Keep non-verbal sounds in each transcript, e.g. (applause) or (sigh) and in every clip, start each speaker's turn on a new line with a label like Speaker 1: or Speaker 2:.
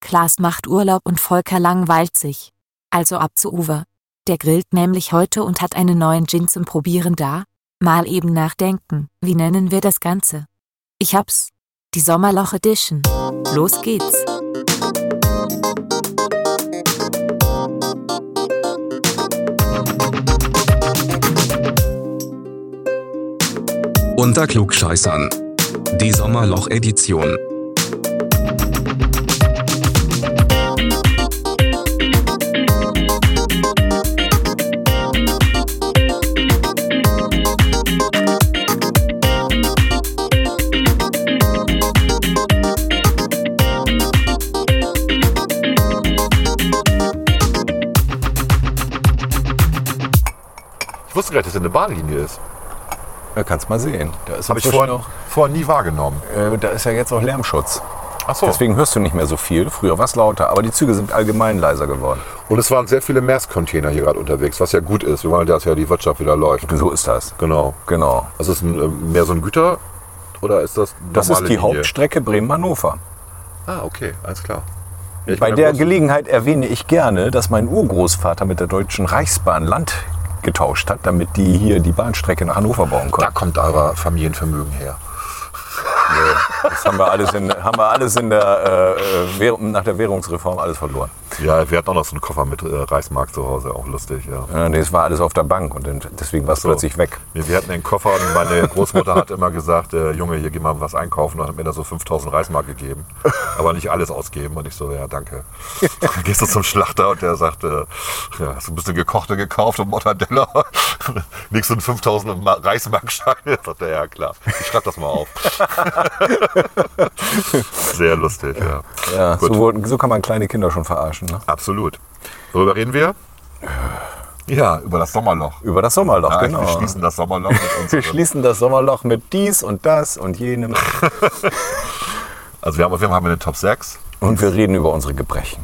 Speaker 1: Klaas macht Urlaub und Volker langweilt sich. Also ab zu Uwe. Der grillt nämlich heute und hat einen neuen Gin zum Probieren da. Mal eben nachdenken, wie nennen wir das Ganze? Ich hab's. Die Sommerloch Edition. Los geht's.
Speaker 2: Unter Klugscheißern. Die Sommerloch-Edition.
Speaker 3: Ich wusste gar nicht, dass da eine Bahnlinie ist.
Speaker 4: Da kannst mal sehen. Da ist
Speaker 3: Habe ich
Speaker 4: inzwischen
Speaker 3: vorher, vorher nie wahrgenommen.
Speaker 4: auch, äh, da ist ja jetzt auch Lärmschutz.
Speaker 3: Ach so.
Speaker 4: Deswegen hörst du nicht mehr so viel. Früher war es lauter, aber die Züge sind allgemein leiser geworden.
Speaker 3: Und es waren sehr viele Mers-Container hier gerade unterwegs, was ja gut ist. Wir wollen, dass ja die Wirtschaft wieder läuft.
Speaker 4: So ist das.
Speaker 3: Genau.
Speaker 4: Genau.
Speaker 3: Das ist ein, ähm, mehr so ein Güter oder ist das
Speaker 4: Das ist
Speaker 3: normale
Speaker 4: die
Speaker 3: Linie?
Speaker 4: Hauptstrecke Bremen-Hannover.
Speaker 3: Ah, okay, alles klar.
Speaker 4: Bei der
Speaker 3: Gelegenheit.
Speaker 4: Gelegenheit erwähne ich gerne, dass mein Urgroßvater mit der Deutschen Reichsbahn Land getauscht hat, damit die hier die Bahnstrecke nach Hannover bauen
Speaker 3: Da
Speaker 4: konnten.
Speaker 3: kommt aber Familienvermögen her.
Speaker 4: Das haben wir alles, in, haben wir alles in der, äh, Währung- nach der Währungsreform alles verloren.
Speaker 3: Ja, wir hatten auch noch so einen Koffer mit äh, Reismarkt zu Hause, auch lustig, ja.
Speaker 4: Ja, Das war alles auf der Bank und dann- deswegen war es plötzlich weg.
Speaker 3: Nee, Wir hatten den Koffer und meine Großmutter hat immer gesagt, äh, Junge, hier geh mal was einkaufen und hat mir da so 5000 Reismark gegeben, aber nicht alles ausgeben und ich so, ja danke. Dann gehst du zum Schlachter und der sagt, äh, ja, hast du ein bisschen gekochte gekauft und Mortadella, (laughs) nix und 5000 Ma- Reismarkscheine, (laughs) sagt er, ja klar, ich schreib das mal auf. (laughs) Sehr lustig, ja.
Speaker 4: Ja,
Speaker 3: Gut.
Speaker 4: so, wurden- so kann man kleine Kinder schon verarschen. Ne?
Speaker 3: Absolut. Worüber reden wir? Ja, über das Sommerloch.
Speaker 4: Über das Sommerloch,
Speaker 3: Ja,
Speaker 4: genau.
Speaker 3: Wir schließen das Sommerloch
Speaker 4: (laughs)
Speaker 3: mit
Speaker 4: Wir
Speaker 3: uns.
Speaker 4: schließen das Sommerloch mit dies und das und jenem.
Speaker 3: Also wir haben auf jeden Fall haben wir den Top 6.
Speaker 4: Und wir reden über unsere Gebrechen.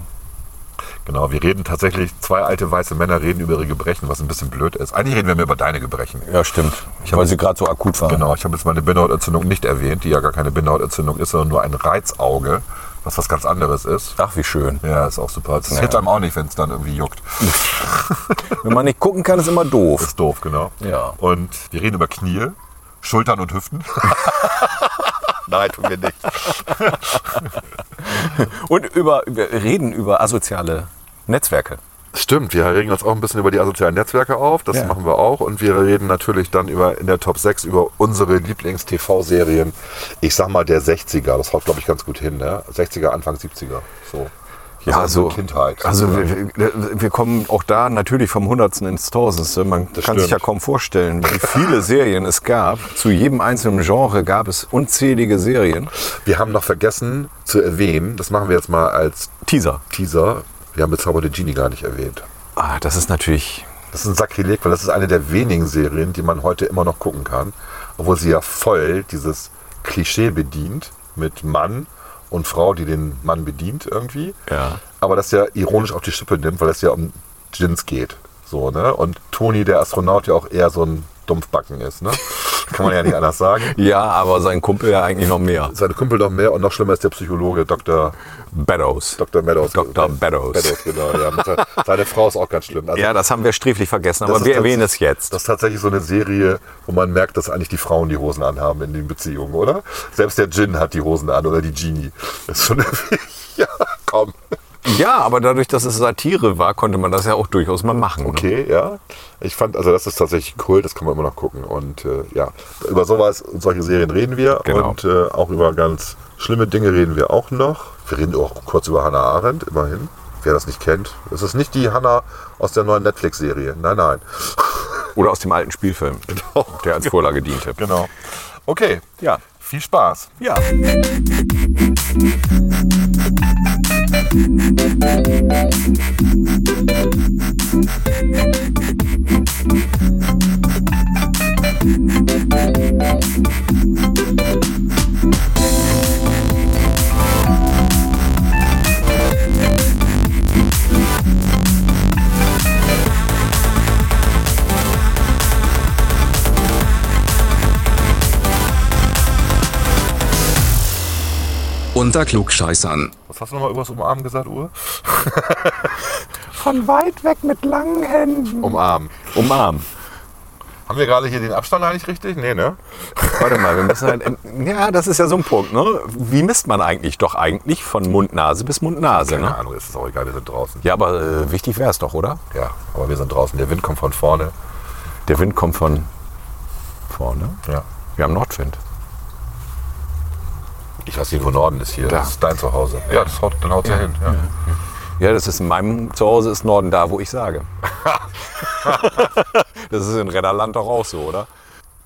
Speaker 3: Genau, wir reden tatsächlich, zwei alte weiße Männer reden über ihre Gebrechen, was ein bisschen blöd ist. Eigentlich reden wir mehr über deine Gebrechen.
Speaker 4: Ja, stimmt. Weil sie gerade so akut waren.
Speaker 3: Genau, ich habe jetzt meine Bindehautentzündung nicht erwähnt, die ja gar keine Bindehautentzündung ist, sondern nur ein Reizauge, was was ganz anderes ist.
Speaker 4: Ach, wie schön.
Speaker 3: Ja, ist auch super. Das
Speaker 4: Ja.
Speaker 3: hilft einem auch nicht, wenn es dann irgendwie (laughs) juckt.
Speaker 4: Wenn man nicht gucken kann, ist immer doof. (laughs)
Speaker 3: Ist doof, genau.
Speaker 4: Ja.
Speaker 3: Und wir reden über Knie, Schultern und Hüften. (laughs) Nein, tun wir nicht. (laughs)
Speaker 4: Und über, über reden über asoziale Netzwerke.
Speaker 3: Stimmt, wir regen uns auch ein bisschen über die asozialen Netzwerke auf, das
Speaker 4: Ja.
Speaker 3: machen wir auch. Und wir reden natürlich dann über in der Top 6 über unsere Lieblings-TV-Serien. Ich sag mal der 60er, das haut glaube ich ganz gut hin, ne? 60er, Anfang 70er. So. Das ist unsere Kindheit.
Speaker 4: Also wir, wir- wir kommen auch da natürlich vom Hundertsten ins Tausendste. Man
Speaker 3: Das
Speaker 4: kann sich ja
Speaker 3: stimmt.
Speaker 4: kaum vorstellen, wie viele Serien es gab. Zu jedem einzelnen Genre gab es unzählige Serien.
Speaker 3: wir haben noch vergessen zu erwähnen, das machen wir jetzt mal als
Speaker 4: Teaser.
Speaker 3: Teaser, wir haben bezauberte Genie gar nicht erwähnt.
Speaker 4: Ah, das ist natürlich
Speaker 3: Das ist ein Sakrileg, weil das ist eine der wenigen Serien, die man heute immer noch gucken kann. Obwohl sie ja voll dieses Klischee bedient mit Mann und Frau, die den Mann bedient irgendwie.
Speaker 4: Ja.
Speaker 3: Aber das ja ironisch auf die Schippe nimmt, weil es ja um Jins geht. So, ne? Und Toni, der Astronaut, ja auch eher so ein Dumpfbacken ist,
Speaker 4: (laughs)
Speaker 3: ne? Kann man ja nicht anders sagen.
Speaker 4: Ja, aber sein Kumpel ja eigentlich noch mehr.
Speaker 3: Seine Kumpel noch mehr und noch schlimmer ist der Psychologe Dr.
Speaker 4: Beddoes.
Speaker 3: Dr. Meadows.
Speaker 4: Dr. Beddoes.
Speaker 3: Meadows, genau, ja. Mit se- Seine Frau ist auch ganz schlimm. Also
Speaker 4: Ja, das haben wir sträflich vergessen,
Speaker 3: Das
Speaker 4: aber
Speaker 3: ist
Speaker 4: wir
Speaker 3: tats-
Speaker 4: erwähnen es jetzt.
Speaker 3: Das ist tatsächlich so eine Serie, wo man merkt, dass eigentlich die Frauen die Hosen anhaben in den Beziehungen, oder? Selbst der Gin hat die Hosen an oder die Genie. Das ist schon (laughs) ja, komm.
Speaker 4: Ja, aber dadurch, dass es Satire war, konnte man das ja auch durchaus mal machen. ne?
Speaker 3: Okay, ja. Ich fand, also das ist tatsächlich cool, das kann man immer noch gucken. Und äh, ja, über sowas und solche Serien reden wir.
Speaker 4: Genau.
Speaker 3: Und äh, auch über ganz schlimme Dinge reden wir auch noch. Wir reden auch kurz über Hannah Arendt, immerhin. Wer das nicht kennt. Es ist nicht die Hannah aus der neuen Netflix-Serie. Nein, nein.
Speaker 4: Oder aus dem
Speaker 3: (laughs)
Speaker 4: alten Spielfilm,
Speaker 3: Genau.
Speaker 4: der als Vorlage diente.
Speaker 3: Genau. Okay.
Speaker 4: Ja.
Speaker 3: Viel Spaß.
Speaker 4: Ja.
Speaker 2: Unter Klugscheißern.
Speaker 3: Was hast du nochmal übers Umarmen gesagt, Uwe?
Speaker 4: Von weit weg mit langen
Speaker 3: (laughs)
Speaker 4: Händen.
Speaker 3: Umarmen.
Speaker 4: Umarmen.
Speaker 3: Haben wir gerade hier den Abstand eigentlich richtig? Nee, ne?
Speaker 4: Warte mal, wir müssen halt. Ja, das ist ja so ein Punkt, ne? Wie misst man eigentlich doch eigentlich von Mund-Nase bis Mund-Nase,
Speaker 3: Keine
Speaker 4: ne?
Speaker 3: Ahnung, ist es auch egal, wir sind draußen.
Speaker 4: Ja, aber äh, wichtig wäre es doch, oder?
Speaker 3: Ja, aber wir sind draußen. Der Wind kommt von vorne.
Speaker 4: Der Wind kommt von vorne.
Speaker 3: Ja.
Speaker 4: Wir haben Nordwind.
Speaker 3: Ich weiß nicht, wo Norden ist hier.
Speaker 4: Da.
Speaker 3: Das ist dein Zuhause. Ja, das haut, dann haut ja hin. Ja.
Speaker 4: Ja, das ist in meinem Zuhause ist Norden da, wo ich sage. (laughs) das ist in Redderland doch auch so, oder?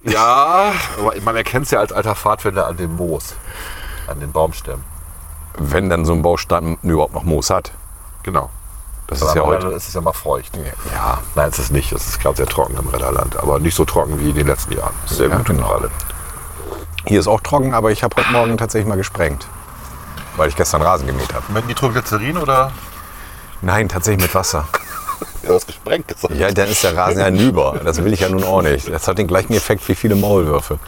Speaker 3: Ja, (laughs) aber man erkennt es ja als alter Pfadfinder an dem Moos, an den Baumstämmen.
Speaker 4: Wenn dann so ein Baustamm überhaupt noch Moos hat.
Speaker 3: Genau.
Speaker 4: Das
Speaker 3: Das
Speaker 4: ist ja heute.
Speaker 3: ist es ja mal feucht.
Speaker 4: Ja,
Speaker 3: Nein, es ist nicht. Es ist, glaube ich, sehr trocken im Räderland. Aber nicht so trocken wie in den letzten Jahren. Ist Sehr
Speaker 4: Ja,
Speaker 3: gut
Speaker 4: genau.
Speaker 3: gerade.
Speaker 4: hier ist auch trocken, aber ich habe heute Morgen tatsächlich mal gesprengt. Weil ich gestern Rasen gemäht habe.
Speaker 3: Mit Nitroglycerin oder?
Speaker 4: Nein, tatsächlich mit Wasser.
Speaker 3: Ja, das gesprengt gesagt.
Speaker 4: Ja, dann ist der Rasen ja hinüber. Das will ich ja nun auch nicht. Das hat den gleichen Effekt wie viele Maulwürfe.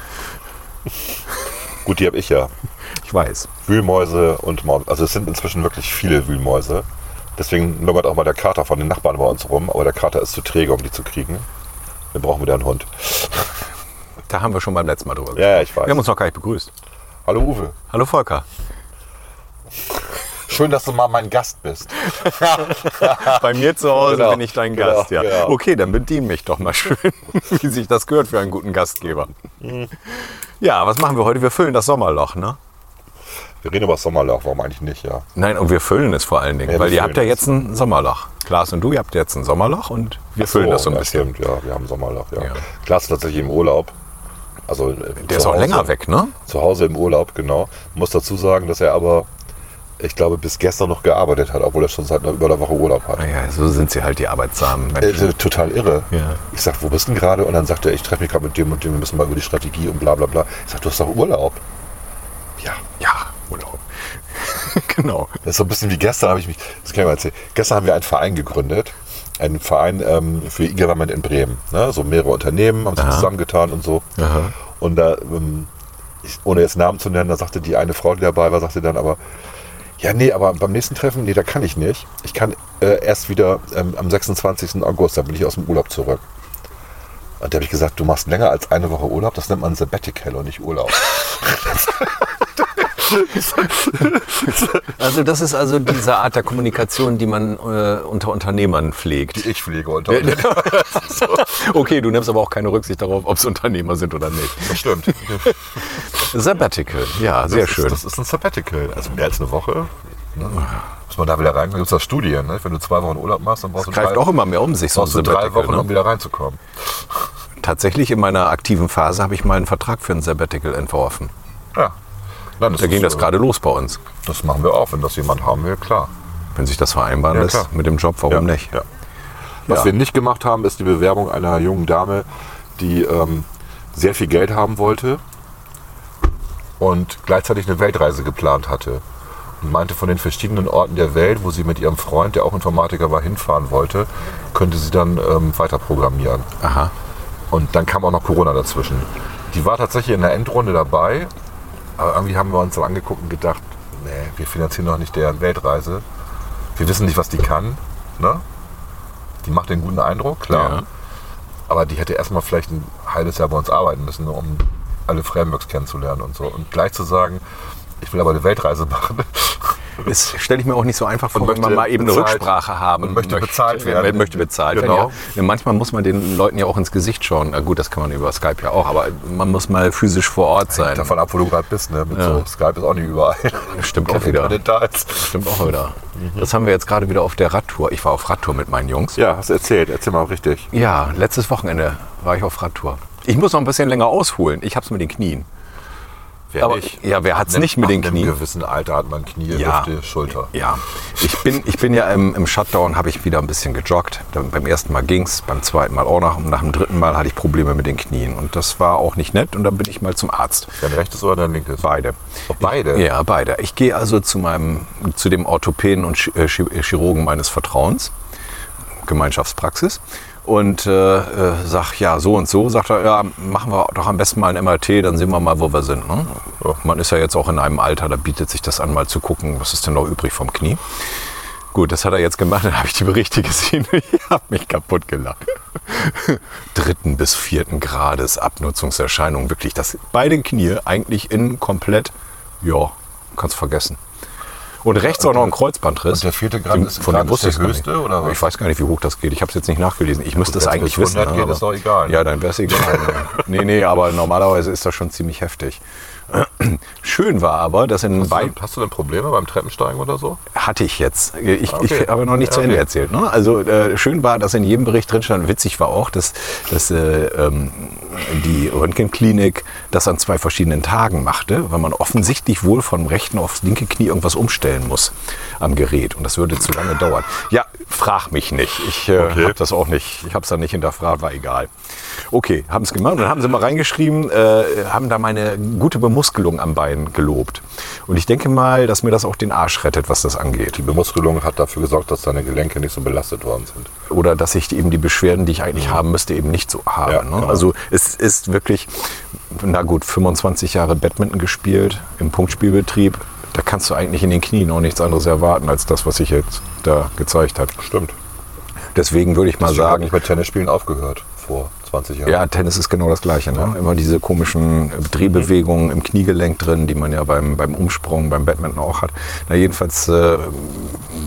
Speaker 3: Gut, die habe ich ja.
Speaker 4: Ich weiß.
Speaker 3: Wühlmäuse und Maul. Also es sind inzwischen wirklich viele Wühlmäuse. Deswegen nummert auch mal der Kater von den Nachbarn bei uns rum. Aber der Kater ist zu träge, um die zu kriegen. Wir brauchen wieder einen Hund.
Speaker 4: Da haben wir schon beim letzten Mal drüber gesprochen.
Speaker 3: Ja, ja, ich weiß.
Speaker 4: Wir haben uns noch gar nicht begrüßt.
Speaker 3: Hallo Uwe.
Speaker 4: Hallo Volker.
Speaker 3: Schön, dass du mal mein Gast bist.
Speaker 4: (laughs) Bei mir zu Hause
Speaker 3: Genau,
Speaker 4: bin ich dein
Speaker 3: genau,
Speaker 4: Gast, ja.
Speaker 3: genau.
Speaker 4: Okay, dann bedien mich doch mal schön, (laughs) wie sich das gehört für einen guten Gastgeber. Ja, was machen wir heute? Wir füllen das Sommerloch, ne?
Speaker 3: Wir reden über das Sommerloch. Warum eigentlich nicht, ja?
Speaker 4: Nein, und wir füllen es vor allen Dingen,
Speaker 3: Ja, wir
Speaker 4: weil ihr
Speaker 3: füllen
Speaker 4: habt ja
Speaker 3: es.
Speaker 4: jetzt ein Sommerloch. Klaas und du, ihr habt jetzt ein Sommerloch und wir füllen das so ein
Speaker 3: ja,
Speaker 4: bisschen.
Speaker 3: Stimmt, ja, wir haben Sommerloch. Ja.
Speaker 4: Ja.
Speaker 3: Klar, ist tatsächlich im Urlaub. Also,
Speaker 4: Der ist auch länger weg, ne?
Speaker 3: Zu Hause im Urlaub, genau. Muss dazu sagen, dass er aber, ich glaube, bis gestern noch gearbeitet hat, obwohl er schon seit über einer Woche Urlaub hat.
Speaker 4: Naja, so sind sie halt, die arbeitsamen
Speaker 3: Äh,
Speaker 4: Menschen.
Speaker 3: äh, total irre.
Speaker 4: Ja.
Speaker 3: Ich sag, wo bist du denn gerade? Und dann sagt er, ich treffe mich gerade mit dem und dem, wir müssen mal über die Strategie und bla bla bla. Ich sag, du hast doch Urlaub. Ja,
Speaker 4: Ja, Urlaub. (laughs) genau.
Speaker 3: Das ist so ein bisschen wie gestern habe ich mich, das kann ich mal erzählen. Gestern haben wir einen Verein gegründet, einen Verein ähm, für E-Government in Bremen. Ne? So mehrere Unternehmen haben sich zusammengetan und so.
Speaker 4: Aha.
Speaker 3: Und da, ähm, ich, ohne jetzt Namen zu nennen, da sagte die eine Frau, die dabei war, sagte dann aber, ja, nee, aber beim nächsten Treffen, nee, da kann ich nicht. Ich kann äh, erst wieder ähm, am 26. August, da bin ich aus dem Urlaub zurück. Und da habe ich gesagt, du machst länger als eine Woche Urlaub, das nennt man Sabbatical und nicht Urlaub. (laughs)
Speaker 4: Also das ist also diese Art der Kommunikation, die man äh, unter Unternehmern pflegt.
Speaker 3: Ich pflege unter
Speaker 4: (laughs) Okay, du nimmst aber auch keine Rücksicht darauf, ob es Unternehmer sind oder nicht.
Speaker 3: Das stimmt.
Speaker 4: Sabbatical, ja, sehr
Speaker 3: das
Speaker 4: schön.
Speaker 3: Ist, das ist ein Sabbatical, also mehr als eine Woche. Ne? Muss man da wieder rein? Da gibt es da Studien. Ne? Wenn du zwei Wochen Urlaub machst, dann brauchst du
Speaker 4: Greift
Speaker 3: drei,
Speaker 4: auch immer mehr um sich. so ein
Speaker 3: brauchst du drei
Speaker 4: Sabbatical,
Speaker 3: Wochen, um
Speaker 4: ne?
Speaker 3: wieder reinzukommen.
Speaker 4: Tatsächlich in meiner aktiven Phase habe ich mal einen Vertrag für ein Sabbatical entworfen.
Speaker 3: Ja. Nein,
Speaker 4: Da ging
Speaker 3: ist,
Speaker 4: das
Speaker 3: äh,
Speaker 4: gerade los bei uns.
Speaker 3: Das machen wir auch, wenn das jemand haben will, klar.
Speaker 4: Wenn sich das vereinbaren
Speaker 3: Ja, klar.
Speaker 4: lässt mit dem Job, warum
Speaker 3: Ja,
Speaker 4: nicht?
Speaker 3: ja. Was
Speaker 4: Ja.
Speaker 3: wir nicht gemacht haben, ist die Bewerbung einer jungen Dame, die ähm, sehr viel Geld haben wollte und gleichzeitig eine Weltreise geplant hatte. Und meinte, von den verschiedenen Orten der Welt, wo sie mit ihrem Freund, der auch Informatiker war, hinfahren wollte, könnte sie dann ähm, weiter programmieren.
Speaker 4: Aha.
Speaker 3: Und dann kam auch noch Corona dazwischen. Die war tatsächlich in der Endrunde dabei, aber irgendwie haben wir uns dann angeguckt und gedacht, nee, wir finanzieren doch nicht deren Weltreise. Wir wissen nicht, was die kann. Ne? Die macht den guten Eindruck, klar.
Speaker 4: Ja.
Speaker 3: Aber die hätte erstmal vielleicht ein halbes Jahr bei uns arbeiten müssen, um alle Frameworks kennenzulernen und so. Und gleich zu sagen, ich will aber eine Weltreise (laughs) machen.
Speaker 4: Das stelle ich mir auch nicht so einfach vor,
Speaker 3: Und
Speaker 4: wenn
Speaker 3: möchte
Speaker 4: man mal eben eine
Speaker 3: bezahlt-
Speaker 4: Rücksprache haben
Speaker 3: und möchte bezahlt werden.
Speaker 4: Möchte bezahlt
Speaker 3: Genau.
Speaker 4: werden. Ja. Manchmal muss man den Leuten ja auch ins Gesicht schauen. Na gut, das kann man über Skype ja auch, aber man muss mal physisch vor Ort sein.
Speaker 3: Davon ab, wo du gerade bist. Ne? Mit so Skype ist auch nicht überall. (laughs)
Speaker 4: Stimmt auch wieder.
Speaker 3: Wenn du da ist.
Speaker 4: Stimmt auch wieder. Das haben wir jetzt gerade wieder auf der Radtour. Ich war auf Radtour mit meinen Jungs.
Speaker 3: Ja, hast du erzählt. Erzähl mal richtig.
Speaker 4: Ja, letztes Wochenende war ich auf Radtour. Ich muss noch ein bisschen länger ausholen. Ich hab's mit den Knien.
Speaker 3: Wer
Speaker 4: Aber- ja, wer hat's nicht mit den
Speaker 3: Ab
Speaker 4: Knien?
Speaker 3: einem gewissen Alter hat man Knie,
Speaker 4: Ja.
Speaker 3: Hüfte, Schulter.
Speaker 4: Ja, ich bin, ich bin ja im, im Shutdown, habe ich wieder ein bisschen gejoggt. Dann beim ersten Mal ging's, beim zweiten Mal auch noch. Und nach dem dritten Mal hatte ich Probleme mit den Knien. Und das war auch nicht nett. Und dann bin ich mal zum Arzt.
Speaker 3: Dein rechtes oder dein linkes?
Speaker 4: Beide.
Speaker 3: Auch beide?
Speaker 4: Ja, beide. Ich gehe also zu meinem, zu dem Orthopäden und Chi- äh, Chi- äh, Chirurgen meines Vertrauens, Gemeinschaftspraxis, und äh, äh, sag, ja, so und so, sagt er, ja, machen wir doch am besten mal ein MRT, dann sehen wir mal, wo wir sind. Ne? Man ist ja jetzt auch in einem Alter, da bietet sich das an, mal zu gucken, was ist denn noch übrig vom Knie. Gut, das hat er jetzt gemacht, dann habe ich die Berichte gesehen (laughs) und ich habe mich kaputt gelacht. (laughs) Dritten bis vierten Grades Abnutzungserscheinung, wirklich, das beide Knie eigentlich innen komplett, ja, kannst vergessen. Und rechts auch noch ein Kreuzbandriss.
Speaker 3: Und der vierte Grad ist-
Speaker 4: von
Speaker 3: Grad
Speaker 4: dem
Speaker 3: ist
Speaker 4: wusste
Speaker 3: der
Speaker 4: ich gar
Speaker 3: höchste,
Speaker 4: nicht.
Speaker 3: oder was?
Speaker 4: Ich weiß gar nicht, wie hoch das geht. Ich habe es jetzt nicht nachgelesen. Ich müsste
Speaker 3: Gut,
Speaker 4: es
Speaker 3: wenn's
Speaker 4: eigentlich
Speaker 3: bis
Speaker 4: wissen.
Speaker 3: 100 geht, ist
Speaker 4: aber-
Speaker 3: doch egal, ne?
Speaker 4: Ja, dann wäre
Speaker 3: (laughs)
Speaker 4: es egal. nee, nee, aber normalerweise ist das schon ziemlich heftig. (clears throat) Schön war aber, dass in
Speaker 3: Hast du,
Speaker 4: beiden
Speaker 3: denn, hast du denn Probleme beim Treppensteigen oder so?
Speaker 4: hatte ich jetzt. Ich,
Speaker 3: Okay.
Speaker 4: ich habe noch nicht zu
Speaker 3: Ja,
Speaker 4: Ende
Speaker 3: okay.
Speaker 4: erzählt. Ne? Also äh, schön war, dass in jedem Bericht drin stand, witzig war auch, dass, dass äh, ähm, die Röntgenklinik das an zwei verschiedenen Tagen machte, weil man offensichtlich wohl vom rechten aufs linke Knie irgendwas umstellen muss am Gerät. Und das würde zu lange dauern. Ja, frag mich nicht. Ich äh, habe das auch nicht, ich habe es dann nicht hinterfragt, war egal. Okay, haben es gemacht und dann haben sie mal reingeschrieben, äh, haben da meine gute Bemuskelung am Bein gelobt. Und ich denke mal, dass mir das auch den Arsch rettet, was das angeht.
Speaker 3: Die Bemuskelung hat dafür gesorgt, dass deine Gelenke nicht so belastet worden sind.
Speaker 4: Oder dass ich eben die Beschwerden, die ich eigentlich haben müsste, eben nicht so habe.
Speaker 3: Mhm. Ja,
Speaker 4: ne?
Speaker 3: genau.
Speaker 4: Also es ist wirklich, na gut, 25 Jahre Badminton gespielt im Punktspielbetrieb. Da kannst du eigentlich in den Knien auch nichts anderes erwarten, als das, was sich jetzt da gezeigt hat.
Speaker 3: Stimmt.
Speaker 4: Deswegen würde ich mal
Speaker 3: Also Ich habe
Speaker 4: sagen,
Speaker 3: nicht mit Tennisspielen aufgehört vor 20 Jahren.
Speaker 4: Ja, Tennis ist genau das Gleiche. Ne? Immer diese komischen Drehbewegungen im Kniegelenk drin, die man ja beim, beim Umsprung, beim Badminton auch hat. Na, jedenfalls, äh,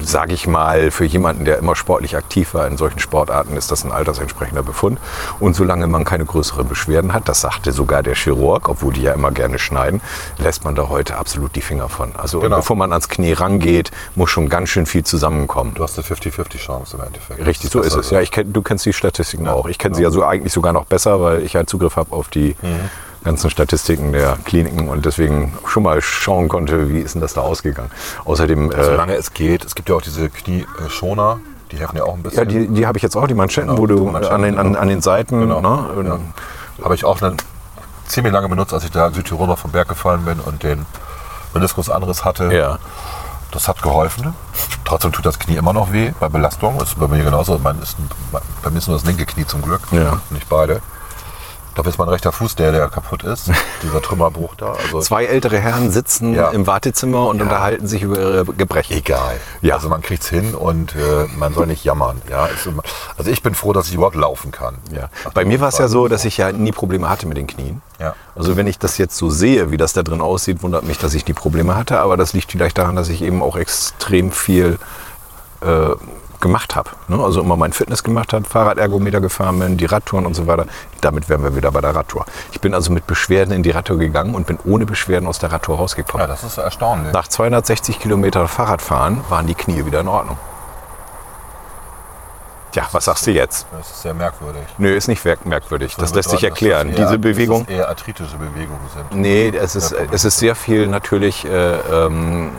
Speaker 4: sage ich mal, für jemanden, der immer sportlich aktiv war in solchen Sportarten, ist das ein altersentsprechender Befund. Und solange man keine größeren Beschwerden hat, das sagte sogar der Chirurg, obwohl die ja immer gerne schneiden, lässt man da heute absolut die Finger von. Also
Speaker 3: Genau.
Speaker 4: bevor man ans Knie rangeht, muss schon ganz schön viel zusammenkommen.
Speaker 3: Du hast eine 50-50-Chance im Endeffekt.
Speaker 4: Richtig, so ist es. Ja, ich kenn, du kennst die Statistiken auch. Ich kenne sie ja so eigentlich sogar noch besser, weil ich ja Zugriff habe auf die ganzen Statistiken der Kliniken und deswegen schon mal schauen konnte, wie ist denn das da ausgegangen. Außerdem, äh,
Speaker 3: Solange es geht, es gibt ja auch diese Knieschoner, die helfen ja auch ein
Speaker 4: ja,
Speaker 3: bisschen.
Speaker 4: die, die habe ich jetzt auch, Genau, die Manschetten, wo du
Speaker 3: Manschetten,
Speaker 4: an, den, an, an den Seiten,
Speaker 3: Genau.
Speaker 4: ne,
Speaker 3: Ja. Habe ich auch eine, ziemlich lange benutzt, als ich da in Südtirol noch vom Berg gefallen bin und den Meniskus anderes hatte.
Speaker 4: ja.
Speaker 3: Das hat geholfen. Trotzdem tut das Knie immer noch weh bei Belastung. Ist bei mir genauso. Man ist, bei mir ist nur das linke Knie zum Glück,
Speaker 4: Ja.
Speaker 3: nicht beide. Dafür ist mein rechter Fuß der, der kaputt ist.
Speaker 4: (laughs)
Speaker 3: Dieser Trümmerbruch da. Also
Speaker 4: Zwei ältere Herren sitzen
Speaker 3: Ja.
Speaker 4: im Wartezimmer und unterhalten sich über ihre Gebrechen.
Speaker 3: egal.
Speaker 4: Ja.
Speaker 3: Also man kriegt's hin und äh, man soll nicht jammern. Ja, ist immer, also ich bin froh, dass ich überhaupt laufen kann.
Speaker 4: Ja. Bei mir war es ja so, dass ich ja nie Probleme hatte mit den Knien.
Speaker 3: Ja.
Speaker 4: Also wenn ich das jetzt so sehe, wie das da drin aussieht, wundert mich, dass ich die Probleme hatte. Aber das liegt vielleicht daran, dass ich eben auch extrem viel äh, gemacht habe. Ne? Also immer mein Fitness gemacht habe, Fahrradergometer gefahren bin, die Radtouren und so weiter. Damit wären wir wieder bei der Radtour. Ich bin also mit Beschwerden in die Radtour gegangen und bin ohne Beschwerden aus der Radtour rausgekommen.
Speaker 3: Ja, das ist erstaunlich.
Speaker 4: Nach 260 Kilometer Fahrradfahren waren die Knie wieder in Ordnung. Ja, was sagst du jetzt?
Speaker 3: Das ist sehr merkwürdig.
Speaker 4: Nö, ist nicht merk- merkwürdig. Das
Speaker 3: Würde
Speaker 4: lässt sich
Speaker 3: bedeuten, dass
Speaker 4: erklären.
Speaker 3: das eher-
Speaker 4: Diese Bewegung.
Speaker 3: dass das eher arthritische Bewegungen sind.
Speaker 4: Nee, es ist, es ist sehr viel natürlich äh, ähm,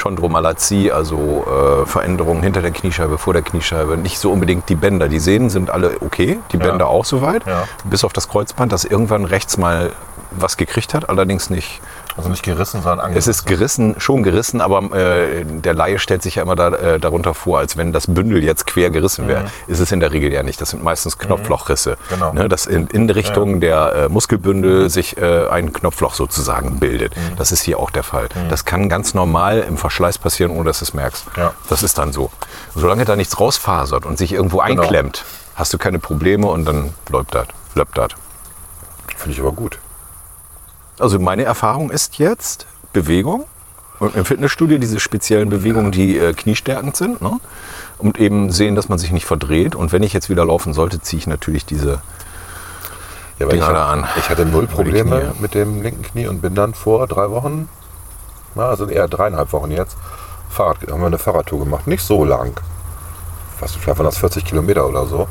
Speaker 4: Chondromalazie, also äh, Veränderungen hinter der Kniescheibe, vor der Kniescheibe. Nicht so unbedingt die Bänder. Die Sehnen sind alle okay, die Bänder auch soweit.
Speaker 3: Ja.
Speaker 4: Bis auf das Kreuzband, das irgendwann rechts mal was gekriegt hat, allerdings nicht
Speaker 3: Also nicht gerissen, sondern
Speaker 4: es ist gerissen, schon gerissen, aber äh, der Laie stellt sich ja immer da, äh, darunter vor, als wenn das Bündel jetzt quer gerissen wäre. Ist es in der Regel ja nicht. Das sind meistens Knopflochrisse.
Speaker 3: Mhm. Genau. Mhm.
Speaker 4: Ne, dass in, in Richtung der äh, Muskelbündel sich äh, ein Knopfloch sozusagen bildet. Das ist hier auch der Fall.
Speaker 3: Mhm.
Speaker 4: Das kann ganz normal im Verschleiß passieren, ohne dass du es merkst.
Speaker 3: Ja.
Speaker 4: Das ist dann so. Solange da nichts rausfasert und sich irgendwo
Speaker 3: Genau.
Speaker 4: einklemmt, hast du keine Probleme und dann läuft das. Läuft das.
Speaker 3: Finde ich aber gut.
Speaker 4: Also meine Erfahrung ist jetzt Bewegung. Und im Fitnessstudio diese speziellen Bewegungen, die äh, kniestärkend sind. Ne? Und eben sehen, dass man sich nicht verdreht. Und wenn ich jetzt wieder laufen sollte, ziehe ich natürlich diese.
Speaker 3: Ja, aber
Speaker 4: Dinger
Speaker 3: ich,
Speaker 4: da an.
Speaker 3: ich hatte null
Speaker 4: die Knie.
Speaker 3: Probleme mit dem linken Knie und bin dann vor drei Wochen, na, also eher dreieinhalb Wochen jetzt, Fahrrad, haben wir eine Fahrradtour gemacht. Nicht so lang. Was, vielleicht waren das 40 Kilometer oder so.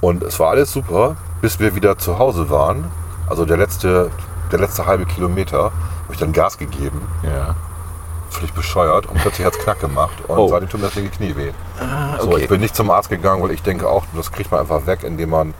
Speaker 3: Und es war alles super, bis wir wieder zu Hause waren. Also der letzte, der letzte halbe Kilometer habe ich dann Gas gegeben,
Speaker 4: Ja.
Speaker 3: völlig bescheuert und plötzlich hat es knack gemacht und
Speaker 4: Oh. Ah,
Speaker 3: seitdem tut mir das linke Knie weh. So,
Speaker 4: okay.
Speaker 3: ich bin nicht zum Arzt gegangen, weil ich denke auch, das kriegt man einfach weg, indem man,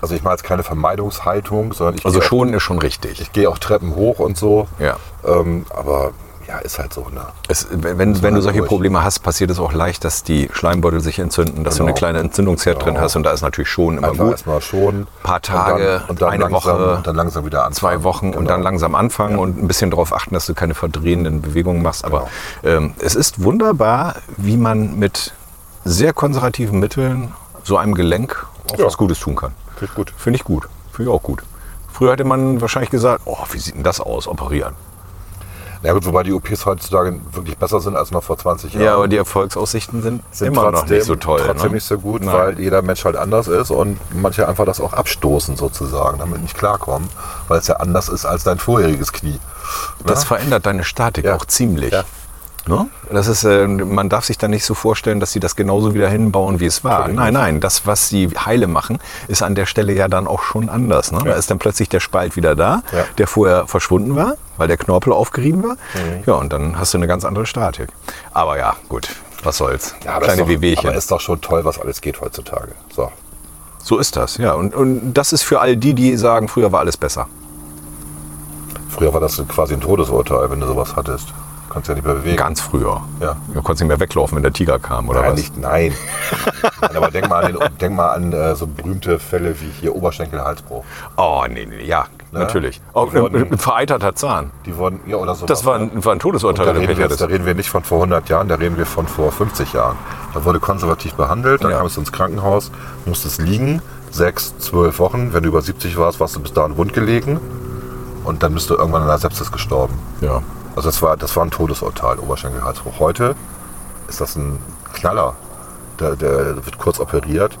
Speaker 3: also ich mache jetzt keine Vermeidungshaltung, sondern ich,
Speaker 4: Also
Speaker 3: gehe,
Speaker 4: schon ist schon richtig.
Speaker 3: ich gehe auch Treppen hoch und so,
Speaker 4: Ja.
Speaker 3: ähm, aber ja, Ja, ist halt so, ne?
Speaker 4: Es, wenn wenn wenn du solche Probleme hast, passiert es auch leicht, dass die Schleimbeutel sich entzünden, dass du eine
Speaker 3: Genau.
Speaker 4: kleine Entzündungsherd drin
Speaker 3: Genau.
Speaker 4: hast. Und da ist natürlich schon immer
Speaker 3: Einfach
Speaker 4: gut.
Speaker 3: erstmal schon.
Speaker 4: paar Tage,
Speaker 3: und dann, und dann
Speaker 4: eine
Speaker 3: langsam,
Speaker 4: Woche,
Speaker 3: und dann langsam wieder anfangen.
Speaker 4: zwei Wochen und
Speaker 3: Genau.
Speaker 4: dann langsam anfangen und ein bisschen darauf achten, dass du keine verdrehenden Bewegungen machst. Aber
Speaker 3: Genau.
Speaker 4: ähm, es ist wunderbar, wie man mit sehr konservativen Mitteln so einem Gelenk auch
Speaker 3: Ja.
Speaker 4: was Gutes tun kann.
Speaker 3: Finde ich gut.
Speaker 4: Finde ich gut. Finde ich auch gut. Früher hätte man wahrscheinlich gesagt, oh, wie sieht denn das aus, operieren.
Speaker 3: Ja gut, wobei die OPs heutzutage wirklich besser sind als noch vor 20 Jahren.
Speaker 4: Ja, aber die Erfolgsaussichten sind,
Speaker 3: sind
Speaker 4: immer
Speaker 3: trotzdem,
Speaker 4: noch nicht so toll.
Speaker 3: Trotzdem
Speaker 4: ne?
Speaker 3: nicht so gut,
Speaker 4: Nein.
Speaker 3: weil jeder Mensch halt anders ist und manche einfach das auch abstoßen sozusagen, damit nicht klarkommen, weil es ja anders ist als dein vorheriges Knie.
Speaker 4: Das
Speaker 3: Ne?
Speaker 4: verändert deine Statik
Speaker 3: Ja.
Speaker 4: auch ziemlich.
Speaker 3: Ja.
Speaker 4: Ne? Das ist, äh, man darf sich da nicht so vorstellen, dass sie das genauso wieder hinbauen, wie es war. Nein, nein, das, was sie heile machen, ist an der Stelle ja dann auch schon anders. Ne? Da ist dann plötzlich der Spalt wieder da,
Speaker 3: Ja.
Speaker 4: der vorher verschwunden war, weil der Knorpel aufgerieben war.
Speaker 3: Mhm.
Speaker 4: Ja, und dann hast du eine ganz andere Statik. Aber ja, gut, was soll's.
Speaker 3: Ja, aber ist
Speaker 4: Kleine
Speaker 3: doch, Aber
Speaker 4: Wehwehchen.
Speaker 3: ist doch schon toll, was alles geht heutzutage. So.
Speaker 4: So ist das, ja. Und, und das ist für all die, die sagen, früher war alles besser.
Speaker 3: Früher war das quasi ein Todesurteil, wenn du sowas hattest. Kannst ja nicht mehr bewegen.
Speaker 4: Ganz früher.
Speaker 3: Ja.
Speaker 4: Du konntest nicht mehr weglaufen, wenn der Tiger kam, oder
Speaker 3: Nein,
Speaker 4: was?
Speaker 3: nicht,
Speaker 4: (laughs)
Speaker 3: nein. nein. Aber denk mal an, den, denk mal an äh, so berühmte Fälle wie hier Oberschenkel-Halsbruch.
Speaker 4: Oh, nee, nee, ja, natürlich. Auch ein, ein vereiterter Zahn.
Speaker 3: Die wurden, ja, oder so.
Speaker 4: Das war ein, war ein Todesurteil,
Speaker 3: Da
Speaker 4: wenn du
Speaker 3: reden,
Speaker 4: Pech
Speaker 3: wir jetzt, da
Speaker 4: hattest.
Speaker 3: reden wir nicht von vor 100 Jahren, da reden wir von vor 50 Jahren. Da wurde konservativ behandelt, dann
Speaker 4: Ja.
Speaker 3: kam es ins Krankenhaus, musste es liegen, sechs, zwölf Wochen. Wenn du über 70 warst, warst du bis dahin wund gelegen und dann bist du irgendwann an der Sepsis gestorben.
Speaker 4: Ja.
Speaker 3: Also das war, das war ein Todesurteil, Oberschenkelhalsbruch. Heute ist das ein Knaller. Der, der wird kurz operiert.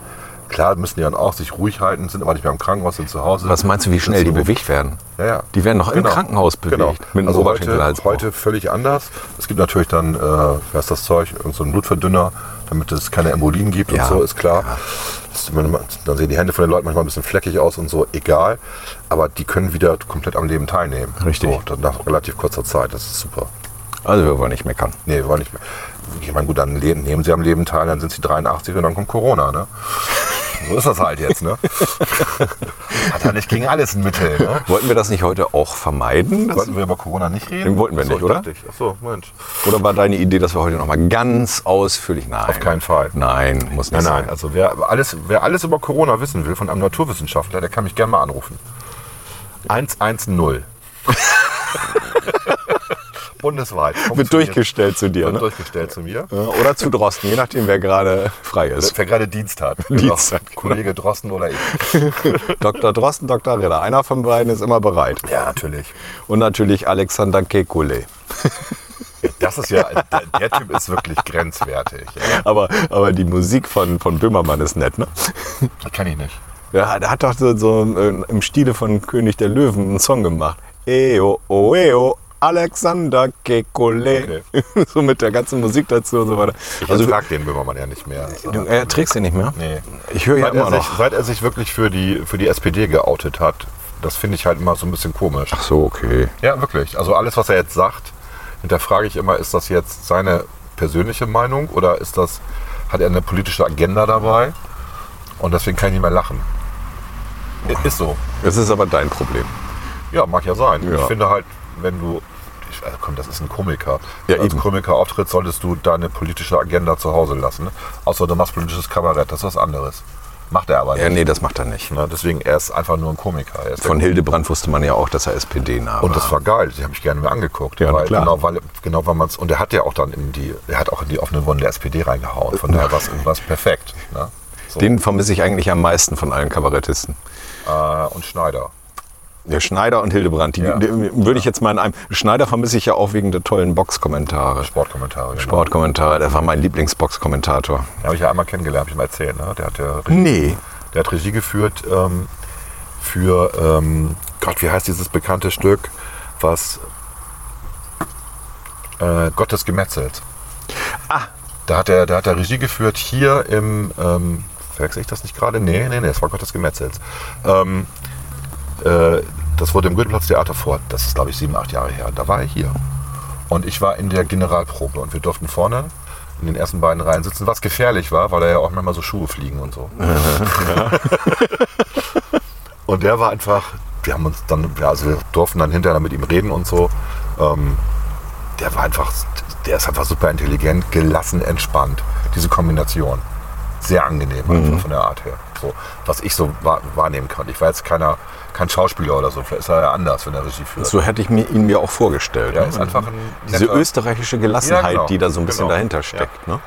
Speaker 3: Klar müssen die dann auch sich ruhig halten, sind aber nicht mehr im Krankenhaus, sind zu Hause.
Speaker 4: Was meinst du, wie schnell die
Speaker 3: Sitzen-
Speaker 4: bewegt werden?
Speaker 3: ja, ja.
Speaker 4: Die werden noch
Speaker 3: Genau.
Speaker 4: im Krankenhaus bewegt.
Speaker 3: Genau.
Speaker 4: Mit einem
Speaker 3: also heute,
Speaker 4: Oberschenkelhalsbruch.
Speaker 3: heute völlig anders. Es gibt natürlich dann, äh, wer ist das Zeug, irgend so ein Blutverdünner, damit es keine Embolien gibt
Speaker 4: Ja.
Speaker 3: und so, ist klar. Das, ist immer- dann sehen die Hände von den Leuten manchmal ein bisschen fleckig aus und so, egal. Aber die können wieder komplett am Leben teilnehmen.
Speaker 4: Richtig.
Speaker 3: So, dann nach relativ kurzer Zeit, das ist super.
Speaker 4: Also wir wollen nicht meckern.
Speaker 3: Nee, wollen nicht mehr. Ich meine, gut, dann le- nehmen sie am Leben teil, dann sind sie 83 und dann kommt Corona, ne? So ist das halt jetzt,
Speaker 4: (laughs)
Speaker 3: ne? Hat er nicht gegen alles ein Mittel, ne?
Speaker 4: Wollten wir das nicht heute auch vermeiden? Das,
Speaker 3: Wollten wir über Corona nicht reden?
Speaker 4: Wollten wir
Speaker 3: Ach so,
Speaker 4: nicht,
Speaker 3: ich
Speaker 4: oder?
Speaker 3: dachte ich. Ach so, Mensch.
Speaker 4: oder war deine Idee, dass wir heute nochmal ganz ausführlich... Nein.
Speaker 3: Auf keinen Fall.
Speaker 4: Nein, muss nicht
Speaker 3: Nein, nein,
Speaker 4: sein.
Speaker 3: also wer alles, wer alles über Corona wissen will von einem Naturwissenschaftler, der kann mich gerne mal anrufen.
Speaker 4: (laughs)
Speaker 3: 110. Bundesweit.
Speaker 4: Also, Wird durchgestellt zu dir,
Speaker 3: Wird
Speaker 4: ne?
Speaker 3: durchgestellt zu mir.
Speaker 4: Ja, Oder zu Drosten, je nachdem, wer gerade frei ist.
Speaker 3: Wer gerade Dienst hat.
Speaker 4: (laughs) Dienst hat, genau.
Speaker 3: Kollege Drosten oder ich.
Speaker 4: (laughs) Dr. Drosten, Dr. Ritter. Einer von beiden ist immer bereit.
Speaker 3: Ja, natürlich.
Speaker 4: Und natürlich Alexander Kekulé.
Speaker 3: Das ist ja, der, der Typ ist wirklich grenzwertig. Ja.
Speaker 4: Aber, aber die Musik von, von Böhmermann ist nett, ne?
Speaker 3: Das kann ich nicht.
Speaker 4: Ja, der hat doch so, so äh, im Stile von König der Löwen einen Song gemacht. Eo, oeo, Alexander Kekulé. (laughs) so mit der ganzen Musik dazu und so weiter.
Speaker 3: Ich also,
Speaker 4: Also,
Speaker 3: frag den Böhmermann ja nicht mehr.
Speaker 4: du äh, trägst den nicht mehr?
Speaker 3: Nee.
Speaker 4: Ich höre ja
Speaker 3: Seit er,
Speaker 4: immer
Speaker 3: sich,
Speaker 4: noch.
Speaker 3: seit er sich wirklich für die, für die SPD geoutet hat, das finde ich halt immer so ein bisschen komisch.
Speaker 4: Ach so, okay.
Speaker 3: Ja, wirklich. Also alles, was er jetzt sagt, hinterfrage ich immer, ist das jetzt seine persönliche Meinung oder ist das, hat er eine politische Agenda dabei? Und deswegen kann ich nicht mehr lachen. I- Ist so.
Speaker 4: Das ist aber dein Problem.
Speaker 3: Ja, mag ja sein.
Speaker 4: Ja.
Speaker 3: Ich finde halt, wenn du. Ich, also komm, das ist ein Komiker.
Speaker 4: Ja,
Speaker 3: Als
Speaker 4: eben.
Speaker 3: Komiker auftritt, solltest du deine politische Agenda zu Hause lassen. Außer du machst politisches Kabarett, das ist was anderes. Macht er aber nicht.
Speaker 4: Ja, nee, das macht er nicht.
Speaker 3: Ne? Deswegen, er ist einfach nur ein Komiker. Er ist
Speaker 4: Von Hildebrand wusste man ja auch, dass er SPD-nah war.
Speaker 3: Und das war geil, die habe ich gerne mir angeguckt.
Speaker 4: Ja, na
Speaker 3: weil,
Speaker 4: klar.
Speaker 3: Genau, weil, genau, weil man es. Und er hat ja auch dann in die, er hat auch in die offene Wunde der SPD reingehauen. Von daher war es perfekt. Ne? So.
Speaker 4: Den vermisse ich eigentlich am meisten von allen Kabarettisten.
Speaker 3: äh, und Schneider.
Speaker 4: Der Schneider und Hildebrand, die,
Speaker 3: Ja.
Speaker 4: die würde ich jetzt mal in einem. Schneider vermisse ich ja auch wegen der tollen Boxkommentare.
Speaker 3: Sportkommentare. Genau.
Speaker 4: Sportkommentare, der war mein Lieblingsboxkommentator.
Speaker 3: Den habe ich ja einmal kennengelernt, habe ich ihm erzählt. Ne? Der, hat ja, Regie-
Speaker 4: Nee.
Speaker 3: der hat Regie geführt ähm, für, ähm, Gott, wie heißt dieses bekannte Stück, was äh, Gottes Gemetzelt.
Speaker 4: Ah,
Speaker 3: Da hat er, da hat er Regie geführt hier im, ähm, verwechsel ich das nicht gerade? Nee, nee, nee, es war Gottes Gemetzels. Ähm, äh, das wurde im Goetheplatz Theater vor, das ist glaube ich sieben, acht Jahre her. Da war er hier. Und ich war in der Generalprobe und wir durften vorne in den ersten beiden Reihen sitzen, was gefährlich war, weil da ja auch manchmal so Schuhe fliegen und
Speaker 4: (laughs)
Speaker 3: so. und der war einfach, wir haben uns dann, ja, also wir durften dann hinterher mit ihm reden und so. Ähm, der war einfach, der ist einfach super intelligent, gelassen, entspannt. Diese Kombination. Sehr angenehm
Speaker 4: Mhm.
Speaker 3: einfach von der Art her. So, was ich so wahr, wahrnehmen kann. Ich war jetzt keiner, kein Schauspieler oder so. Vielleicht ist er ja anders, wenn er Regie führt.
Speaker 4: So hätte ich mir, ihn mir auch vorgestellt.
Speaker 3: Ja,
Speaker 4: ne?
Speaker 3: ist einfach ein
Speaker 4: Diese
Speaker 3: netter-
Speaker 4: österreichische Gelassenheit,
Speaker 3: Ja, genau.
Speaker 4: die da so ein bisschen
Speaker 3: Genau.
Speaker 4: dahinter steckt. Ne?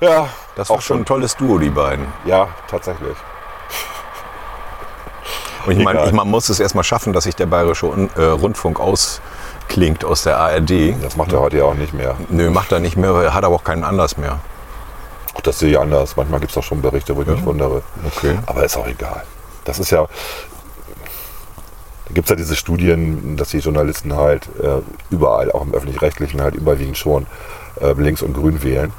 Speaker 3: Ja,
Speaker 4: Das war schon ein tolles Duo, die beiden.
Speaker 3: ja, tatsächlich.
Speaker 4: Und ich
Speaker 3: Egal.
Speaker 4: meine, man muss es erstmal schaffen, dass sich der Bayerische Un- äh, Rundfunk ausklingt aus der ARD.
Speaker 3: Das macht er heute ja auch nicht mehr.
Speaker 4: Nö, macht er nicht mehr, er hat aber auch keinen Anlass mehr.
Speaker 3: Auch das sehe ich anders. Manchmal gibt es doch schon Berichte, wo ich mich wundere.
Speaker 4: Okay.
Speaker 3: Aber ist auch egal. Das ist ja. Da gibt es ja diese Studien, dass die Journalisten halt äh, überall, auch im Öffentlich-Rechtlichen, halt überwiegend schon äh, links und grün wählen.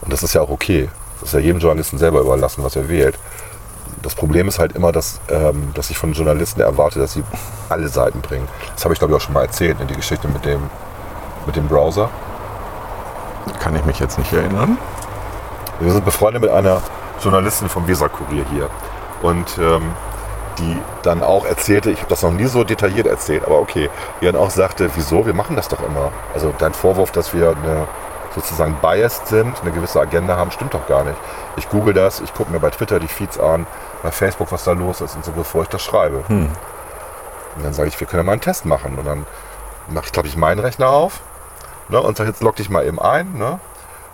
Speaker 3: Und das ist ja auch okay. Das ist ja jedem Journalisten selber überlassen, was er wählt. Das Problem ist halt immer, dass, ähm, dass ich von Journalisten erwarte, dass sie alle Seiten bringen. Das habe ich, glaube ich, auch schon mal erzählt, ne? die Geschichte mit dem, mit dem Browser.
Speaker 4: Kann ich mich jetzt nicht erinnern.
Speaker 3: Wir sind befreundet mit einer Journalistin vom Weserkurier hier. Und ähm, die dann auch erzählte, ich habe das noch nie so detailliert erzählt, aber okay, die dann auch sagte, wieso, wir machen das doch immer. Also dein Vorwurf, dass wir eine, sozusagen biased sind, eine gewisse Agenda haben, stimmt doch gar nicht. Ich google das, ich gucke mir bei Twitter die Feeds an, bei Facebook, was da los ist und so, bevor ich das schreibe. Und dann sage ich, wir können ja mal einen Test machen. Und dann mache ich, glaube ich, meinen Rechner auf ne, und sage, jetzt log dich mal eben ein. Ne,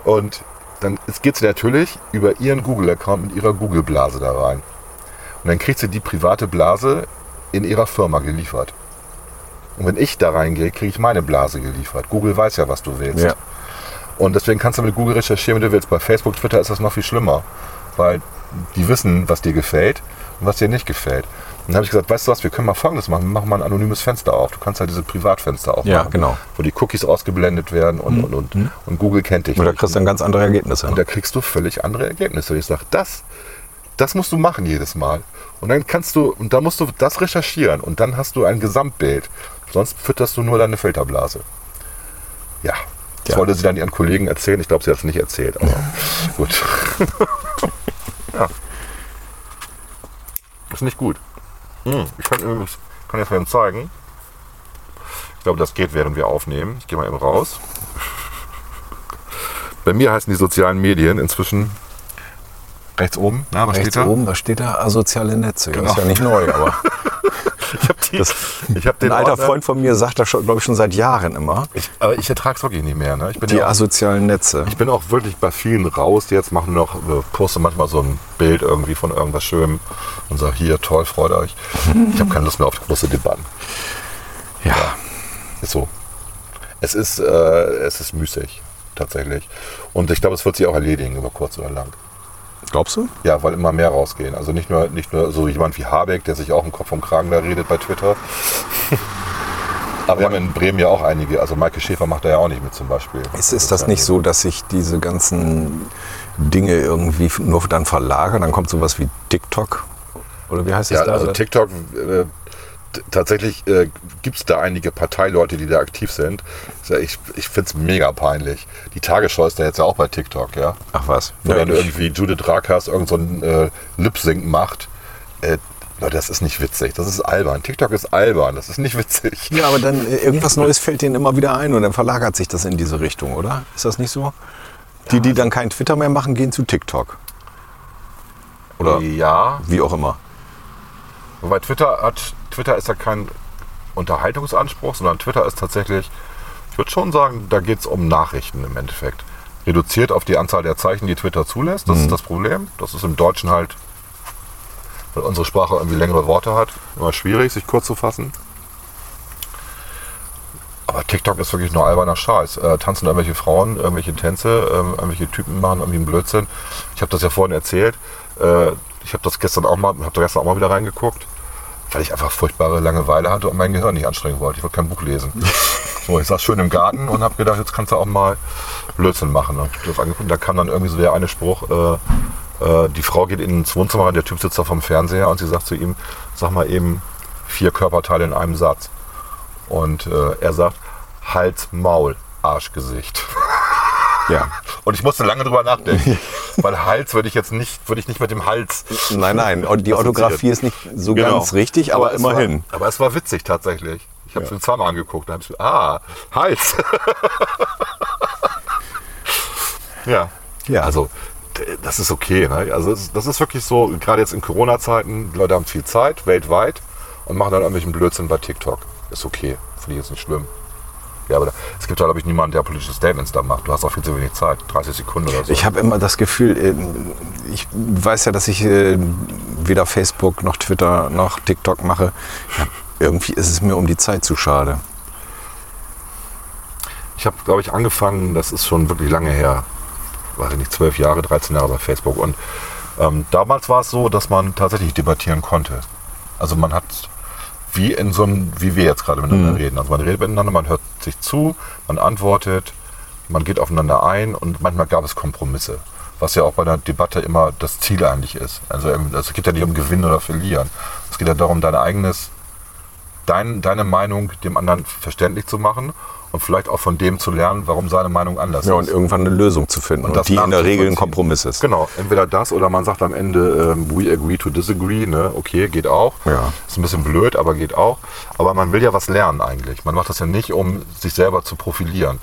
Speaker 3: und dann geht sie natürlich über ihren Google-Account mit ihrer Google-Blase da rein. Und dann kriegt sie die private Blase in ihrer Firma geliefert. Und wenn ich da reingehe, kriege ich meine Blase geliefert. Google weiß ja, was du willst.
Speaker 4: Ja.
Speaker 3: Und deswegen kannst du mit Google recherchieren, wie du willst. Bei Facebook, Twitter ist das noch viel schlimmer, weil die wissen, was dir gefällt und was dir nicht gefällt. Und dann habe ich gesagt, weißt du was, wir können mal Folgendes machen. Wir machen mal ein anonymes Fenster auf. Du kannst halt diese Privatfenster aufmachen,
Speaker 4: Ja, genau.
Speaker 3: wo die Cookies ausgeblendet werden und, und, und, und Google kennt dich.
Speaker 4: Und da kriegst du dann ganz andere Ergebnisse.
Speaker 3: Und da kriegst du völlig andere Ergebnisse. Ich sage, das, das musst du machen jedes Mal. Und dann kannst du, und dann musst du das recherchieren und dann hast du ein Gesamtbild. Sonst fütterst du nur deine Filterblase. Ja. Das
Speaker 4: Ja.
Speaker 3: wollte sie dann ihren Kollegen erzählen. Ich glaube, sie hat es nicht erzählt, aber gut. (laughs) ja. Ist nicht gut. Hm, Ich kann, übrigens- kann jetzt mal eben zeigen. Ich glaube, das geht, während wir aufnehmen. Ich gehe mal eben raus. Bei mir heißen die sozialen Medien inzwischen rechts
Speaker 4: (laughs)
Speaker 3: oben. Na, was
Speaker 4: Rechts
Speaker 3: steht da?
Speaker 4: oben, da steht da asoziale Netze.
Speaker 3: Genau.
Speaker 4: Das ist ja nicht
Speaker 3: (laughs)
Speaker 4: neu, aber
Speaker 3: Ich habe die. ich hab den
Speaker 4: ein alter
Speaker 3: Ordner-
Speaker 4: Freund von mir sagt das, glaube ich, schon seit Jahren immer.
Speaker 3: Ich, aber ich ertrage es wirklich nicht mehr. Ne? Ich bin
Speaker 4: Die
Speaker 3: ja auch-
Speaker 4: asozialen Netze.
Speaker 3: Ich bin auch wirklich bei vielen raus, die jetzt machen noch, äh, poste manchmal so ein Bild irgendwie von irgendwas Schönem und sage, hier, toll, freut euch. Ich habe keine Lust mehr auf große Debatten.
Speaker 4: Ja.
Speaker 3: Ist so. Es ist, äh, es ist müßig, tatsächlich. Und ich glaube, es wird sich auch erledigen über kurz oder lang.
Speaker 4: Glaubst du?
Speaker 3: Ja, weil immer mehr rausgehen. Also nicht nur, nicht nur so jemand wie Habeck, der sich auch im Kopf vom Kragen da redet bei
Speaker 4: (laughs)
Speaker 3: Twitter. Aber wir haben in Bremen ja auch einige. Also Maike Schäfer macht da ja auch nicht mit zum Beispiel.
Speaker 4: Ist, ist das nicht so, dass sich diese ganzen Dinge irgendwie nur dann verlagern? Dann kommt sowas wie TikTok? Oder wie heißt das
Speaker 3: Ja,
Speaker 4: da?
Speaker 3: also TikTok, äh, t- tatsächlich äh, gibt es da einige Parteileute, die da aktiv sind. Ist ja- Ich, ich finde es mega peinlich. Die Tagesschau ist da jetzt ja auch bei TikTok, ja.
Speaker 4: Ach was.
Speaker 3: Wo dann
Speaker 4: ich-
Speaker 3: irgendwie Judith Rakas irgend so ein äh, Lip-Sync macht. Äh, Leute, das ist nicht witzig. Das ist albern. TikTok ist albern. Das ist nicht witzig.
Speaker 4: Ja, aber dann äh, irgendwas Neues fällt denen immer wieder ein und dann verlagert sich das in diese Richtung, oder? Ist das nicht so? Die, die dann kein Twitter mehr machen, gehen zu TikTok. Oder
Speaker 3: Ja,
Speaker 4: wie auch immer.
Speaker 3: wobei Twitter hat, Twitter ist ja kein Unterhaltungsanspruch, sondern Twitter ist tatsächlich, ich würde schon sagen, da geht es um Nachrichten im Endeffekt. Reduziert auf die Anzahl der Zeichen, die Twitter zulässt, das ist das Problem. Das ist im Deutschen halt, weil unsere Sprache irgendwie längere Worte hat, immer schwierig, sich kurz zu fassen. Aber TikTok ist wirklich nur alberner Scheiß. Äh, tanzen irgendwelche Frauen, irgendwelche Tänze, ähm, irgendwelche Typen machen irgendwie einen Blödsinn. Ich habe das ja vorhin erzählt. Äh, ich habe das gestern auch mal, habe da gestern auch mal wieder reingeguckt, weil ich einfach furchtbare Langeweile hatte und mein Gehirn nicht anstrengen wollte. Ich wollte kein Buch lesen. so, ich saß schön im Garten und habe gedacht, jetzt kannst du auch mal Blödsinn machen. Und hab das angeguckt. Da kam dann irgendwie so der eine Spruch. Äh, äh, die Frau geht ins Wohnzimmer, rein, der Typ sitzt da vom Fernseher und sie sagt zu ihm, sag mal eben vier Körperteile in einem Satz. Und äh, er sagt, Hals, Maul, Arschgesicht.
Speaker 4: Ja.
Speaker 3: (laughs) Und ich musste lange drüber nachdenken. weil Hals würde ich jetzt nicht, würde ich nicht mit dem Hals.
Speaker 4: Nein, nein, und die Orthographie ist nicht so
Speaker 3: Genau.
Speaker 4: ganz richtig, aber,
Speaker 3: es
Speaker 4: immerhin.
Speaker 3: War, aber es war witzig tatsächlich. Ich habe es mir zweimal angeguckt. Dann hab ich, so, ah, Hals. (laughs) ja.
Speaker 4: Ja.
Speaker 3: Also, d- das ist okay. Ne? Also, es- das ist wirklich so, gerade jetzt in Corona-Zeiten, die Leute haben viel Zeit weltweit und machen dann irgendwelchen Blödsinn bei TikTok. Ist okay. Finde ich jetzt nicht schlimm. Ja, aber da, es gibt da, glaube ich, niemanden, der politische Statements da macht. Du hast auch viel zu wenig Zeit. 30 Sekunden oder so.
Speaker 4: Ich habe immer das Gefühl, äh, ich weiß ja, dass ich äh, weder Facebook noch Twitter noch TikTok mache. Ja, Irgendwie ist es mir um die Zeit zu schade.
Speaker 3: Ich habe, glaube ich, angefangen, das ist schon wirklich lange her, weiß ich nicht, zwölf Jahre, 13 Jahre bei Facebook. Und ähm, damals war es so, dass man tatsächlich debattieren konnte. Also man hat, wie in so einem, wie wir jetzt gerade
Speaker 4: Mhm.
Speaker 3: miteinander reden. Also man redet miteinander, man hört sich zu, man antwortet, man geht aufeinander ein und manchmal gab es Kompromisse. Was ja auch bei einer Debatte immer das Ziel eigentlich ist. Also ähm, es geht ja nicht um Gewinnen oder Verlieren. Es geht ja darum, dein eigenes dein, deine Meinung dem anderen verständlich zu machen und vielleicht auch von dem zu lernen, warum seine Meinung anders
Speaker 4: Ja, und
Speaker 3: ist.
Speaker 4: irgendwann eine Lösung zu finden und,
Speaker 3: das
Speaker 4: die in der Regel ein
Speaker 3: nachzuvollziehen.
Speaker 4: Kompromiss ist.
Speaker 3: Genau, entweder das oder man sagt am Ende, ähm, we agree to disagree, ne? okay, geht auch.
Speaker 4: Ja.
Speaker 3: Ist ein bisschen blöd, aber geht auch. Aber man will ja was lernen eigentlich. Man macht das ja nicht, um sich selber zu profilieren.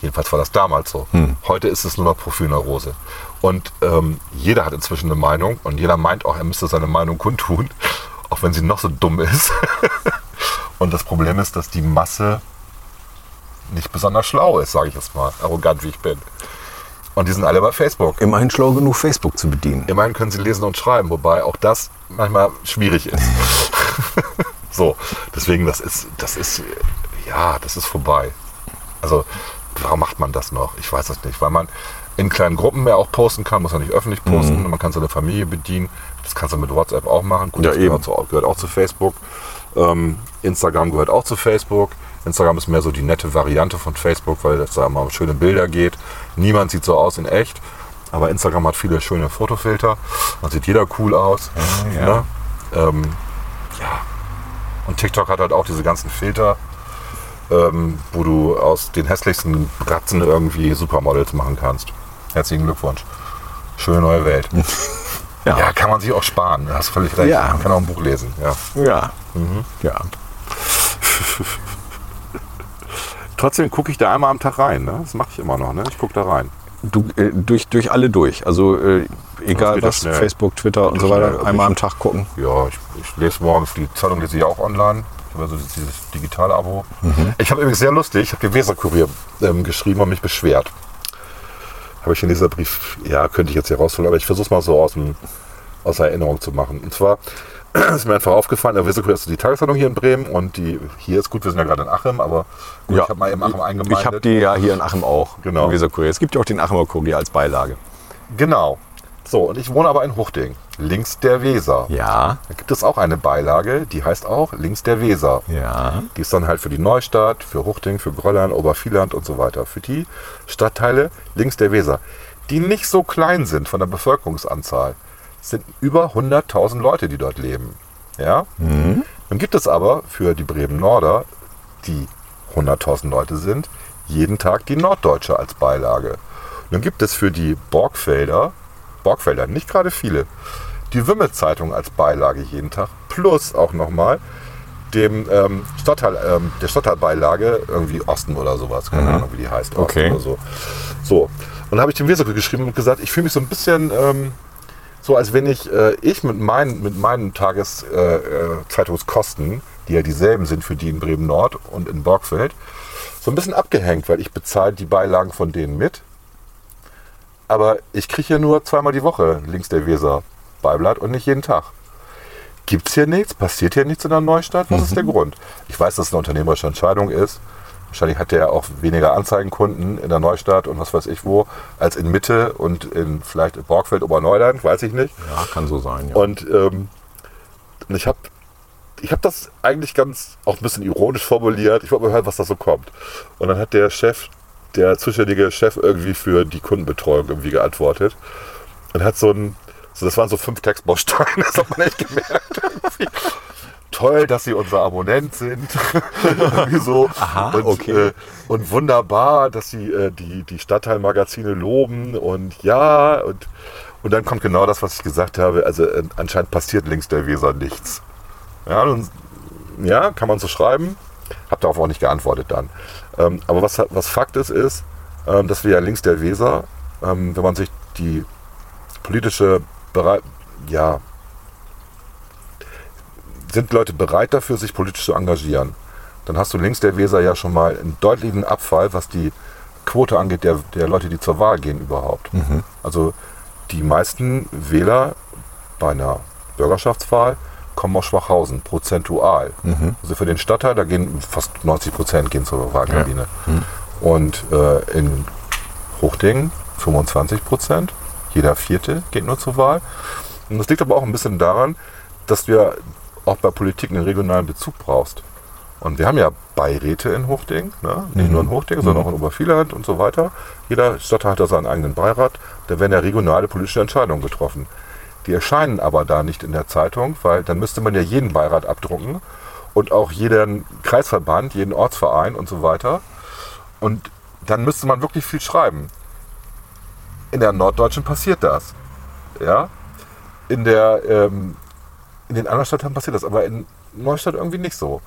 Speaker 3: Jedenfalls war das damals so.
Speaker 4: Hm.
Speaker 3: Heute ist es nur noch Profilneurose. Und ähm, jeder hat inzwischen eine Meinung und jeder meint auch, er müsste seine Meinung kundtun, (laughs) auch wenn sie noch so dumm ist. (laughs) und das Problem ist, dass die Masse nicht besonders schlau ist, sage ich jetzt mal, arrogant wie ich bin. Und die sind alle bei Facebook.
Speaker 4: Immerhin schlau genug, Facebook zu bedienen.
Speaker 3: Immerhin können sie lesen und schreiben, wobei auch das manchmal schwierig ist. (laughs) so, deswegen, das ist, das ist, ja, das ist vorbei. Also, warum macht man das noch? Ich weiß es nicht, weil man in kleinen Gruppen mehr auch posten kann, muss ja nicht öffentlich posten, man kann seine Familie bedienen, das kannst du mit WhatsApp auch machen, Gut,
Speaker 4: Hm. Ja,
Speaker 3: das
Speaker 4: eben.
Speaker 3: Gehört, zu, gehört auch zu Facebook. Ähm, Instagram gehört auch zu Facebook. Instagram ist mehr so die nette Variante von Facebook, weil es da immer um schöne Bilder geht. Niemand sieht so aus in echt, aber Instagram hat viele schöne Fotofilter. Man sieht jeder cool aus.
Speaker 4: Ah, ja.
Speaker 3: Ne? Ähm, ja. Und TikTok hat halt auch diese ganzen Filter, ähm, wo du aus den hässlichsten Bratzen irgendwie Supermodels machen kannst. Herzlichen Glückwunsch. Schöne neue
Speaker 4: (laughs)
Speaker 3: Welt.
Speaker 4: Ja.
Speaker 3: Ja, kann man sich auch sparen. Du hast völlig recht.
Speaker 4: Ja.
Speaker 3: Man kann auch ein Buch lesen. Ja.
Speaker 4: Ja. ja.
Speaker 3: Trotzdem gucke ich da einmal am Tag rein. Ne? Das mache ich immer noch. Ne? Ich gucke da rein.
Speaker 4: Du, äh, durch, durch alle durch. Also äh, egal
Speaker 3: geht ja
Speaker 4: was,
Speaker 3: schnell.
Speaker 4: Facebook, Twitter und
Speaker 3: Geht
Speaker 4: so
Speaker 3: schnell.
Speaker 4: weiter,
Speaker 3: Also
Speaker 4: einmal
Speaker 3: ich-
Speaker 4: am Tag gucken.
Speaker 3: Ja, ich, ich lese morgens die Zeitung, lese ich auch online. Ich habe also dieses digitale Abo. Ich habe übrigens sehr lustig, ich habe den Weserkurier ähm, geschrieben und mich beschwert. Habe ich in dieser Brief, ja, könnte ich jetzt hier rausholen, aber ich versuche es mal so aus, dem, aus der Erinnerung zu machen. Und zwar (clears throat) ist mir einfach aufgefallen, der Weserkurier ist die Tageszeitung hier in Bremen und die hier ist gut, wir sind ja gerade in Achim, aber gut, ich habe mal eben Achim eingemeindet.
Speaker 4: Ich habe die ja hier in Achim auch.
Speaker 3: Genau.
Speaker 4: im Weserkurier. Es gibt ja auch den Achimer Kurier als Beilage.
Speaker 3: Genau. So, und ich wohne aber in Huchting, links der Weser.
Speaker 4: Ja.
Speaker 3: Da gibt es auch eine Beilage, die heißt auch links der Weser.
Speaker 4: Ja.
Speaker 3: Die ist dann halt für die Neustadt, für Huchting, für Gröllern, Obervieland und so weiter. Für die Stadtteile links der Weser, die nicht so klein sind von der Bevölkerungsanzahl, sind über 100.000 Leute, die dort leben. Ja? Nun gibt es aber für die Bremen-Norder, die 100.000 Leute sind, jeden Tag die Norddeutsche als Beilage. Nun gibt es für die Borgfelder, Borgfelder, nicht gerade viele, die Wimme-Zeitung als Beilage jeden Tag, plus auch nochmal dem ähm, Stadtteil, ähm, der Stadtteilbeilage irgendwie Osten oder sowas, keine Ahnung, wie die heißt. Osten
Speaker 4: Okay.
Speaker 3: Oder so. so. Und da habe ich dem Weserkurier geschrieben und gesagt, ich fühle mich so ein bisschen ähm, so, als wenn ich, äh, ich mit meinen, mit meinen Tageszeitungskosten, äh, Zeitungskosten, die ja dieselben sind für die in Bremen-Nord und in Borgfeld, so ein bisschen abgehängt, weil ich bezahle die Beilagen von denen mit. Aber ich kriege hier nur zweimal die Woche links der Weser Beiblatt und nicht jeden Tag. Gibt's hier nichts? Passiert hier nichts in der Neustadt? Was ist der Grund? Ich weiß, dass es eine unternehmerische Entscheidung ist. Wahrscheinlich hat der auch weniger Anzeigenkunden in der Neustadt und was weiß ich wo, als in Mitte und in vielleicht in Borgfeld, Oberneuland, weiß ich nicht.
Speaker 4: Ja, kann so sein. Ja.
Speaker 3: Und ähm, und ich habe ich hab das eigentlich ganz auch ein bisschen ironisch formuliert. Ich wollte mal hören, was da so kommt. Und dann hat der Chef, der zuständige Chef irgendwie für die Kundenbetreuung irgendwie geantwortet. (laughs) Und hat so ein, so das waren so fünf Textbausteine, das hat man echt gemerkt. Irgendwie. toll, dass Sie unser Abonnent
Speaker 4: (laughs)
Speaker 3: sind. Irgendwie so.
Speaker 4: Aha,
Speaker 3: und,
Speaker 4: okay.
Speaker 3: äh, und wunderbar, dass Sie äh, die, die Stadtteilmagazine loben und ja. Und, und dann kommt genau das, was ich gesagt habe. Also äh, anscheinend passiert links der Weser nichts. Ja, nun, ja kann man so schreiben. Hab darauf auch nicht geantwortet dann. Ähm, aber was, was Fakt ist, ist, ähm, dass wir ja links der Weser, ähm, wenn man sich die politische Berei ja, sind Leute bereit dafür, sich politisch zu engagieren, dann hast du links der Weser ja schon mal einen deutlichen Abfall, was die Quote angeht, der, der Leute, die zur Wahl gehen überhaupt. Also die meisten Wähler bei einer Bürgerschaftswahl kommen aus Schwachhausen, prozentual. Also für den Stadtteil, da gehen fast 90 Prozent gehen zur Wahlkabine. Und äh, in Hochdingen 25 Prozent, jeder vierte geht nur zur Wahl. Und das liegt aber auch ein bisschen daran, dass du ja auch bei Politik einen regionalen Bezug brauchst. Und wir haben ja Beiräte in Hochding, ne? nicht nur in Hochding, sondern auch in Obervieland und so weiter. Jeder Stadtteil hat da seinen eigenen Beirat. Da werden ja regionale politische Entscheidungen getroffen. Die erscheinen aber da nicht in der Zeitung, weil dann müsste man ja jeden Beirat abdrucken und auch jeden Kreisverband, jeden Ortsverein und so weiter. Und dann müsste man wirklich viel schreiben. In der Norddeutschen passiert das. Ja? In der ähm, in den anderen Stadtteilen passiert das, aber in Neustadt irgendwie nicht so.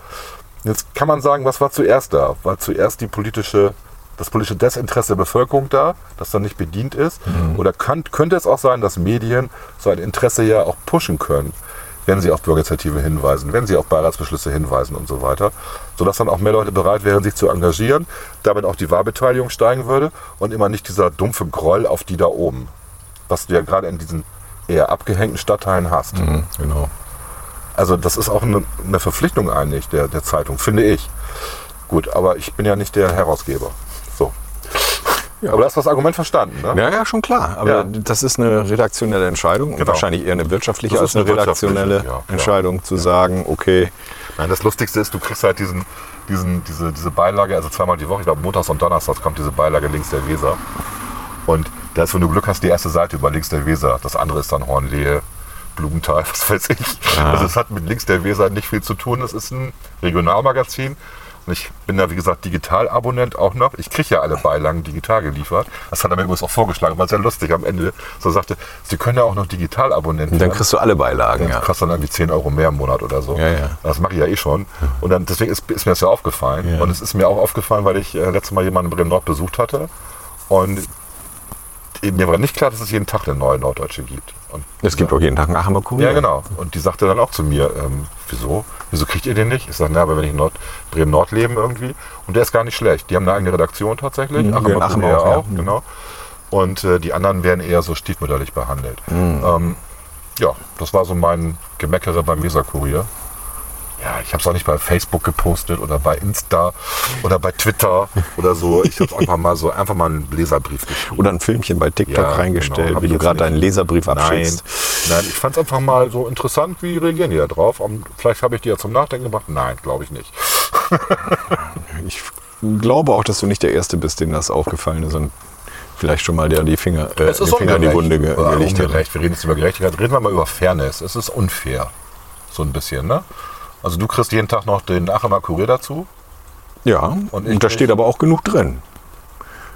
Speaker 3: Jetzt kann man sagen, was war zuerst da? War zuerst die politische, das politische Desinteresse der Bevölkerung da, das dann nicht bedient ist? Oder kann, könnte es auch sein, dass Medien so ein Interesse ja auch pushen können, wenn sie auf Bürgerinitiative hinweisen, wenn sie auf Beiratsbeschlüsse hinweisen und so weiter, sodass dann auch mehr Leute bereit wären, sich zu engagieren, damit auch die Wahlbeteiligung steigen würde und immer nicht dieser dumpfe Groll auf die da oben, was du ja gerade in diesen eher abgehängten Stadtteilen hast.
Speaker 4: Mhm, genau.
Speaker 3: Also das ist auch eine, eine Verpflichtung eigentlich der, der Zeitung, finde ich. Gut, aber ich bin ja nicht der Herausgeber. So. Aber das hast das Argument verstanden, ne?
Speaker 4: Ja, ja, schon klar. Aber
Speaker 3: Ja.
Speaker 4: das ist eine redaktionelle Entscheidung. Und
Speaker 3: Genau.
Speaker 4: wahrscheinlich eher eine wirtschaftliche
Speaker 3: Das
Speaker 4: als
Speaker 3: ist
Speaker 4: eine
Speaker 3: eine wirtschaftliche,
Speaker 4: redaktionelle
Speaker 3: ja, ja.
Speaker 4: Entscheidung, zu sagen, okay,
Speaker 3: Nein, das Lustigste ist, du kriegst halt diesen, diesen, diese, diese Beilage, also zweimal die Woche, ich glaube montags und donnerstags kommt diese Beilage links der Weser. Und da ist, wenn du Glück hast, die erste Seite über links der Weser. Das andere ist dann Hornlehe, Blumenthal, (laughs) was weiß ich. Also es hat mit links der Weser nicht viel zu tun. Es ist ein Regionalmagazin. Und ich bin da, wie gesagt, Digitalabonnent auch noch. Ich kriege ja alle Beilagen digital geliefert. Das hat er mir übrigens auch vorgeschlagen, war sehr lustig am Ende. So sagte, Sie können ja auch noch Digitalabonnent
Speaker 4: dann
Speaker 3: werden.
Speaker 4: kriegst du alle Beilagen.
Speaker 3: Das
Speaker 4: Ja.
Speaker 3: kostet dann irgendwie 10 Euro mehr im Monat oder so.
Speaker 4: Ja, ja.
Speaker 3: Das mache ich ja eh schon. Und dann, deswegen ist, ist mir das ja aufgefallen.
Speaker 4: Ja.
Speaker 3: Und es ist mir auch aufgefallen, weil ich äh, letztes Mal jemanden in Bremen Nord besucht hatte. Und mir war nicht klar, dass es jeden Tag eine neue Norddeutsche gibt. Und
Speaker 4: Es gibt auch jeden Tag einen Aachener Kurier.
Speaker 3: ja, genau. Und die sagte dann auch zu mir, ähm, wieso? Wieso kriegt ihr den nicht? Ich sage, na, aber wenn ich in Nord Bremen Nord leben irgendwie. Und der ist gar nicht schlecht. Die haben eine eigene Redaktion tatsächlich.
Speaker 4: Mhm,
Speaker 3: Aachener
Speaker 4: in Aachen
Speaker 3: Kurier
Speaker 4: auch, ja. Mhm.
Speaker 3: genau. Und äh, die anderen werden eher so stiefmütterlich behandelt.
Speaker 4: Mhm.
Speaker 3: Ähm, ja, das war so mein Gemeckere beim Weserkurier. Ja, ich habe es auch nicht bei Facebook gepostet oder bei Insta oder bei Twitter oder so. Ich habe einfach mal so einfach mal einen Leserbrief geschrieben.
Speaker 4: Oder ein Filmchen bei TikTok
Speaker 3: Ja,
Speaker 4: reingestellt,
Speaker 3: genau. Hab
Speaker 4: wie
Speaker 3: ich
Speaker 4: du
Speaker 3: jetzt
Speaker 4: gerade
Speaker 3: nicht.
Speaker 4: deinen Leserbrief
Speaker 3: Nein,
Speaker 4: abschickst.
Speaker 3: nein, ich fand es einfach mal so interessant, wie reagieren die da drauf. Und vielleicht habe ich die ja zum Nachdenken gebracht. Nein, glaube ich nicht.
Speaker 4: Ich glaube auch, dass du nicht der Erste bist, dem das aufgefallen ist und vielleicht schon mal der die Finger, äh, den Finger in die Wunde ge
Speaker 3: Ja,
Speaker 4: gelegt hat.
Speaker 3: Äh, ungerecht. Wir reden jetzt über Gerechtigkeit. Reden wir mal über Fairness. Es ist unfair. So ein bisschen, ne? Also du kriegst jeden Tag noch den Aachener Kurier dazu.
Speaker 4: Ja,
Speaker 3: Und
Speaker 4: und,
Speaker 3: ich
Speaker 4: da
Speaker 3: nicht.
Speaker 4: steht aber auch genug drin.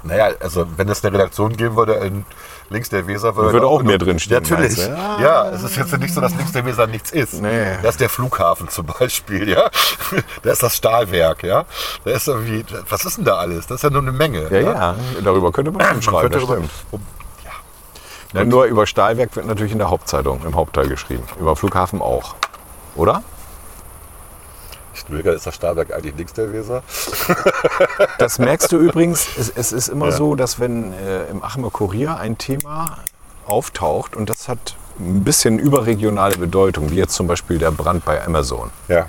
Speaker 3: Naja, also wenn es eine Redaktion geben würde, in links der Weser würde,
Speaker 4: Würde auch mehr drinstehen,
Speaker 3: Natürlich.
Speaker 4: meinst du?
Speaker 3: Ja. es ist jetzt nicht so, dass links der Weser nichts ist.
Speaker 4: Nee.
Speaker 3: Da ist der Flughafen zum Beispiel, ja. (laughs) Da ist das Stahlwerk, ja. Da ist irgendwie, was ist denn da alles? Das ist ja nur eine Menge.
Speaker 4: Ja, ja, darüber könnte (clears throat) man schon schreiben.
Speaker 3: könnte
Speaker 4: das
Speaker 3: darüber-
Speaker 4: stimmt. Und nur über Stahlwerk wird natürlich in der Hauptzeitung, im Hauptteil geschrieben. Über Flughafen auch. Oder?
Speaker 3: Stöger ist das Stahlwerk eigentlich links der Weser.
Speaker 4: Das merkst du übrigens, es, es ist immer so, dass wenn äh, im Aachener Kurier ein Thema auftaucht und das hat ein bisschen überregionale Bedeutung, wie jetzt zum Beispiel der Brand bei Amazon,
Speaker 3: Ja,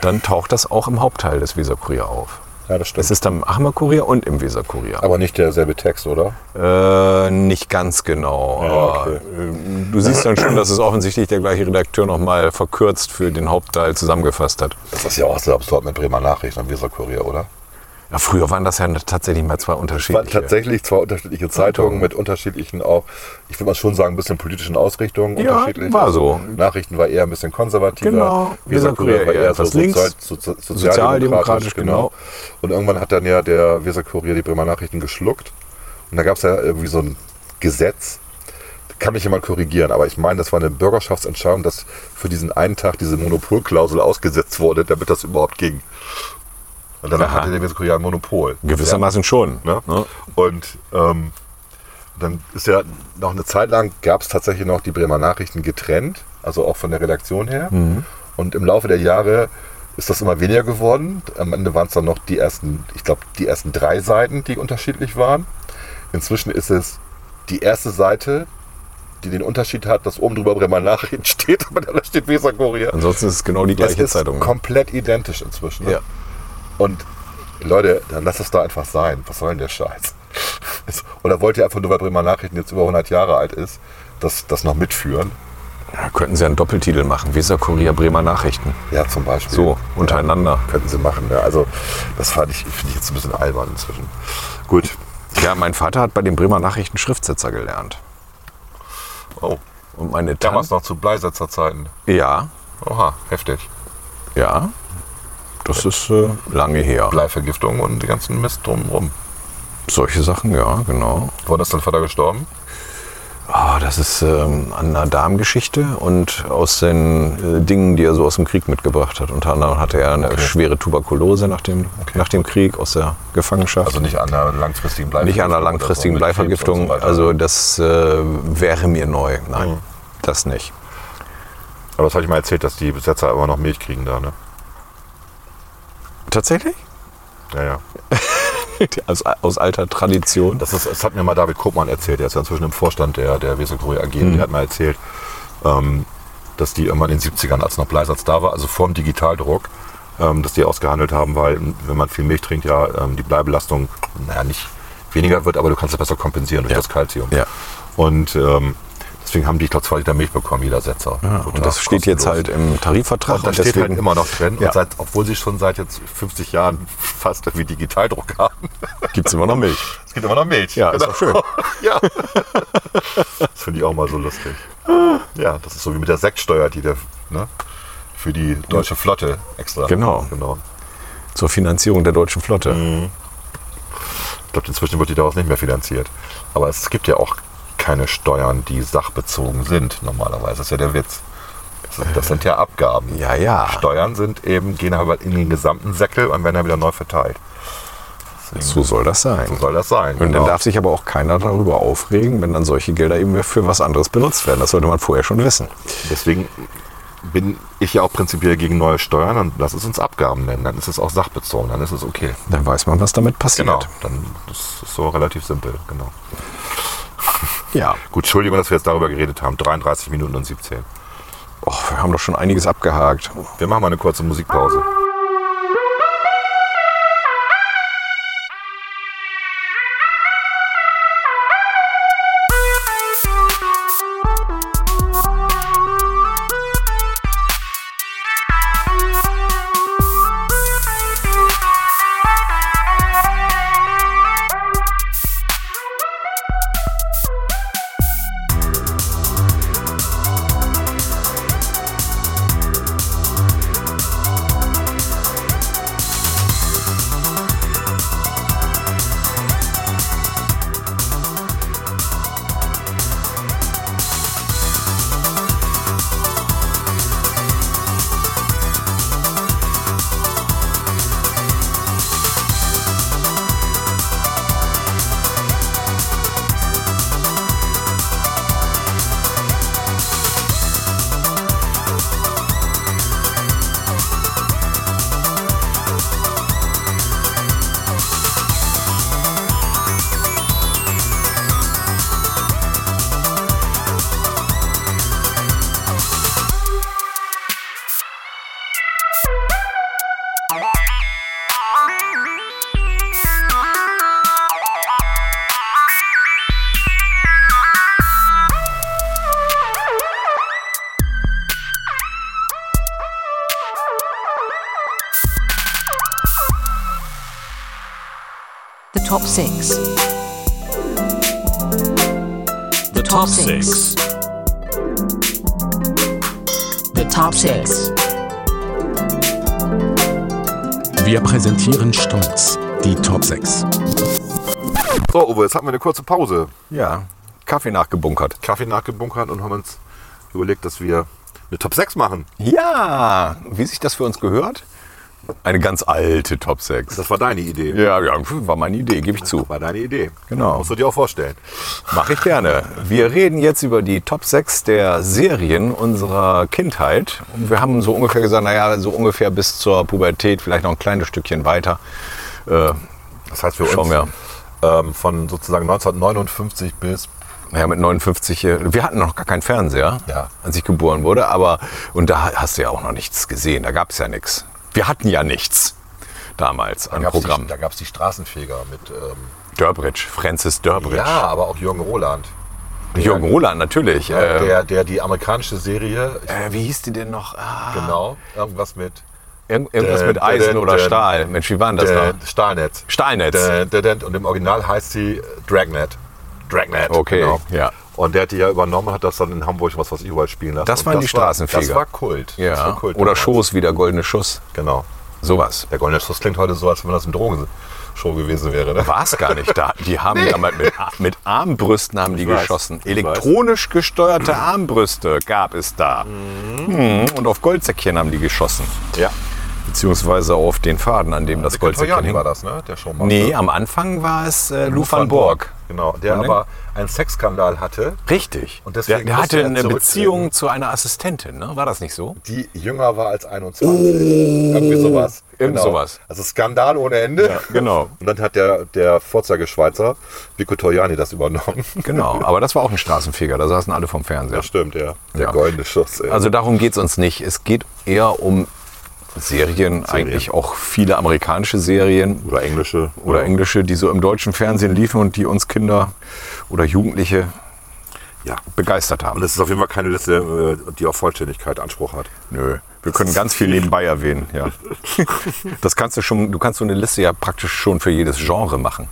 Speaker 4: dann taucht das auch im Hauptteil des Weserkurier auf.
Speaker 3: ja das stimmt.
Speaker 4: Es ist dann im Aachener Kurier und im Weserkurier.
Speaker 3: aber nicht derselbe Text, oder?
Speaker 4: Äh, nicht ganz genau. aber,
Speaker 3: okay.
Speaker 4: ähm, Du siehst dann schon, dass es offensichtlich der gleiche Redakteur nochmal verkürzt für den Hauptteil zusammengefasst hat.
Speaker 3: Das ist ja auch so absurd mit Bremer Nachrichten am Weserkurier, oder?
Speaker 4: Ja, früher waren das ja tatsächlich mal zwei
Speaker 3: Waren
Speaker 4: unterschiedliche.
Speaker 3: tatsächlich zwei unterschiedliche Zeitungen mit unterschiedlichen auch, ich würde mal schon sagen, ein bisschen politischen Ausrichtungen.
Speaker 4: Ja,
Speaker 3: unterschiedlich. Also
Speaker 4: war so.
Speaker 3: Nachrichten war eher ein bisschen konservativer.
Speaker 4: Genau.
Speaker 3: Wie gesagt, Kurier war eher so
Speaker 4: etwas
Speaker 3: sozial,
Speaker 4: links,
Speaker 3: so, so, sozialdemokratisch
Speaker 4: sozialdemokratisch,
Speaker 3: genau.
Speaker 4: genau.
Speaker 3: Und irgendwann hat dann ja der Weser Kurier die Bremer Nachrichten geschluckt. Und da gab es ja irgendwie so ein Gesetz, kann mich jemand korrigieren, aber ich meine, das war eine Bürgerschaftsentscheidung, dass für diesen einen Tag diese Monopolklausel ausgesetzt wurde, damit das überhaupt ging. Und danach
Speaker 4: Aha.
Speaker 3: hatte der Weser Kurier ein Monopol.
Speaker 4: Gewissermaßen schon.
Speaker 3: Ne?
Speaker 4: Ne?
Speaker 3: Und ähm, dann ist ja noch eine Zeit lang gab es tatsächlich noch die Bremer Nachrichten getrennt, also auch von der Redaktion her. Und im Laufe der Jahre ist das immer weniger geworden. Am Ende waren es dann noch die ersten, ich glaube, die ersten drei Seiten, die unterschiedlich waren. Inzwischen ist es die erste Seite, die den Unterschied hat, dass oben drüber Bremer Nachrichten (laughs) steht, aber da steht Weser Kurier.
Speaker 4: Ansonsten ist es genau die
Speaker 3: Das
Speaker 4: gleiche
Speaker 3: ist
Speaker 4: Zeitung.
Speaker 3: komplett identisch inzwischen. ne?
Speaker 4: Ja.
Speaker 3: Und Leute, dann lasst es da einfach sein. Was soll denn der Scheiß? (laughs) Es- Oder wollt ihr einfach nur, weil Bremer Nachrichten jetzt über 100 Jahre alt ist, das, das noch mitführen?
Speaker 4: ja, könnten Sie einen Doppeltitel machen. Weser Kurier Bremer Nachrichten.
Speaker 3: Ja, zum Beispiel.
Speaker 4: So, untereinander.
Speaker 3: Könnten sie machen. Ja. Also, das fand ich, finde ich jetzt ein bisschen albern inzwischen. Gut.
Speaker 4: Ja, mein Vater hat bei den Bremer Nachrichten Schriftsetzer gelernt.
Speaker 3: Oh.
Speaker 4: Und meine
Speaker 3: Damals
Speaker 4: Tante.
Speaker 3: noch zu Bleisetzerzeiten.
Speaker 4: Ja,
Speaker 3: Oha, heftig.
Speaker 4: ja. Das ist äh, lange her.
Speaker 3: Bleivergiftung und den ganzen Mist drumherum.
Speaker 4: Solche Sachen, ja, genau.
Speaker 3: Wann ist dein Vater gestorben?
Speaker 4: Ah, das ist ähm, an einer Darmgeschichte und aus den äh, Dingen, die er so aus dem Krieg mitgebracht hat. Unter anderem hatte er eine schwere Tuberkulose nach dem, nach dem Krieg, aus der Gefangenschaft.
Speaker 3: Also nicht an einer langfristigen Bleivergiftung.
Speaker 4: nicht an einer
Speaker 3: oder so,
Speaker 4: langfristigen
Speaker 3: mit Krebs und so
Speaker 4: Bleivergiftung.
Speaker 3: weiter. Mhm.
Speaker 4: also das äh, wäre mir neu. Nein, das nicht.
Speaker 3: Aber das hatte ich mal erzählt, dass die Besetzer immer noch Milch kriegen da, ne?
Speaker 4: Tatsächlich?
Speaker 3: (laughs) Ja, ja.
Speaker 4: Aus, aus alter Tradition.
Speaker 3: Das, ist, das hat mir mal David Kopmann erzählt, der ist ja inzwischen im Vorstand der, der Weserkurier AG.
Speaker 4: Mhm.
Speaker 3: Der hat mal erzählt, ähm, dass die irgendwann in den 70ern, als noch Bleisatz da war, also vor dem Digitaldruck, ähm, dass die ausgehandelt haben, weil m, wenn man viel Milch trinkt, ja ähm, die Bleibelastung, naja, nicht weniger wird, aber du kannst es besser kompensieren durch
Speaker 4: Ja.
Speaker 3: das Kalzium.
Speaker 4: Ja.
Speaker 3: Und ähm, deswegen haben die, ich glaube, zwei Liter Milch bekommen, jeder Setzer. pro
Speaker 4: Ah, und
Speaker 3: Tag,
Speaker 4: das steht jetzt
Speaker 3: Genau. kostenlos.
Speaker 4: halt im Tarifvertrag.
Speaker 3: Und das steht halt immer noch drin,
Speaker 4: Ja.
Speaker 3: und seit, obwohl sie schon seit jetzt 50 Jahren (laughs) fast wie Digitaldruck haben.
Speaker 4: gibt es immer noch Milch.
Speaker 3: (laughs) Es gibt immer noch Milch. Genau.
Speaker 4: Ja, ist doch schön.
Speaker 3: (laughs) ja. Das finde ich auch mal so lustig. Ja, das ist so wie mit der Sektsteuer, die der ne, für die deutsche Flotte extra.
Speaker 4: Genau.
Speaker 3: genau.
Speaker 4: Zur Finanzierung der deutschen Flotte.
Speaker 3: Mhm. Ich glaube, inzwischen wird die daraus nicht mehr finanziert. Aber es gibt ja auch keine Steuern, die sachbezogen sind normalerweise. Das ist ja der Witz. Das sind, das sind ja Abgaben.
Speaker 4: Ja, ja.
Speaker 3: Steuern sind eben, gehen aber in den gesamten Säckel und werden dann wieder neu verteilt.
Speaker 4: So soll das sein.
Speaker 3: So soll das sein.
Speaker 4: Und
Speaker 3: genau.
Speaker 4: dann darf sich aber auch keiner darüber aufregen, wenn dann solche Gelder eben für was anderes benutzt werden. Das sollte man vorher schon wissen.
Speaker 3: Deswegen bin ich ja auch prinzipiell gegen neue Steuern und lass es uns Abgaben nennen. Dann ist es auch sachbezogen, dann ist es okay.
Speaker 4: Dann weiß man, was damit passiert.
Speaker 3: Genau, dann das ist so relativ simpel. Genau.
Speaker 4: Ja.
Speaker 3: Gut, Entschuldigung, dass wir jetzt darüber geredet haben. 33 Minuten und 17.
Speaker 4: Och, wir haben doch schon einiges abgehakt.
Speaker 3: Wir machen mal eine kurze Musikpause.
Speaker 5: Thank The top six.
Speaker 6: The top six.
Speaker 5: The top six.
Speaker 2: Wir präsentieren stolz die Top 6.
Speaker 3: So, Uwe, jetzt hatten wir eine kurze Pause.
Speaker 4: Ja, Kaffee nachgebunkert.
Speaker 3: Kaffee nachgebunkert und haben uns überlegt, dass wir eine Top 6 machen.
Speaker 4: Ja, wie sich das für uns gehört? Eine ganz alte Top 6.
Speaker 3: Das war deine Idee.
Speaker 4: Ja, ja, war meine Idee, gebe ich zu.
Speaker 3: War deine Idee.
Speaker 4: Genau.
Speaker 3: Musst du dir auch vorstellen.
Speaker 4: Mache ich gerne. Wir reden jetzt über die Top 6 der Serien unserer Kindheit. Und wir haben so ungefähr gesagt, naja, so ungefähr bis zur Pubertät, vielleicht noch ein kleines Stückchen weiter. Äh,
Speaker 3: Das heißt für
Speaker 4: Schauen
Speaker 3: uns ähm, von sozusagen 1959 bis
Speaker 4: naja, mit 59, äh, wir hatten noch gar keinen Fernseher,
Speaker 3: Ja.
Speaker 4: als ich geboren wurde. Aber, und da hast du ja auch noch nichts gesehen, da gab es ja nichts. Wir hatten ja nichts damals an
Speaker 3: gab's
Speaker 4: Programm.
Speaker 3: Die, da gab es die Straßenfeger mit ähm,
Speaker 4: Dörbridge, Francis Dörbridge.
Speaker 3: ja, aber auch Jürgen Roland.
Speaker 4: Jürgen Roland, natürlich.
Speaker 3: Ja,
Speaker 4: äh,
Speaker 3: der, der die amerikanische Serie,
Speaker 4: äh, wie hieß die denn noch? Ah,
Speaker 3: genau, irgendwas mit
Speaker 4: Irgend, irgendwas
Speaker 3: Dä,
Speaker 4: mit
Speaker 3: dä,
Speaker 4: Eisen
Speaker 3: dä,
Speaker 4: oder
Speaker 3: dä.
Speaker 4: Stahl. Mensch, wie war denn das
Speaker 3: äh,
Speaker 4: da?
Speaker 3: Stahlnetz.
Speaker 4: Stahlnetz.
Speaker 3: Dä, dä, dä, Und im Original heißt sie Dragnet. Dragnet. genau.
Speaker 4: Okay, ja.
Speaker 3: Und der hat die ja übernommen, hat das dann in Hamburg, was weiß ich, überall spielen lassen.
Speaker 4: Das
Speaker 3: Und
Speaker 4: waren die Straßenfeger.
Speaker 3: Das war Kult. Das war
Speaker 4: Ja.
Speaker 3: Kult
Speaker 4: Oder
Speaker 3: damals.
Speaker 4: Schoß wie der goldene Schuss.
Speaker 3: Genau.
Speaker 4: Sowas.
Speaker 3: Der Goldene Schuss klingt heute so, als wenn das eine Drogenshow gewesen wäre. Ne?
Speaker 4: War es gar nicht da. Die haben damals mit, mit Armbrüsten haben die
Speaker 3: weiß,
Speaker 4: geschossen.
Speaker 3: ich
Speaker 4: Elektronisch gesteuerte Armbrüste gab es da.
Speaker 3: Mhm.
Speaker 4: Hm, Und auf Goldsäckchen haben die geschossen.
Speaker 3: Ja.
Speaker 4: Beziehungsweise auf den Faden, an dem das Goldsäckchen
Speaker 3: Toyani
Speaker 4: hing.
Speaker 3: Also war das, ne? Der Showmaster.
Speaker 4: Nee, am Anfang war es äh, Lou van Borg.
Speaker 3: Genau, der
Speaker 4: Oder?
Speaker 3: aber einen Sexskandal hatte,
Speaker 4: Richtig.
Speaker 3: Und deswegen
Speaker 4: der, der
Speaker 3: musste
Speaker 4: hatte
Speaker 3: er
Speaker 4: eine
Speaker 3: zurücktreten.
Speaker 4: Beziehung zu einer Assistentin, ne? War das nicht so?
Speaker 3: die jünger war als 21. Irgendwie sowas.
Speaker 4: Irgend Oh. sowas.
Speaker 3: Also Skandal ohne Ende.
Speaker 4: Ja, genau.
Speaker 3: (laughs) Und dann hat der, der Vorzeigeschweizer Vico Toyani das
Speaker 4: (laughs)
Speaker 3: übernommen.
Speaker 4: Genau, aber das war auch ein Straßenfeger, da saßen alle vom Fernseher.
Speaker 3: Das stimmt, ja. Der
Speaker 4: Ja.
Speaker 3: goldene Schuss. Ey.
Speaker 4: Also darum geht es uns nicht. Es geht eher um Serien, eigentlich auch viele amerikanische Serien
Speaker 3: oder englische.
Speaker 4: oder englische, die so im deutschen Fernsehen liefen und die uns Kinder oder Jugendliche
Speaker 3: Ja.
Speaker 4: begeistert
Speaker 3: Und
Speaker 4: haben.
Speaker 3: das ist auf jeden Fall keine Liste, äh, die auf Vollständigkeit Anspruch hat.
Speaker 4: Nö, wir können ganz
Speaker 3: (laughs)
Speaker 4: viel nebenbei erwähnen. Ja. Das kannst du schon, du kannst so eine Liste ja praktisch schon für jedes Genre machen.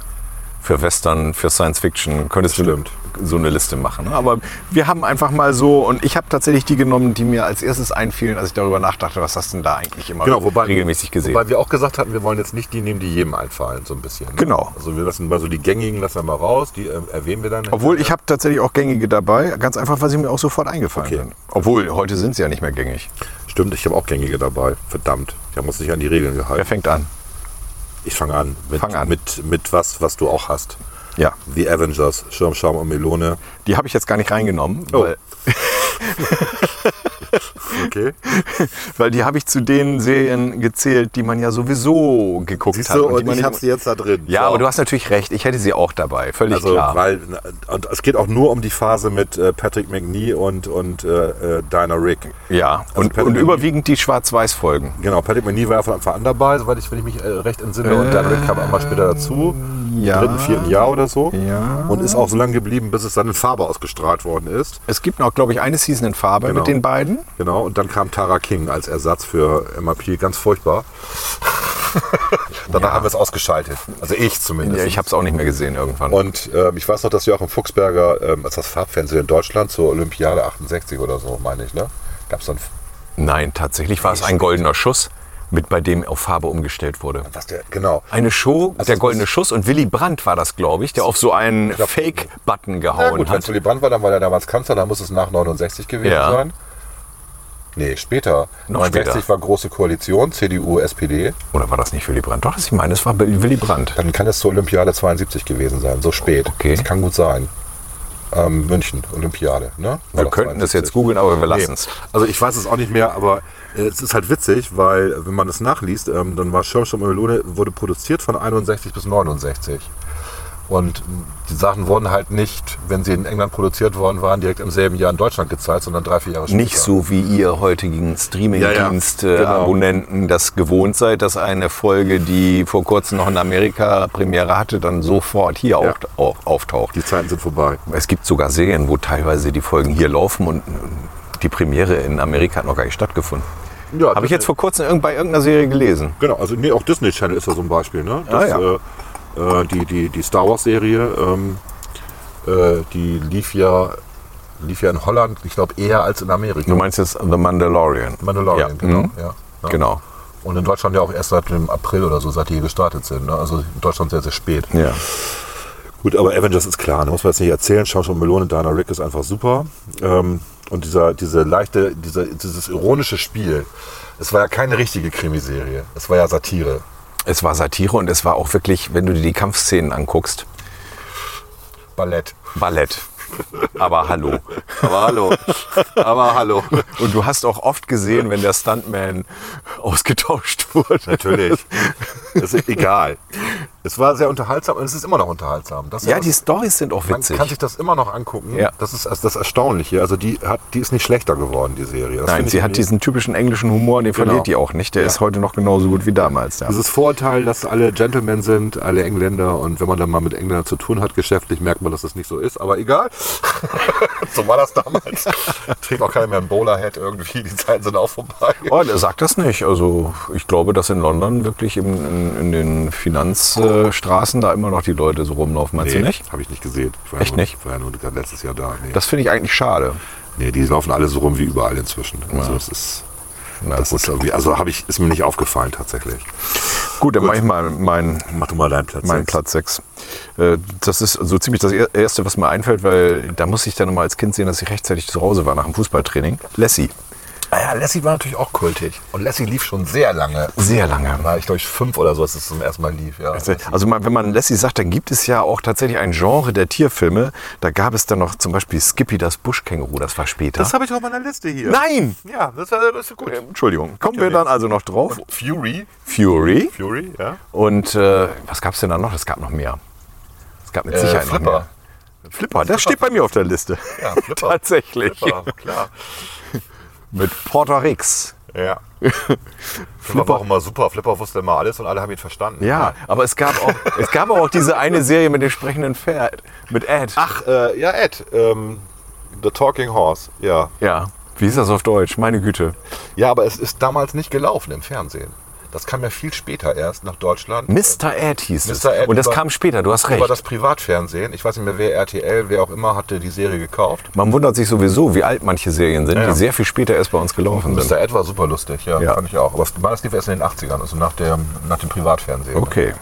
Speaker 4: Für Western, für Science Fiction könntest
Speaker 3: Stimmt.
Speaker 4: du so eine Liste machen. ne? Aber wir haben einfach mal so, und ich habe tatsächlich die genommen, die mir als erstes einfielen, als ich darüber nachdachte, was hast du denn da eigentlich immer regelmäßig gesehen?
Speaker 3: Genau, Wobei wir auch gesagt hatten, wir wollen jetzt nicht die nehmen, die jedem einfallen, so ein bisschen. ne?
Speaker 4: Genau.
Speaker 3: Also wir lassen mal so die gängigen lassen wir mal raus, die äh, erwähnen wir dann.
Speaker 4: Obwohl, ich habe tatsächlich auch gängige dabei, ganz einfach, weil sie mir auch sofort eingefallen
Speaker 3: Okay.
Speaker 4: sind. Obwohl, heute sind sie ja nicht mehr gängig.
Speaker 3: Stimmt, ich habe auch gängige dabei. Verdammt. Ich muss sich an die Regeln
Speaker 4: Wer
Speaker 3: gehalten.
Speaker 4: fängt an?
Speaker 3: Ich fange an. Mit,
Speaker 4: Fang an.
Speaker 3: Mit, mit was, was du auch hast.
Speaker 4: Ja.
Speaker 3: The Avengers, Schirm, Schaum und Melone.
Speaker 4: Die habe ich jetzt gar nicht reingenommen,
Speaker 3: Oh.
Speaker 4: weil,
Speaker 3: (laughs) Okay.
Speaker 4: (laughs) weil die habe ich zu den Serien gezählt, die man ja sowieso geguckt
Speaker 3: Siehst
Speaker 4: hat.
Speaker 3: du,
Speaker 4: und die
Speaker 3: und
Speaker 4: man
Speaker 3: ich
Speaker 4: nicht-
Speaker 3: habe sie jetzt da drin.
Speaker 4: ja,
Speaker 3: So.
Speaker 4: aber du hast natürlich recht, ich hätte sie auch dabei, völlig
Speaker 3: also,
Speaker 4: klar.
Speaker 3: weil und es geht auch nur um die Phase mit äh, Patrick McNee und und äh, äh, Dinah Rick.
Speaker 4: ja,
Speaker 3: Also
Speaker 4: und,
Speaker 3: Patrick
Speaker 4: und
Speaker 3: McNee-
Speaker 4: überwiegend die Schwarz-Weiß-Folgen.
Speaker 3: Genau, Patrick McNee war ja von Anfang an dabei, soweit ich, wenn ich mich äh, recht entsinne. und Dinah Rick kam auch mal später dazu,
Speaker 4: ja.
Speaker 3: im dritten, vierten Jahr oder so.
Speaker 4: Ja.
Speaker 3: Und ist auch so lange geblieben, bis es dann in Farbe ausgestrahlt worden ist.
Speaker 4: Es gibt noch, glaube ich, eine Season in Farbe
Speaker 3: Genau.
Speaker 4: mit den beiden.
Speaker 3: Genau, und dann kam Tara King als Ersatz für Emma Peel, ganz furchtbar. (laughs) Danach haben wir es ausgeschaltet. Also ich zumindest.
Speaker 4: Ja, ich habe es auch nicht mehr gesehen irgendwann.
Speaker 3: und ähm, ich weiß noch, dass Joachim Fuchsberger, ähm, als das Farbfernsehen in Deutschland zur Olympiade 68 oder so, meine ich, ne? Gab es dann,
Speaker 4: Nein, tatsächlich war es ein goldener Schuss, mit bei dem auf Farbe umgestellt wurde.
Speaker 3: was der, genau.
Speaker 4: Eine Show,
Speaker 3: Also
Speaker 4: der
Speaker 3: das
Speaker 4: goldene
Speaker 3: ist-
Speaker 4: Schuss und Willy Brandt war das, glaube ich, der auf so einen
Speaker 3: glaub-
Speaker 4: Fake-Button
Speaker 3: Na
Speaker 4: gehauen
Speaker 3: gut, wenn
Speaker 4: hat.
Speaker 3: Willy Brandt war, dann war der damals Kanzler, dann muss es nach 69 gewesen
Speaker 4: Ja.
Speaker 3: sein. Nee, später.
Speaker 4: Noch
Speaker 3: 69
Speaker 4: später.
Speaker 3: war große Koalition, CDU, SPD.
Speaker 4: Oder war das nicht Willy Brandt? Doch, das ich meine, es war Willy Brandt.
Speaker 3: Dann kann es zur Olympiade 72 gewesen sein, so spät.
Speaker 4: Okay.
Speaker 3: Das kann gut sein. Ähm, München, Olympiade. Ne? War
Speaker 4: Wir
Speaker 3: doch
Speaker 4: könnten das
Speaker 3: 72.
Speaker 4: jetzt googeln, aber wir lassen es.
Speaker 3: Nee. Also ich weiß es auch nicht mehr, aber äh, es ist halt witzig, weil wenn man es nachliest, ähm, dann war Schirmschirm und Melone wurde produziert von 61 bis 69. Und mh, die Sachen wurden halt nicht, wenn sie in England produziert worden waren, direkt im selben Jahr in Deutschland gezeigt, sondern drei, vier Jahre später.
Speaker 4: Nicht so wie ihr heutigen
Speaker 3: Ja, ja, genau.
Speaker 4: Streaming-Dienst-Abonnenten das gewohnt seid, dass eine Folge, die vor kurzem noch in Amerika Premiere hatte, dann sofort hier
Speaker 3: Ja.
Speaker 4: auch, auch auftaucht.
Speaker 3: Die Zeiten sind vorbei.
Speaker 4: Es gibt sogar Serien, wo teilweise die Folgen hier laufen und die Premiere in Amerika hat noch gar nicht stattgefunden.
Speaker 3: Ja,
Speaker 4: Habe ich jetzt vor kurzem irgend- bei irgendeiner Serie gelesen.
Speaker 3: Genau, also nee, auch Disney Channel ist ja so ein Beispiel, ne?
Speaker 4: Ah, ja.
Speaker 3: äh, äh, die, die, die Star Wars-Serie, ähm, äh, die lief ja, lief ja in Holland, ich glaube, eher als in Amerika.
Speaker 4: Du meinst jetzt The Mandalorian.
Speaker 3: Mandalorian,
Speaker 4: ja.
Speaker 3: genau.
Speaker 4: Mhm.
Speaker 3: Ja, ja.
Speaker 4: Genau.
Speaker 3: Und in Deutschland ja auch erst seit dem April oder so, seit die gestartet sind. Ne? Also in Deutschland sehr, sehr spät.
Speaker 4: Ja.
Speaker 3: Gut, aber Avengers ist klar, ne? muss man jetzt nicht erzählen. Schauspieler Melone, Dana Rick ist einfach super. Ähm, und dieser, diese leichte, diese, dieses ironische Spiel, es war ja keine richtige Krimiserie, es war ja Satire.
Speaker 4: Es war Satire und es war auch wirklich, wenn du dir die Kampfszenen anguckst,
Speaker 3: Ballett.
Speaker 4: Ballett. Aber hallo.
Speaker 3: Aber hallo. Aber hallo.
Speaker 4: Und du hast auch oft gesehen, wenn der Stuntman ausgetauscht wurde.
Speaker 3: (laughs) Natürlich. Das ist egal. Es war sehr unterhaltsam und es ist immer noch unterhaltsam. Das ist
Speaker 4: Ja,
Speaker 3: was-
Speaker 4: die Stories sind auch
Speaker 3: man
Speaker 4: witzig.
Speaker 3: kann sich das immer noch angucken.
Speaker 4: Ja.
Speaker 3: Das ist das Erstaunliche. Also die, hat, die ist nicht schlechter geworden, die Serie. Das
Speaker 4: Nein,
Speaker 3: finde
Speaker 4: sie
Speaker 3: ich
Speaker 4: hat
Speaker 3: irgendwie-
Speaker 4: diesen typischen englischen Humor, den verliert die auch nicht. Der
Speaker 3: Genau. Ja.
Speaker 4: ist heute noch genauso gut wie damals. Ja.
Speaker 3: Dieses Vorurteil, dass alle Gentlemen sind, alle Engländer und wenn man dann mal mit Engländern zu tun hat geschäftlich, merkt man, dass das nicht so ist, aber egal. (laughs) so war das damals. Trägt auch keiner mehr ein Bowlerhead irgendwie, die Zeiten sind auch vorbei.
Speaker 4: Oh, der sagt das nicht. Also ich glaube, dass in London wirklich in, in, in den Finanzstraßen da immer noch die Leute so rumlaufen. Meinst du nicht?
Speaker 3: Habe ich nicht gesehen. Ich war
Speaker 4: Echt
Speaker 3: ja nur,
Speaker 4: nicht?
Speaker 3: War ja nur gerade letztes Jahr da. Nee.
Speaker 4: Das finde ich eigentlich schade.
Speaker 3: nee, die laufen alle so rum wie überall inzwischen. Also das ist,
Speaker 4: Na,
Speaker 3: das ist irgendwie, also habe ich, ist mir nicht aufgefallen tatsächlich.
Speaker 4: Gut, dann mache ich mal meinen
Speaker 3: Mach du mal deinen Platz.
Speaker 4: mein
Speaker 3: jetzt.
Speaker 4: Platz 6. Das ist so ziemlich das Er- Erste, was mir einfällt, weil da muss ich dann mal als Kind sehen, dass ich rechtzeitig zu Hause war nach dem Fußballtraining. Lassie.
Speaker 3: Ah ja, Lassie war natürlich auch kultig. Und Lassie lief schon sehr lange.
Speaker 4: Sehr lange.
Speaker 3: Da war ich, glaube ich, fünf oder so, als es zum ersten Mal lief. Ja.
Speaker 4: Also, also man, wenn man Lassie sagt, dann gibt es ja auch tatsächlich ein Genre der Tierfilme. Da gab es dann noch zum Beispiel Skippy das Buschkänguru, das war später.
Speaker 3: habe ich auf meiner Liste hier.
Speaker 4: Nein!
Speaker 3: Ja, das war, das ist gut.
Speaker 4: Entschuldigung. Kommen wir dann also noch drauf.
Speaker 3: Fury.
Speaker 4: Fury.
Speaker 3: Fury, ja.
Speaker 4: Und äh, was gab es denn da noch? Es gab noch mehr. Es gab
Speaker 3: Äh,
Speaker 4: mit Sicherheit noch mehr. Flipper, das steht bei mir auf der Liste.
Speaker 3: Ja, (laughs)
Speaker 4: (laughs)
Speaker 3: Flipper.
Speaker 4: Tatsächlich.
Speaker 3: Flipper, klar.
Speaker 4: Mit Porter Rix.
Speaker 3: Ja. (laughs) Flipper war auch immer super. Flipper wusste immer alles und alle haben ihn verstanden.
Speaker 4: Ja, aber es gab auch, es gab auch diese eine Serie mit dem sprechenden Pferd, mit Ed.
Speaker 3: Ach, äh, ja, Ed. Ähm, The Talking Horse, ja.
Speaker 4: Ja. Wie ist das auf Deutsch? Meine Güte.
Speaker 3: Ja, aber es ist damals nicht gelaufen im Fernsehen. Das kam ja viel später erst nach Deutschland.
Speaker 4: Mr. Ed hieß es.
Speaker 3: Mr. Ed
Speaker 4: Und das
Speaker 3: über-
Speaker 4: kam später, du hast
Speaker 3: Über
Speaker 4: recht.
Speaker 3: das Privatfernsehen. Ich weiß nicht mehr, wer RTL, wer auch immer, hatte die Serie gekauft.
Speaker 4: Man wundert sich sowieso, wie alt manche Serien sind,
Speaker 3: Ja.
Speaker 4: die sehr viel später erst bei uns gelaufen sind.
Speaker 3: Mr. Ed war super lustig, ja,
Speaker 4: Ja.
Speaker 3: fand ich auch. Aber es- das lief erst in den 80ern, also nach dem, nach dem Privatfernsehen.
Speaker 4: Okay.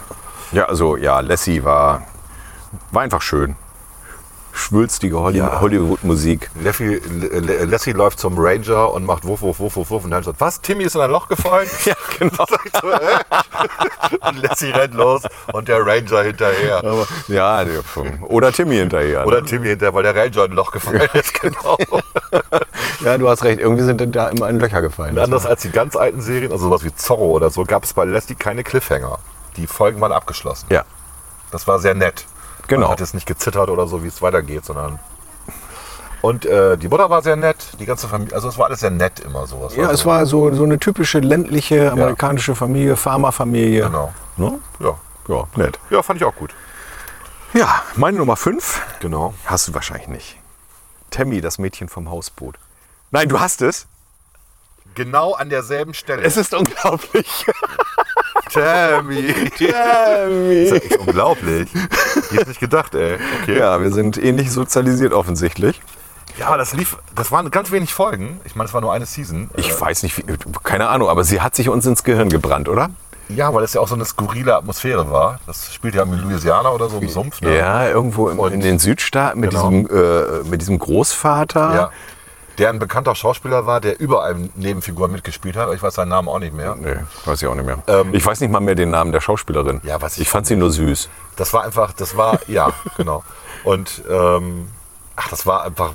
Speaker 4: Ja, also ja, Lassie war, war einfach schön. Schwülstige Holly
Speaker 3: Ja.
Speaker 4: Hollywood-Musik.
Speaker 3: Leffy, Le- Lassie läuft zum Ranger und macht Wuff, Wuff, Wuff, Wuff, Wuff. Und dann sagt, was, Timmy ist in ein Loch gefallen?
Speaker 4: (laughs) Ja,
Speaker 3: (laughs)
Speaker 4: genau.
Speaker 3: So, äh? und Lassie rennt los und der Ranger hinterher.
Speaker 4: Ja, die- oder Timmy hinterher.
Speaker 3: Oder Timmy hinterher, weil der Ranger in ein Loch gefallen ist, (laughs)
Speaker 4: (laughs)
Speaker 3: genau.
Speaker 4: ja, du hast recht. Irgendwie sind da immer in Löcher gefallen.
Speaker 3: Und anders als die ganz alten Serien, also sowas wie Zorro oder so, gab es bei Lassie keine Cliffhanger. Die Folgen waren abgeschlossen.
Speaker 4: ja,
Speaker 3: Das war sehr nett.
Speaker 4: Genau.
Speaker 3: Man hat jetzt nicht gezittert oder so, wie es weitergeht, sondern... Und äh, die Mutter war sehr nett, die ganze Familie, also es war alles sehr nett immer sowas.
Speaker 4: ja,
Speaker 3: Also,
Speaker 4: es war so, so eine typische ländliche amerikanische Familie, Farmerfamilie.
Speaker 3: Genau.
Speaker 4: Ne?
Speaker 3: Ja.
Speaker 4: Ja, nett.
Speaker 3: ja, fand ich auch gut.
Speaker 4: Ja, meine Nummer 5
Speaker 3: Genau.
Speaker 4: hast du wahrscheinlich nicht. Tammy, das Mädchen vom Hausboot. Nein, du hast es.
Speaker 3: Genau an derselben Stelle.
Speaker 4: Es ist (laughs) unglaublich.
Speaker 3: Tammy. (laughs)
Speaker 4: Tammy.
Speaker 3: Echt unglaublich. Ich hätte nicht gedacht, ey. Äh, Okay.
Speaker 4: Ja, wir sind ähnlich sozialisiert offensichtlich.
Speaker 3: Ja, aber das lief, das waren ganz wenig Folgen. Ich meine, es war nur eine Season.
Speaker 4: Ich weiß nicht, wie, keine Ahnung, aber sie hat sich uns ins Gehirn gebrannt, oder?
Speaker 3: Ja, weil es ja auch so eine skurrile Atmosphäre war. Das spielt ja in Louisiana oder so im Sumpf. ne?
Speaker 4: Ja, irgendwo im, in
Speaker 3: Und-
Speaker 4: den Südstaaten mit,
Speaker 3: Genau.
Speaker 4: diesem, äh, mit diesem Großvater.
Speaker 3: ja. Der ein bekannter Schauspieler war, der überall Nebenfiguren mitgespielt hat. aber Ich weiß seinen Namen auch nicht mehr.
Speaker 4: Nee, weiß ich auch nicht mehr.
Speaker 3: Ähm,
Speaker 4: ich weiß nicht mal mehr den Namen der Schauspielerin.
Speaker 3: Ja, weiß ich
Speaker 4: ich fand sie nur süß.
Speaker 3: Das war einfach, das war, ja, (laughs) genau. Und ähm, ach, das war einfach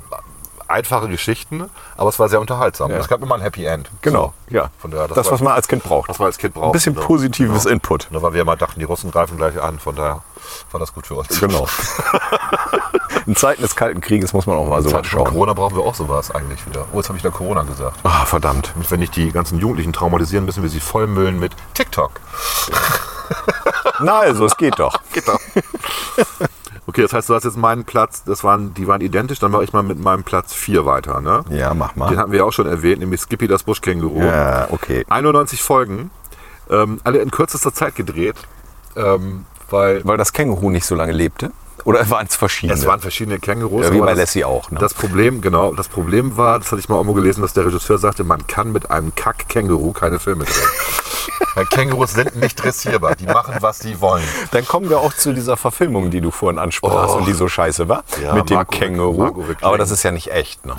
Speaker 3: einfache Geschichten, aber es war sehr unterhaltsam. Es gab immer ein Happy End.
Speaker 4: Genau, ja.
Speaker 3: Von daher, das
Speaker 4: das,
Speaker 3: war-
Speaker 4: was man als Kind braucht.
Speaker 3: was man als Kind braucht,
Speaker 4: Ein bisschen
Speaker 3: genau.
Speaker 4: positives Input.
Speaker 3: Nur weil wir immer dachten, die Russen greifen gleich an, von daher war das gut für uns. (laughs)
Speaker 4: Genau. In Zeiten des Kalten Krieges muss man auch mal so
Speaker 3: Zeit
Speaker 4: was
Speaker 3: von
Speaker 4: schauen.
Speaker 3: Corona brauchen wir auch sowas eigentlich wieder. Oh, jetzt habe ich da Corona gesagt.
Speaker 4: Ah, verdammt.
Speaker 3: Und wenn ich die ganzen Jugendlichen traumatisieren, müssen wir sie vollmüllen mit TikTok.
Speaker 4: Na also, es geht doch.
Speaker 3: (laughs) Okay, das heißt, du hast jetzt meinen Platz, das waren, die waren identisch, dann war ich mal mit meinem Platz 4 weiter, ne?
Speaker 4: Ja, mach mal.
Speaker 3: Den hatten wir ja auch schon erwähnt, nämlich Skippy das Buschkänguru.
Speaker 4: Ja, okay.
Speaker 3: 91 Folgen, ähm, alle in kürzester Zeit gedreht. Ähm, weil
Speaker 4: Weil das Känguru nicht so lange lebte? Oder (laughs) waren es verschiedene?
Speaker 3: es waren verschiedene Kängurus.
Speaker 4: Ja, wie
Speaker 3: aber
Speaker 4: bei
Speaker 3: das-
Speaker 4: Lassie auch, ne?
Speaker 3: Das Problem, genau, das Problem war, das hatte ich mal irgendwo gelesen, dass der Regisseur sagte, man kann mit einem Kack-Känguru keine Filme drehen. (laughs) Weil Kängurus sind nicht dressierbar, die machen, was sie wollen.
Speaker 4: Dann kommen wir auch zu dieser Verfilmung, die du vorhin ansprachst
Speaker 3: Oh.
Speaker 4: und die so scheiße war.
Speaker 3: Ja,
Speaker 4: mit dem
Speaker 3: Marco Wick-
Speaker 4: Känguru.
Speaker 3: Marco Wick-
Speaker 4: Aber das ist ja nicht echt, ne?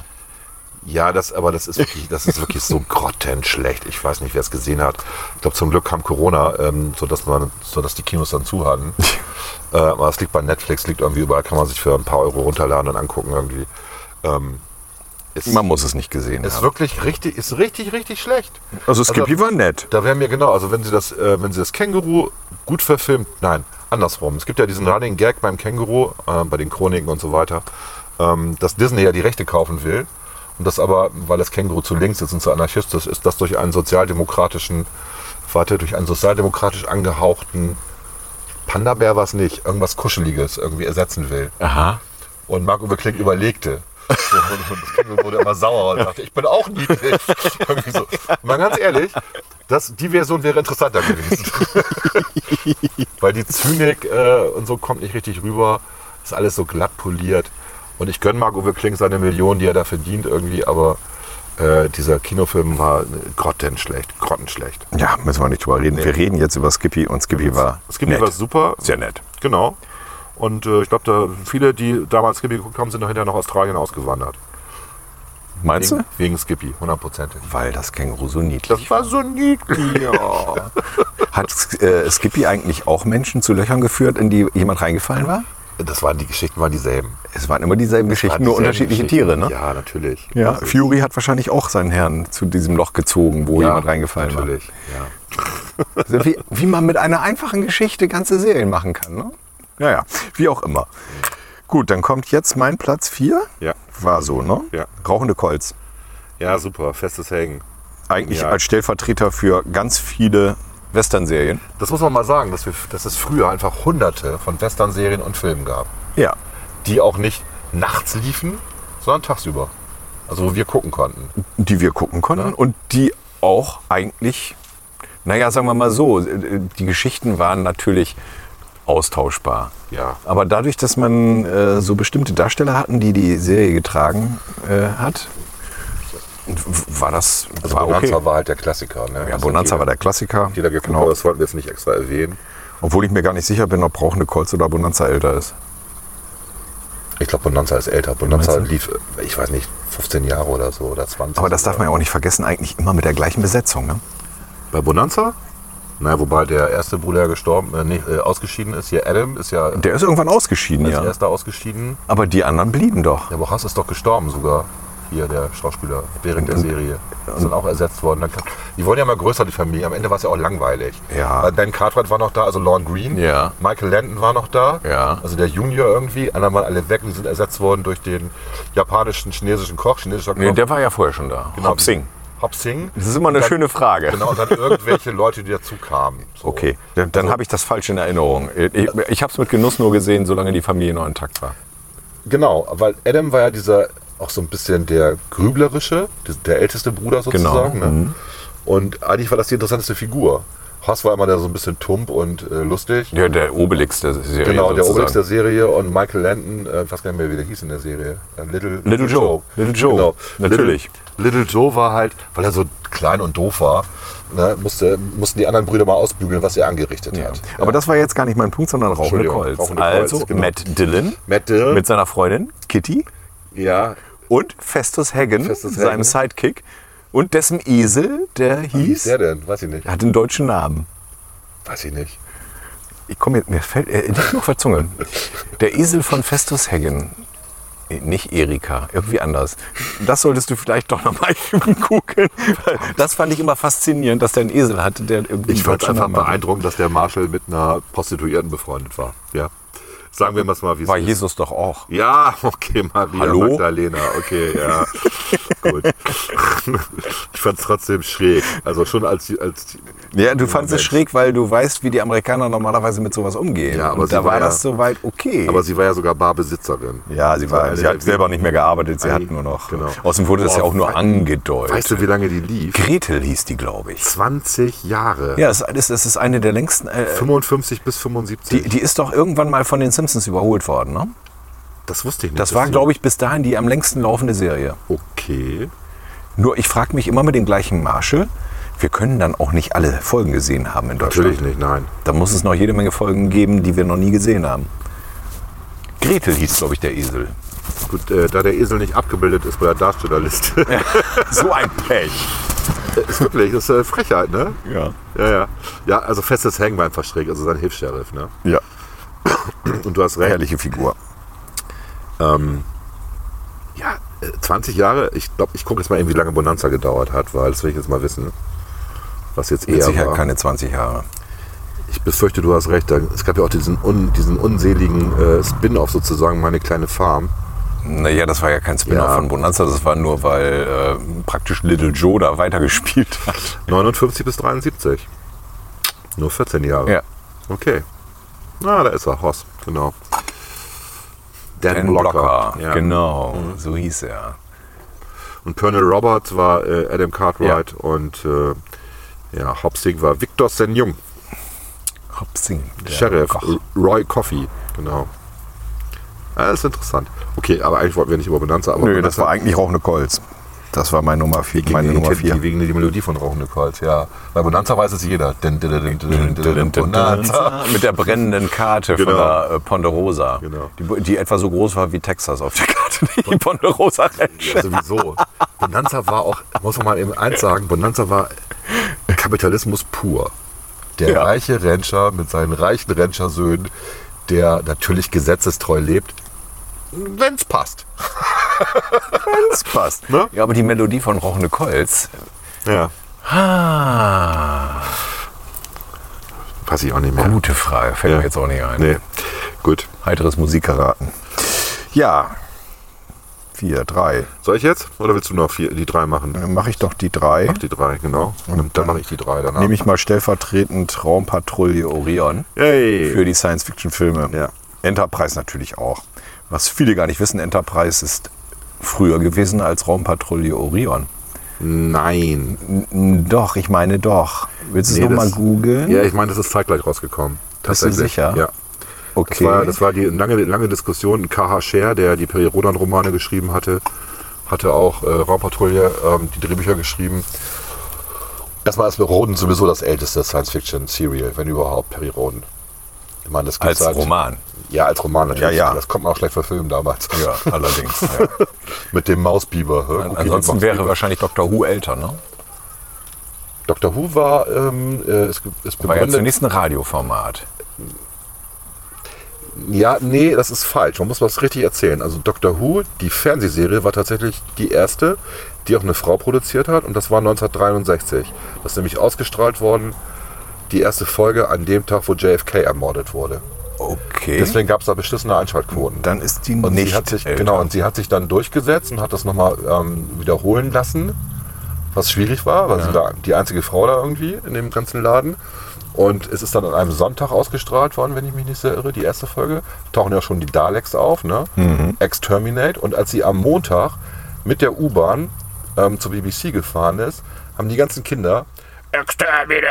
Speaker 3: Ja, das, aber das ist wirklich, das ist wirklich so grottenschlecht. Ich weiß nicht, wer es gesehen hat. Ich glaube, zum Glück kam Corona, ähm, sodass, man, sodass die Kinos dann zu hatten. äh, aber es liegt bei Netflix, liegt irgendwie überall, kann man sich für ein paar Euro runterladen und angucken irgendwie. Ähm, ist,
Speaker 4: Man muss es nicht gesehen
Speaker 3: ist
Speaker 4: haben.
Speaker 3: wirklich richtig, ist richtig, richtig schlecht.
Speaker 4: Also Skippy war nett.
Speaker 3: Da wäre mir genau, also wenn sie das, äh, wenn sie das Känguru gut verfilmt, nein, andersrum. Es gibt ja diesen Running Gag beim Känguru, äh, bei den Chroniken und so weiter, ähm, dass Disney ja die Rechte kaufen will. Und das aber, weil das Känguru zu links ist und zu anarchistisch ist, das durch einen sozialdemokratischen, warte, durch einen sozialdemokratisch angehauchten Panda-Bär war es nicht, irgendwas Kuscheliges irgendwie ersetzen will.
Speaker 4: Aha.
Speaker 3: Und Marco Wickling überlegte. So, und- und Das Känguru wurde immer sauer und dachte, ich bin auch niedrig. Irgendwie so. Mal ganz ehrlich, das, die Version wäre interessanter
Speaker 4: (laughs)
Speaker 3: gewesen. Weil die Zynik äh, und so kommt nicht richtig rüber. Ist alles so glatt poliert. Und ich gönne Marco Wickling seine Millionen, die er da verdient irgendwie, aber äh, dieser Kinofilm war grottenschlecht, grottenschlecht.
Speaker 4: Ja, müssen wir nicht drüber reden. Wir reden jetzt über Skippy und Skippy war
Speaker 3: Skippy
Speaker 4: nett.
Speaker 3: war super.
Speaker 4: Sehr nett.
Speaker 3: Genau. Und äh, ich glaube, da viele, die damals Skippy geguckt haben, sind nachher nach Australien ausgewandert.
Speaker 4: Meinst
Speaker 3: Wegen,
Speaker 4: du?
Speaker 3: wegen Skippy, hundertprozentig.
Speaker 4: Weil das Känguru so niedlich
Speaker 3: Das war so niedlich. Ja.
Speaker 4: (laughs) Hat äh, Skippy eigentlich auch Menschen zu Löchern geführt, in die jemand reingefallen war?
Speaker 3: Das waren die Geschichten, waren dieselben.
Speaker 4: Es waren immer dieselben Geschichten, nur
Speaker 3: Waren dieselben
Speaker 4: unterschiedliche
Speaker 3: Geschichten.
Speaker 4: Tiere, ne?
Speaker 3: Ja, natürlich.
Speaker 4: Ja,
Speaker 3: Das ist-
Speaker 4: Fury hat wahrscheinlich auch seinen Herrn zu diesem Loch gezogen, wo
Speaker 3: Ja,
Speaker 4: jemand reingefallen
Speaker 3: natürlich. Ja.
Speaker 4: war. Also wie, wie man mit einer einfachen Geschichte ganze Serien machen kann, ne? Ja, ja, wie auch immer. Gut, dann kommt jetzt mein Platz 4.
Speaker 3: Ja.
Speaker 4: War so, ne?
Speaker 3: Ja.
Speaker 4: Rauchende Colts.
Speaker 3: ja, super. Festes Hagen.
Speaker 4: Eigentlich
Speaker 3: Ja.
Speaker 4: als Stellvertreter für ganz viele Western-Serien.
Speaker 3: Das muss man mal sagen, dass, wir, dass es früher einfach hunderte von Western-Serien und Filmen gab,
Speaker 4: Ja.
Speaker 3: die auch nicht nachts liefen, sondern tagsüber. Also wo wir gucken konnten.
Speaker 4: Die wir gucken konnten und die auch eigentlich, naja, sagen wir mal so, äh, die Geschichten waren natürlich austauschbar.
Speaker 3: Ja.
Speaker 4: Aber dadurch, dass man äh, so bestimmte Darsteller hatten, die die Serie getragen äh, hat, w- war das
Speaker 3: Also
Speaker 4: war
Speaker 3: Bonanza
Speaker 4: okay.
Speaker 3: war halt der Klassiker. Ne?
Speaker 4: Ja, Bonanza war der Klassiker.
Speaker 3: Jeder geguckt, genau. das wollten wir jetzt nicht extra erwähnen.
Speaker 4: Obwohl ich mir gar nicht sicher bin, ob Rauchende Colts oder Bonanza älter ist.
Speaker 3: Ich glaube, Bonanza ist älter. Bonanza
Speaker 4: Bonanza?
Speaker 3: lief, äh, ich weiß nicht, 15 Jahre oder so oder 20.
Speaker 4: Aber das darf man ja auch nicht vergessen, eigentlich immer mit der gleichen Besetzung. Ne?
Speaker 3: Bei Bonanza? Naja, wobei der erste Bruder ja gestorben, äh, nee, äh, ausgeschieden ist. Hier Adam ist ja
Speaker 4: Der ist irgendwann ausgeschieden,
Speaker 3: als
Speaker 4: ja.
Speaker 3: erster ausgeschieden.
Speaker 4: Aber die anderen blieben doch.
Speaker 3: Der Bochas ist doch gestorben sogar. Hier, der Schauspieler, während der Serie. Sind auch ersetzt worden. Dann, kam- die wurden ja mal größer, die Familie. Am Ende war es ja auch langweilig.
Speaker 4: Ja.
Speaker 3: Weil ben Cartwright war noch da, also Lorne Green.
Speaker 4: Ja.
Speaker 3: Michael Landon war noch da.
Speaker 4: Ja.
Speaker 3: Also der Junior irgendwie. Anderen waren alle weg und die sind ersetzt worden durch den japanischen, chinesischen Koch. Chinesischer Koch.
Speaker 4: Nee, der war ja vorher schon da.
Speaker 3: Genau.
Speaker 4: Hop Sing.
Speaker 3: Hop Sing.
Speaker 4: Das ist immer eine
Speaker 3: Dann-
Speaker 4: schöne Frage.
Speaker 3: Genau, und dann irgendwelche Leute, die dazu kamen. So.
Speaker 4: Okay, dann, dann habe ich das falsch in Erinnerung. Ich, ich habe es mit Genuss nur gesehen, solange die Familie noch intakt war.
Speaker 3: Genau, weil Adam war ja dieser auch so ein bisschen der grüblerische, der- der älteste Bruder sozusagen.
Speaker 4: Genau,
Speaker 3: Ne? Und eigentlich war das die interessanteste Figur. Hoss war immer der so ein bisschen tump und äh, lustig.
Speaker 4: Ja, der Obelix der Serie.
Speaker 3: genau, der
Speaker 4: sozusagen.
Speaker 3: Obelix der Serie und Michael Landon, äh, ich weiß gar nicht mehr, wie der hieß in der Serie. Äh, Little,
Speaker 4: Little Joe. Little Joe,
Speaker 3: Genau.
Speaker 4: natürlich.
Speaker 3: Little, Little Joe war halt, weil er so klein und doof war, ne, musste, mussten die anderen Brüder mal ausbügeln, was er angerichtet
Speaker 4: Ja.
Speaker 3: hat.
Speaker 4: Aber das war jetzt gar nicht mein Punkt, sondern Rauchende
Speaker 3: Entschuldigung,
Speaker 4: Colts.
Speaker 3: Rauchende Colts,
Speaker 4: also
Speaker 3: genau.
Speaker 4: Matt Dillon
Speaker 3: Matt Dillon.
Speaker 4: mit seiner Freundin Kitty
Speaker 3: ja,
Speaker 4: und Festus Hagen,
Speaker 3: Festus Hagen.
Speaker 4: seinem Sidekick und dessen Esel, der
Speaker 3: wie ist
Speaker 4: hieß,
Speaker 3: der denn? Weiß ich nicht.
Speaker 4: hat einen deutschen Namen.
Speaker 3: Weiß ich nicht.
Speaker 4: Ich komme jetzt, mir fällt äh, nicht nur auf der Zunge. Der Esel von Festus Hagen. Nee, Nicht Erika, irgendwie anders. Das solltest du vielleicht doch (laughs) nochmal googeln. weil Das fand ich immer faszinierend, dass der einen Esel hatte, der irgendwie.
Speaker 3: Ich fand es einfach
Speaker 4: Namen hatte.
Speaker 3: beeindruckend, dass der Marshall mit einer Prostituierten befreundet war. Ja. Sagen wir mal, wie es
Speaker 4: War
Speaker 3: ist.
Speaker 4: Jesus doch auch.
Speaker 3: Ja, (laughs) okay, Maria
Speaker 4: Hallo? (laughs)
Speaker 3: Magdalena, okay, ja. Gut. ich fand es trotzdem schräg. Also schon als, als
Speaker 4: Ja, du fandest es
Speaker 3: Mensch.
Speaker 4: schräg, weil du weißt, wie die Amerikaner normalerweise mit sowas umgehen.
Speaker 3: Ja, aber
Speaker 4: Und
Speaker 3: sie
Speaker 4: da war,
Speaker 3: war ja-
Speaker 4: das soweit okay.
Speaker 3: Aber sie war ja sogar Barbesitzerin. Also, äh,
Speaker 4: ja, sie, war, sie hat selber nicht mehr gearbeitet, sie
Speaker 3: Ei,
Speaker 4: hat nur noch.
Speaker 3: genau.
Speaker 4: Außerdem wurde das
Speaker 3: Boah,
Speaker 4: ja auch nur
Speaker 3: wei-
Speaker 4: angedeutet.
Speaker 3: Weißt du, wie lange die lief?
Speaker 4: Gretel hieß die, glaube ich.
Speaker 3: 20 Jahre.
Speaker 4: Ja, das ist, das ist eine der längsten. Äh,
Speaker 3: 55 bis
Speaker 4: die,
Speaker 3: 75.
Speaker 4: die ist doch irgendwann mal von den Simpsons überholt worden, ne?
Speaker 3: das wusste ich nicht.
Speaker 4: Das war, glaube ich, bis dahin die am längsten laufende Serie.
Speaker 3: Okay.
Speaker 4: Nur ich frage mich immer mit dem gleichen Marshall, wir können dann auch nicht alle Folgen gesehen haben in Deutschland.
Speaker 3: Natürlich nicht, nein.
Speaker 4: Da muss es noch jede Menge Folgen geben, die wir noch nie gesehen haben. Gretel hieß, glaube ich, der Esel.
Speaker 3: Gut, äh, da der Esel nicht abgebildet ist bei der Darstellerliste. (laughs)
Speaker 4: So ein Pech.
Speaker 3: ist wirklich, ist äh, Frechheit, ne?
Speaker 4: Ja.
Speaker 3: Ja, ja. Ja, also festes Hängenbein verschrägt, also sein Hilfs-Sheriff, ne?
Speaker 4: Ja.
Speaker 3: Und du hast recht. Ähm,
Speaker 4: Herrliche Figur.
Speaker 3: Ja, äh, 20 Jahre, ich glaube, ich gucke jetzt mal eben, wie lange Bonanza gedauert hat, weil das will ich jetzt mal wissen. Was jetzt
Speaker 4: Mit
Speaker 3: eher
Speaker 4: Sicherheit
Speaker 3: war.
Speaker 4: keine 20 Jahre.
Speaker 3: Ich befürchte, du hast recht. da- Es gab ja auch diesen, un, diesen unseligen äh, Spin-off sozusagen, meine kleine Farm.
Speaker 4: Naja, das war ja kein Spin-off
Speaker 3: Ja.
Speaker 4: von Bonanza, das war nur, weil äh, praktisch Little Joe da weitergespielt hat.
Speaker 3: 59 bis 73. Nur 14 Jahre. Okay. Na, da ist er, Hoss, genau. Dan,
Speaker 4: Dan
Speaker 3: Blocker.
Speaker 4: Blocker.
Speaker 3: Ja.
Speaker 4: Genau, so hieß er.
Speaker 3: Und Colonel Roberts war äh, Adam Cartwright und äh, ja, Hopsing war Victor Senjung,
Speaker 4: Hopsing. der
Speaker 3: Sheriff
Speaker 4: Koch.
Speaker 3: R- Roy Coffey, genau. Ah, das ist interessant. Okay, aber eigentlich wollten wir nicht über Bonanza, aber
Speaker 4: Nö,
Speaker 3: Bonanza
Speaker 4: das war eigentlich Rauchende Colts. Das war meine Nummer 4. Meine Nummer
Speaker 3: Tipp, die
Speaker 4: 4.
Speaker 3: wegen der Melodie von Rauchende Calls, ja. Bei Bonanza weiß es jeder. Din, din, din, din, din, din, Bonanza.
Speaker 4: (laughs) Mit der brennenden Karte von
Speaker 3: Genau.
Speaker 4: der äh, Ponderosa.
Speaker 3: Genau.
Speaker 4: Die, die etwa so groß war wie Texas auf der Karte, die Ponderosa Ranch.
Speaker 3: Ja, sowieso. Bonanza war auch, muss man mal eben eins sagen, Bonanza war Kapitalismus pur. Der
Speaker 4: Ja.
Speaker 3: reiche Rancher mit seinen reichen Ranchersöhnen, der natürlich gesetzestreu lebt, wenn's passt.
Speaker 4: Das passt.
Speaker 3: Ne?
Speaker 4: Ja, aber die Melodie von Rochende Colts.
Speaker 3: Ja.
Speaker 4: Ah,
Speaker 3: Weiß ich auch nicht mehr.
Speaker 4: gute Frage. Fällt
Speaker 3: Ja.
Speaker 4: mir jetzt auch nicht ein.
Speaker 3: Nee. Gut.
Speaker 4: Heiteres Musikerraten. Ja. Vier, drei.
Speaker 3: Soll ich jetzt? Oder willst du noch vier, die drei machen?
Speaker 4: Dann mache ich doch die drei.
Speaker 3: Mach die drei, genau. Und dann mache ich die drei danach.
Speaker 4: Nehme ich mal stellvertretend Raumpatrouille Orion.
Speaker 3: Hey.
Speaker 4: für die Science-Fiction-Filme.
Speaker 3: Ja.
Speaker 4: Enterprise natürlich auch. Was viele gar nicht wissen, Enterprise ist früher gewesen als Raumpatrouille Orion.
Speaker 3: Nein.
Speaker 4: N doch, ich meine doch. Willst du es
Speaker 3: Nee,
Speaker 4: nochmal
Speaker 3: das-
Speaker 4: googeln?
Speaker 3: Ja, ich meine, das ist zeitgleich rausgekommen.
Speaker 4: Bist du
Speaker 3: Tatsächlich.
Speaker 4: sicher?
Speaker 3: Ja. Das
Speaker 4: okay.
Speaker 3: war, das war die lange, lange Diskussion. K.H. Scher, der die Peri Rodan-Romane geschrieben hatte, hatte auch äh, Raumpatrouille ähm, die Drehbücher geschrieben. Erstmal ist Roden sowieso das älteste Science-Fiction-Serial, wenn überhaupt Peri Roden. Ich meine, das gibt's
Speaker 4: als
Speaker 3: seit-
Speaker 4: Roman.
Speaker 3: Ja, als Roman natürlich.
Speaker 4: Ja, ja.
Speaker 3: Das kommt man auch schlecht verfilmen damals.
Speaker 4: Ja, allerdings. ja.
Speaker 3: (laughs) Mit dem Mausbiber. hä? Guck dir den
Speaker 4: Ansonsten
Speaker 3: Mausbiber.
Speaker 4: wäre wahrscheinlich Dr. Who älter, ne?
Speaker 3: Dr. Who war, ähm, äh, ist, ge- ist
Speaker 4: War ja
Speaker 3: begründet
Speaker 4: zunächst ein Radioformat.
Speaker 3: Ja, nee, das ist falsch. Man muss was richtig erzählen. Also Doctor Who, die Fernsehserie, war tatsächlich die erste, die auch eine Frau produziert hat. Und das war 1963. Das ist nämlich ausgestrahlt worden, die erste Folge an dem Tag, wo JFK ermordet wurde.
Speaker 4: Okay.
Speaker 3: Deswegen gab es da beschissene Einschaltquoten.
Speaker 4: dann ist die
Speaker 3: und
Speaker 4: nicht
Speaker 3: sie hat sich,
Speaker 4: älter.
Speaker 3: genau, und sie hat sich dann durchgesetzt und hat das nochmal ähm, wiederholen lassen, was schwierig war, weil sie war die einzige Frau da irgendwie in dem ganzen Laden. Und es ist dann an einem Sonntag ausgestrahlt worden, wenn ich mich nicht sehr irre, die erste Folge. Tauchen ja schon die Daleks auf, ne? Exterminate. Und als sie am Montag mit der U-Bahn ähm, zur BBC gefahren ist, haben die ganzen Kinder Exterminate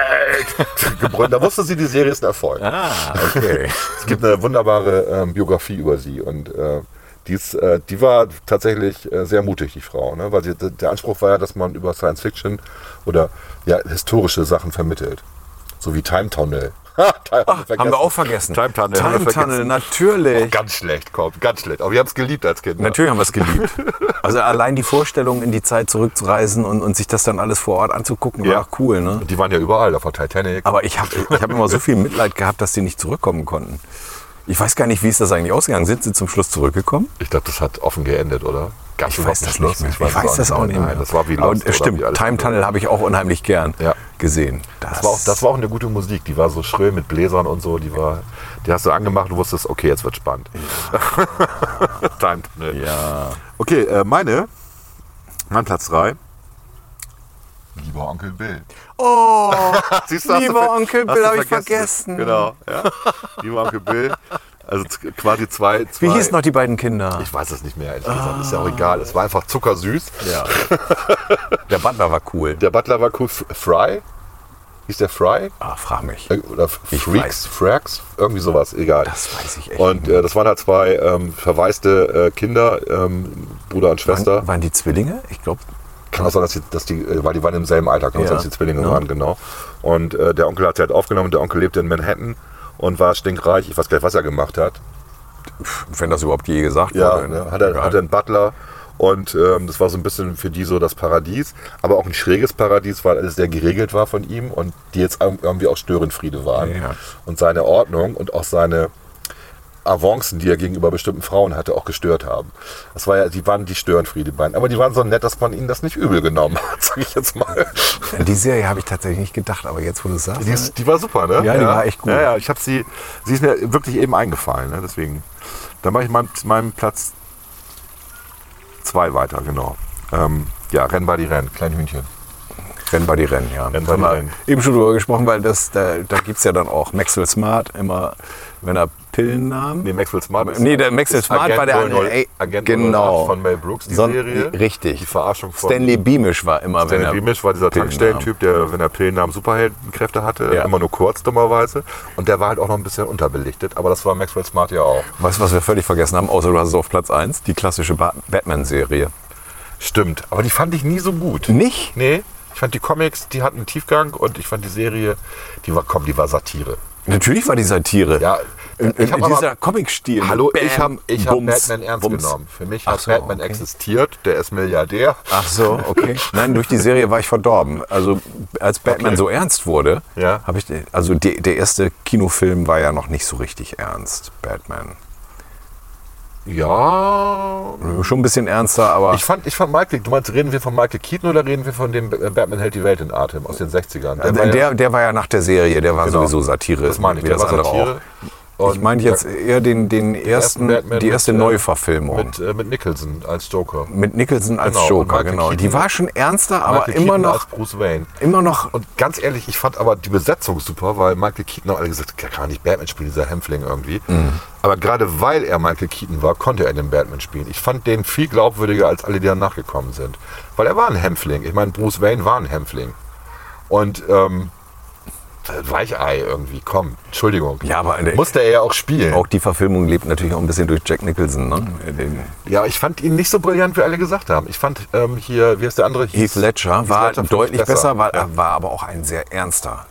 Speaker 3: gebrüllt. Da wusste sie, die Serie ist ein Erfolg.
Speaker 4: Ah, okay.
Speaker 3: (laughs) Es gibt eine wunderbare ähm, Biografie über sie und äh, die, ist, äh, die war tatsächlich äh, sehr mutig, die Frau, ne? weil sie, d- der Anspruch war ja, dass man über Science Fiction oder ja, historische Sachen vermittelt. So wie Time Tunnel. (laughs) Ha, Time Tunnel
Speaker 4: Ah, Haben
Speaker 3: vergessen.
Speaker 4: wir auch vergessen.
Speaker 3: Time Tunnel. haben wir
Speaker 4: Time Tunnel,
Speaker 3: vergessen. Oh,
Speaker 4: natürlich.
Speaker 3: Ganz schlecht, komm, ganz schlecht. Aber wir haben es geliebt als ne? Kinder.
Speaker 4: Natürlich haben wir
Speaker 3: (laughs)
Speaker 4: es geliebt. Also allein die Vorstellung, in die Zeit zurückzureisen und, und sich das dann alles vor Ort anzugucken, war
Speaker 3: Ja.
Speaker 4: auch cool. Ne?
Speaker 3: Die waren ja überall, da war Titanic.
Speaker 4: Aber ich habe ich hab immer so viel Mitleid gehabt, dass die nicht zurückkommen konnten. Ich weiß gar nicht, wie ist das eigentlich ausgegangen? Sind sie zum Schluss zurückgekommen?
Speaker 3: ich glaube, das hat offen geendet, oder? Gab's
Speaker 4: Ich
Speaker 3: überhaupt
Speaker 4: weiß
Speaker 3: einen
Speaker 4: das
Speaker 3: Schluss?
Speaker 4: nicht mehr. Ich weiß
Speaker 3: es
Speaker 4: das auch nicht mehr.
Speaker 3: Nein, das war wie
Speaker 4: Aber
Speaker 3: Lost oder
Speaker 4: stimmt,
Speaker 3: wie alles
Speaker 4: Time
Speaker 3: andere.
Speaker 4: Tunnel habe ich auch unheimlich gern
Speaker 3: Ja.
Speaker 4: gesehen. Das,
Speaker 3: Das war, auch, das war auch eine gute Musik, die war so schön mit Bläsern und so, die war, die hast du angemacht und wusstest, okay, jetzt wird (laughs) spannend. Timed.
Speaker 4: ja.
Speaker 3: Okay, äh, meine Mein Platz 3. Lieber Onkel Bill.
Speaker 4: Oh,
Speaker 3: (laughs) Siehst du, hast du
Speaker 4: Lieber
Speaker 3: ver-
Speaker 4: Onkel
Speaker 3: hast
Speaker 4: Bill,
Speaker 3: du
Speaker 4: hab ich vergessen.
Speaker 3: Genau, ja. Lieber Onkel Bill. Also z- quasi zwei. zwei
Speaker 4: wie hießen noch die beiden Kinder?
Speaker 3: Ich weiß es nicht mehr, ehrlich gesagt. Ist ja auch egal. Es war einfach zuckersüß. (laughs)
Speaker 4: Der Butler war cool.
Speaker 3: Der Butler war cool. F- Fry? Hieß der Fry?
Speaker 4: Ah, frag mich.
Speaker 3: Äh, Oder F-
Speaker 4: Ich
Speaker 3: Freaks?
Speaker 4: weiß.
Speaker 3: Frags? Irgendwie sowas, egal.
Speaker 4: Das weiß ich echt
Speaker 3: Und äh, das waren halt zwei ähm, verwaiste äh, Kinder, ähm, Bruder und Schwester.
Speaker 4: Waren, waren die Zwillinge? Ich glaube,
Speaker 3: Kann auch sein, dass die, dass die, äh, weil die waren im selben Alter, kann auch
Speaker 4: Ja.
Speaker 3: sein, dass die Zwillinge
Speaker 4: Ja.
Speaker 3: waren, genau. Und äh, der Onkel hat sie halt aufgenommen, der Onkel lebte in Manhattan und war stinkreich, ich weiß gar nicht, was er gemacht hat.
Speaker 4: wenn das überhaupt je gesagt
Speaker 3: Ja,
Speaker 4: wurde.
Speaker 3: ne? hat, er,
Speaker 4: Egal.
Speaker 3: hat er einen Butler und ähm, das war so ein bisschen für die so das Paradies, aber auch ein schräges Paradies, weil alles sehr geregelt war von ihm und die jetzt irg- irgendwie auch Störenfriede waren.
Speaker 4: Ja.
Speaker 3: Und seine Ordnung und auch seine Avancen, die er gegenüber bestimmten Frauen hatte, auch gestört haben. Das war ja, die waren die Störenfriede beiden. Aber die waren so nett, dass man ihnen das nicht übel genommen hat, (laughs) sag ich jetzt mal.
Speaker 4: An die Serie habe ich tatsächlich nicht gedacht, aber jetzt, wo du es sagst.
Speaker 3: Die, ist, die war super, ne?
Speaker 4: Ja, die war echt gut.
Speaker 3: Ja, ja, ich habe sie, sie ist mir wirklich eben eingefallen, ne? deswegen. Dann mache ich meinen meinem Platz zwei weiter, genau. Ähm, ja, Renn bei die Renn, klein Hühnchen.
Speaker 4: Rennen bei die Rennen, ja.
Speaker 3: Rennen
Speaker 4: Rennen
Speaker 3: bei die
Speaker 4: wir
Speaker 3: Rennen.
Speaker 4: Eben schon drüber gesprochen, weil das, da, da gibt es ja dann auch Maxwell Smart immer, wenn er Pillen nahm.
Speaker 3: Nee, Maxwell Smart. ist-
Speaker 4: Nee, der Maxwell
Speaker 3: ist
Speaker 4: Smart
Speaker 3: Agent
Speaker 4: war der
Speaker 3: 00
Speaker 4: andere. Ey,
Speaker 3: Agent
Speaker 4: genau.
Speaker 3: 00 von Mel Brooks, die
Speaker 4: Son-
Speaker 3: Serie.
Speaker 4: Richtig.
Speaker 3: Die Verarschung von
Speaker 4: Stanley Beamish war immer, wenn er
Speaker 3: Stanley Beamish war dieser
Speaker 4: Pillen
Speaker 3: Tankstellentyp, der, wenn er Pillen nahm, Superheldenkräfte hatte.
Speaker 4: Ja.
Speaker 3: Immer nur kurz, dummerweise. Und der war halt auch noch ein bisschen unterbelichtet. Aber das war Maxwell Smart ja auch.
Speaker 4: nahm. Weißt du, was wir völlig vergessen haben, außer du hast es auf Platz 1? Die klassische Ba- Batman-Serie.
Speaker 3: Stimmt. Aber die fand ich nie so gut.
Speaker 4: Nicht?
Speaker 3: Nee, ich fand die Comics, die hatten einen Tiefgang und ich fand die Serie, die war, komm, die war Satire.
Speaker 4: Natürlich war die Satire.
Speaker 3: Ja,
Speaker 4: in, in,
Speaker 3: ich hab
Speaker 4: in dieser
Speaker 3: aber-
Speaker 4: Comic-Stil.
Speaker 3: Hallo,
Speaker 4: Bam,
Speaker 3: ich habe ich hab
Speaker 4: Bums,
Speaker 3: Batman ernst
Speaker 4: Bums.
Speaker 3: genommen. Für mich
Speaker 4: Ach
Speaker 3: hat
Speaker 4: so,
Speaker 3: Batman
Speaker 4: okay.
Speaker 3: existiert, der ist Milliardär.
Speaker 4: Ach so, okay. Nein, durch die Serie war ich verdorben. Also als Batman
Speaker 3: Okay.
Speaker 4: so ernst wurde,
Speaker 3: Ja.
Speaker 4: habe ich also die, der erste Kinofilm war ja noch nicht so richtig ernst, Batman.
Speaker 3: Ja.
Speaker 4: Schon ein bisschen ernster, aber
Speaker 3: Ich fand, ich fand Michael, du meinst, reden wir von Michael Keaton oder reden wir von dem äh, Batman hält die Welt in Atem aus den 60ern? Der war
Speaker 4: der,
Speaker 3: ja-
Speaker 4: Äh, also, der, der war ja nach der Serie, der war
Speaker 3: Genau.
Speaker 4: sowieso Satire,
Speaker 3: das meine ich,
Speaker 4: wie
Speaker 3: der
Speaker 4: das
Speaker 3: war
Speaker 4: andere
Speaker 3: Satire.
Speaker 4: auch. Ich
Speaker 3: Und
Speaker 4: meine jetzt eher den, den ersten,
Speaker 3: Batman
Speaker 4: die erste
Speaker 3: mit, äh,
Speaker 4: Neuverfilmung.
Speaker 3: mit, äh, mit Nicholson als Joker.
Speaker 4: Mit Nicholson als
Speaker 3: Genau, und
Speaker 4: Joker,
Speaker 3: Michael
Speaker 4: genau. Die
Speaker 3: Keaton-
Speaker 4: war schon ernster, aber
Speaker 3: Michael
Speaker 4: immer
Speaker 3: Keaton
Speaker 4: noch,
Speaker 3: als Bruce Wayne.
Speaker 4: immer noch
Speaker 3: Und ganz ehrlich, ich fand aber die Besetzung super, weil Michael Keaton haben alle gesagt, der kann nicht Batman spielen, dieser Hämpfling irgendwie.
Speaker 4: Mhm.
Speaker 3: Aber gerade weil er Michael Keaton war, konnte er den Batman spielen. Ich fand den viel glaubwürdiger als alle, die danach gekommen sind. Weil er war ein Hämpfling. Ich meine, Bruce Wayne war ein Hämpfling. Und ähm, Weichei irgendwie, komm, Entschuldigung.
Speaker 4: Ja, aber-
Speaker 3: musste er ja auch spielen.
Speaker 4: auch die Verfilmung lebt natürlich auch ein bisschen durch Jack Nicholson, ne? Den,
Speaker 3: Ja, ich fand ihn nicht so brillant, wie alle gesagt haben. Ich fand ähm, hier, wie heißt der andere?
Speaker 4: Heath Ledger war
Speaker 3: fand ich
Speaker 4: deutlich besser, war,
Speaker 3: Ja.
Speaker 4: war aber auch ein sehr ernster.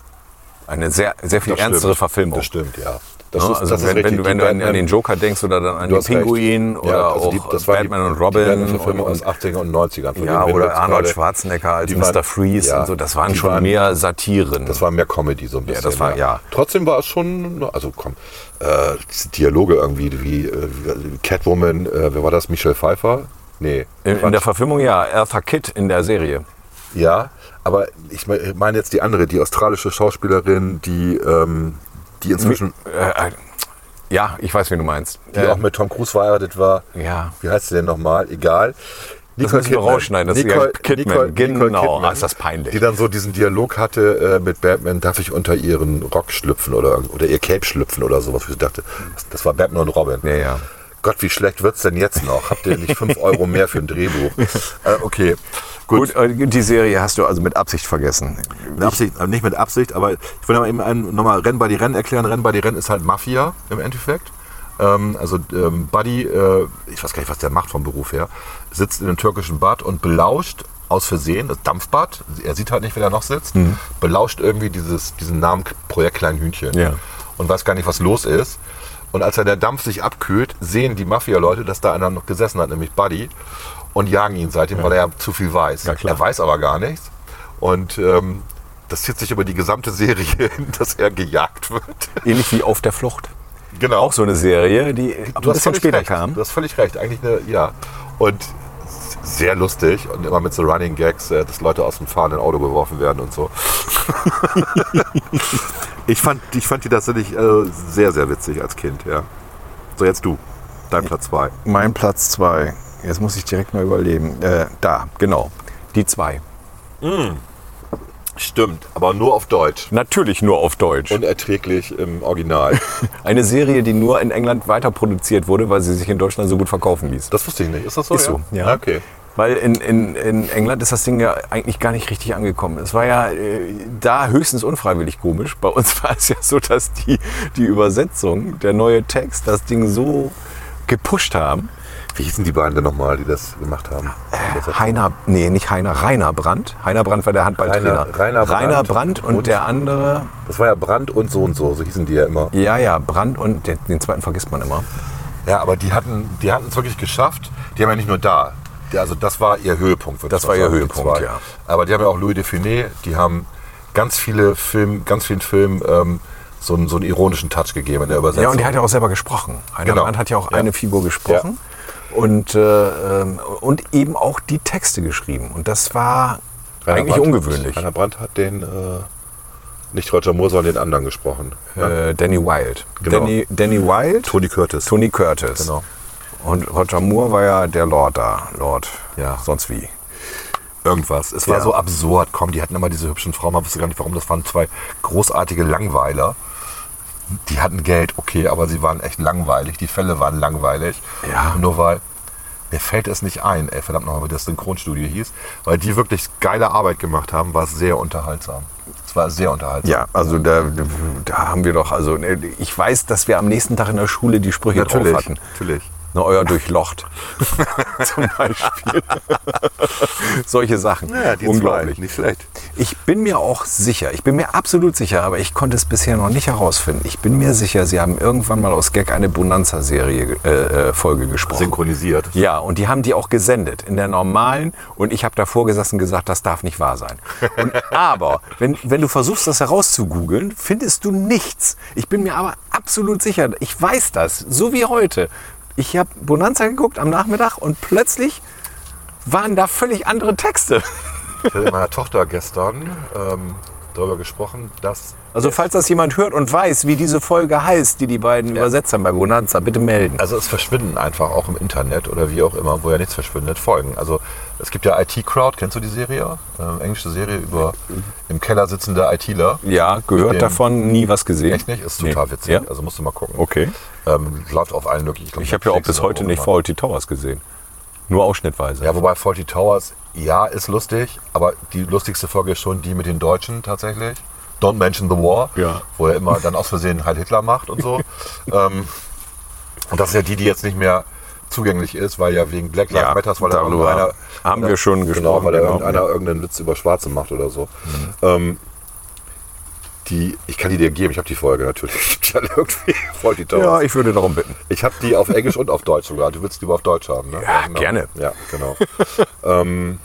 Speaker 4: Eine sehr, sehr viel
Speaker 3: Das
Speaker 4: ernstere
Speaker 3: stimmt.
Speaker 4: Verfilmung.
Speaker 3: Das stimmt, ja.
Speaker 4: Ne?
Speaker 3: Das ist,
Speaker 4: also
Speaker 3: das ist
Speaker 4: wenn, wenn,
Speaker 3: richtig.
Speaker 4: du- wenn
Speaker 3: Die
Speaker 4: du an,
Speaker 3: Batman-
Speaker 4: an den Joker denkst oder dann an
Speaker 3: Du
Speaker 4: den
Speaker 3: hast recht.
Speaker 4: Pinguin
Speaker 3: Ja,
Speaker 4: oder
Speaker 3: also
Speaker 4: auch äh,
Speaker 3: die- das war die-
Speaker 4: Batman und
Speaker 3: Die
Speaker 4: Robin.
Speaker 3: Batman-Verfilmung
Speaker 4: und-
Speaker 3: aus 80er und 90ern. Von
Speaker 4: ja,
Speaker 3: denen reden wir
Speaker 4: oder
Speaker 3: jetzt
Speaker 4: Arnold
Speaker 3: gerade.
Speaker 4: Schwarzenegger als
Speaker 3: Die waren-
Speaker 4: Mr. Freeze
Speaker 3: ja,
Speaker 4: und so. Das waren
Speaker 3: die
Speaker 4: schon
Speaker 3: waren-
Speaker 4: mehr Satiren.
Speaker 3: Das war mehr Comedy so ein bisschen.
Speaker 4: das war- ja.
Speaker 3: Trotzdem war es schon, also komm, äh, diese Dialoge irgendwie wie, äh, wie Catwoman, äh, wer war das? Michelle Pfeiffer? Nee.
Speaker 4: in, in der Verfilmung ja, Arthur Kidd in der Serie.
Speaker 3: Ja, aber ich me- meine jetzt die andere, die australische Schauspielerin, die, ähm, die inzwischen,
Speaker 4: Äh, äh, ja, ich weiß, wen du meinst.
Speaker 3: die
Speaker 4: ja.
Speaker 3: auch mit Tom Cruise verheiratet war.
Speaker 4: ja.
Speaker 3: Wie heißt sie denn nochmal? Egal.
Speaker 4: Das müssen wir rausschneiden, das ist ja Kidman, genau. Ah, ist das peinlich.
Speaker 3: Die dann so diesen Dialog hatte äh, mit Batman, darf ich unter ihren Rock schlüpfen oder, irgend- oder ihr Cape schlüpfen oder sowas. wo Ich dachte, das, das war Batman und Robin.
Speaker 4: Ja, ja.
Speaker 3: Gott, wie schlecht wird's denn jetzt noch? Habt ihr nicht 5 Euro mehr für ein
Speaker 4: (laughs)
Speaker 3: Drehbuch? Äh, okay,
Speaker 4: Gut, äh, die Serie hast du also mit Absicht vergessen.
Speaker 3: Mit Absicht, äh, nicht mit Absicht, aber ich will aber eben einen, nochmal Rennen bei die Rennen erklären. Rennen bei die Rennen ist halt Mafia im Endeffekt. Ähm, also ähm, Buddy, äh, ich weiß gar nicht, was der macht vom Beruf her, sitzt in einem türkischen Bad und belauscht aus Versehen, das Dampfbad, er sieht halt nicht, wer da noch sitzt,
Speaker 4: Mhm.
Speaker 3: belauscht irgendwie dieses, diesen Namen Projekt Klein Hühnchen
Speaker 4: Ja.
Speaker 3: und weiß gar nicht, was los ist. Und als dann der Dampf sich abkühlt, sehen die Mafia-Leute, dass da einer noch gesessen hat, nämlich Buddy, und jagen ihn seitdem, weil er ja zu viel weiß.
Speaker 4: Ja, klar.
Speaker 3: Er weiß aber gar nichts. Und ähm, das zieht sich über die gesamte Serie (laughs) hin, dass er gejagt wird. (laughs)
Speaker 4: Ähnlich wie Auf der Flucht.
Speaker 3: Genau.
Speaker 4: Auch so eine Serie, die ein bisschen
Speaker 3: völlig
Speaker 4: später
Speaker 3: recht.
Speaker 4: kam.
Speaker 3: Du hast völlig recht. Eigentlich eine, ja. Und s- sehr lustig und immer mit so Running Gags, äh, dass Leute aus dem fahrenden Auto geworfen werden und so. (laughs) ich, fand, ich fand die tatsächlich äh, sehr, sehr witzig als Kind, ja. So, jetzt du. Dein Platz 2.
Speaker 4: Mein Platz 2 Jetzt muss ich direkt mal überlegen. Äh, da, genau. Die zwei.
Speaker 3: Stimmt, aber nur auf Deutsch.
Speaker 4: Natürlich nur auf Deutsch.
Speaker 3: Unerträglich im (laughs) Original.
Speaker 4: Eine Serie, die nur in England weiter produziert wurde, weil sie sich in Deutschland so gut verkaufen ließ.
Speaker 3: Das wusste ich nicht. Ist das so?
Speaker 4: Ist so, ja.
Speaker 3: ja. Okay.
Speaker 4: Weil in, in, in England ist das Ding ja eigentlich gar nicht richtig angekommen. Es war ja äh, da höchstens unfreiwillig komisch. Bei uns (laughs) war es ja so, dass die, die Übersetzung, der neue Text, das Ding so gepusht haben.
Speaker 3: Wie hießen die beiden denn nochmal, die das gemacht haben?
Speaker 4: Heiner, nee, nicht Heiner, Rainer Brandt. Heiner Brandt war der Handballtrainer.
Speaker 3: Rainer- Rainer Brandt.
Speaker 4: Brandt und,
Speaker 3: Und-
Speaker 4: der andere,
Speaker 3: Das war ja Brand und so und so, so hießen die ja immer.
Speaker 4: ja, ja, Brandt und den, den zweiten vergisst man immer.
Speaker 3: Ja, aber die hatten die hatten es wirklich geschafft. Die haben ja nicht nur da. Die, also das war ihr Höhepunkt. würde
Speaker 4: Das
Speaker 3: ich
Speaker 4: war
Speaker 3: mal
Speaker 4: ihr
Speaker 3: sagen, die
Speaker 4: Höhepunkt,
Speaker 3: zwei.
Speaker 4: ja.
Speaker 3: Aber die haben ja auch Louis de Funès, die haben ganz viele Film, ganz vielen Filmen ähm, so, einen, so einen ironischen Touch gegeben in der Übersetzung.
Speaker 4: Ja, und die hat ja auch selber gesprochen. Heiner
Speaker 3: Genau.
Speaker 4: Brandt hat ja auch
Speaker 3: Ja.
Speaker 4: eine Figur gesprochen und, äh, ähm, und eben auch die Texte geschrieben. Und das war
Speaker 3: Rainer
Speaker 4: eigentlich
Speaker 3: Brandt-
Speaker 4: ungewöhnlich.
Speaker 3: Rainer Brandt hat den, äh, nicht Roger Moore, sondern den anderen gesprochen. ne?
Speaker 4: Äh, Danny Wilde.
Speaker 3: Genau.
Speaker 4: Danny, Danny Wilde,
Speaker 3: Tony Curtis.
Speaker 4: Tony Curtis.
Speaker 3: Genau.
Speaker 4: Und Roger Moore war ja der Lord da. Lord.
Speaker 3: Ja.
Speaker 4: Sonst wie.
Speaker 3: Irgendwas. Es war
Speaker 4: Ja.
Speaker 3: so absurd. Komm, die hatten immer diese hübschen Frauen. Man wusste gar nicht warum. Das waren zwei großartige Langweiler. Die hatten Geld, okay, aber sie waren echt langweilig. Die Fälle waren langweilig.
Speaker 4: Ja.
Speaker 3: Nur weil, mir fällt es nicht ein, ey, verdammt nochmal, wie das Synchronstudio hieß. Weil die wirklich geile Arbeit gemacht haben, war es sehr unterhaltsam. Es war sehr unterhaltsam.
Speaker 4: Ja, also da, da haben wir doch, also ich weiß, dass wir am nächsten Tag in der Schule die Sprüche
Speaker 3: natürlich.
Speaker 4: drauf hatten.
Speaker 3: natürlich.
Speaker 4: Na,
Speaker 3: (laughs)
Speaker 4: euer durchlocht. Zum Beispiel. Solche Sachen. Unglaublich.
Speaker 3: Nicht schlecht.
Speaker 4: Ich bin mir auch sicher, ich bin mir absolut sicher, aber ich konnte es bisher noch nicht herausfinden. Ich bin mir sicher, sie haben irgendwann mal aus Gag eine Bonanza-Serie äh, äh, Folge gesprochen.
Speaker 3: Synchronisiert.
Speaker 4: Ja, und die haben die auch gesendet in der normalen und ich habe davor gesessen und gesagt, das darf nicht wahr sein.
Speaker 3: (laughs)
Speaker 4: Und, aber wenn, wenn du versuchst, das herauszugoogeln, findest du nichts. Ich bin mir aber absolut sicher, ich weiß das, so wie heute. Ich habe Bonanza geguckt am Nachmittag und plötzlich waren da völlig andere Texte.
Speaker 3: Ich hatte mit meiner Tochter gestern ähm, darüber gesprochen, dass
Speaker 4: Also falls das jemand hört und weiß, wie diese Folge heißt, die die beiden übersetzt haben bei Bonanza, bitte melden.
Speaker 3: Also es verschwinden einfach auch im Internet oder wie auch immer, wo ja nichts verschwindet, Folgen. Also es gibt ja IT Crowd, kennst du die Serie? Ähm, englische Serie über im Keller sitzende ITler.
Speaker 4: Ja, gehört
Speaker 3: Mit dem-
Speaker 4: davon, nie was gesehen.
Speaker 3: Echt nicht? Ist total
Speaker 4: Nee.
Speaker 3: witzig.
Speaker 4: Ja.
Speaker 3: Also musst du mal gucken.
Speaker 4: Okay.
Speaker 3: Ähm, läuft auf allen möglichen. glaub,
Speaker 4: Ich habe ja auch
Speaker 3: Netflix
Speaker 4: bis
Speaker 3: oder
Speaker 4: heute
Speaker 3: wo
Speaker 4: nicht
Speaker 3: immer.
Speaker 4: Faulty Towers gesehen. Nur ausschnittweise.
Speaker 3: Ja, wobei Faulty Towers, ja, ist lustig, aber die lustigste Folge ist schon die mit den Deutschen tatsächlich. Don't mention the war,
Speaker 4: Ja.
Speaker 3: wo er immer dann aus Versehen halt Hitler macht und
Speaker 4: (laughs)
Speaker 3: so. ähm, und das ist ja die, die jetzt nicht mehr zugänglich ist, weil ja wegen Black Lives
Speaker 4: Ja,
Speaker 3: Matters, weil da
Speaker 4: darüber
Speaker 3: irgendeiner-
Speaker 4: haben wir schon
Speaker 3: Genau,
Speaker 4: gesprochen,
Speaker 3: weil da
Speaker 4: genau. Mhm.
Speaker 3: irgendeiner irgendeinen Witz über Schwarze macht oder so. Ähm, die, ich kann die dir geben, ich habe die Folge natürlich. (laughs) Die hat irgendwie Faulty Towers.
Speaker 4: Ja, ich würde darum bitten.
Speaker 3: Ich habe die auf Englisch und auf Deutsch sogar. Du willst die lieber auf Deutsch haben, ne?
Speaker 4: Ja, gerne.
Speaker 3: Ja, genau. ähm,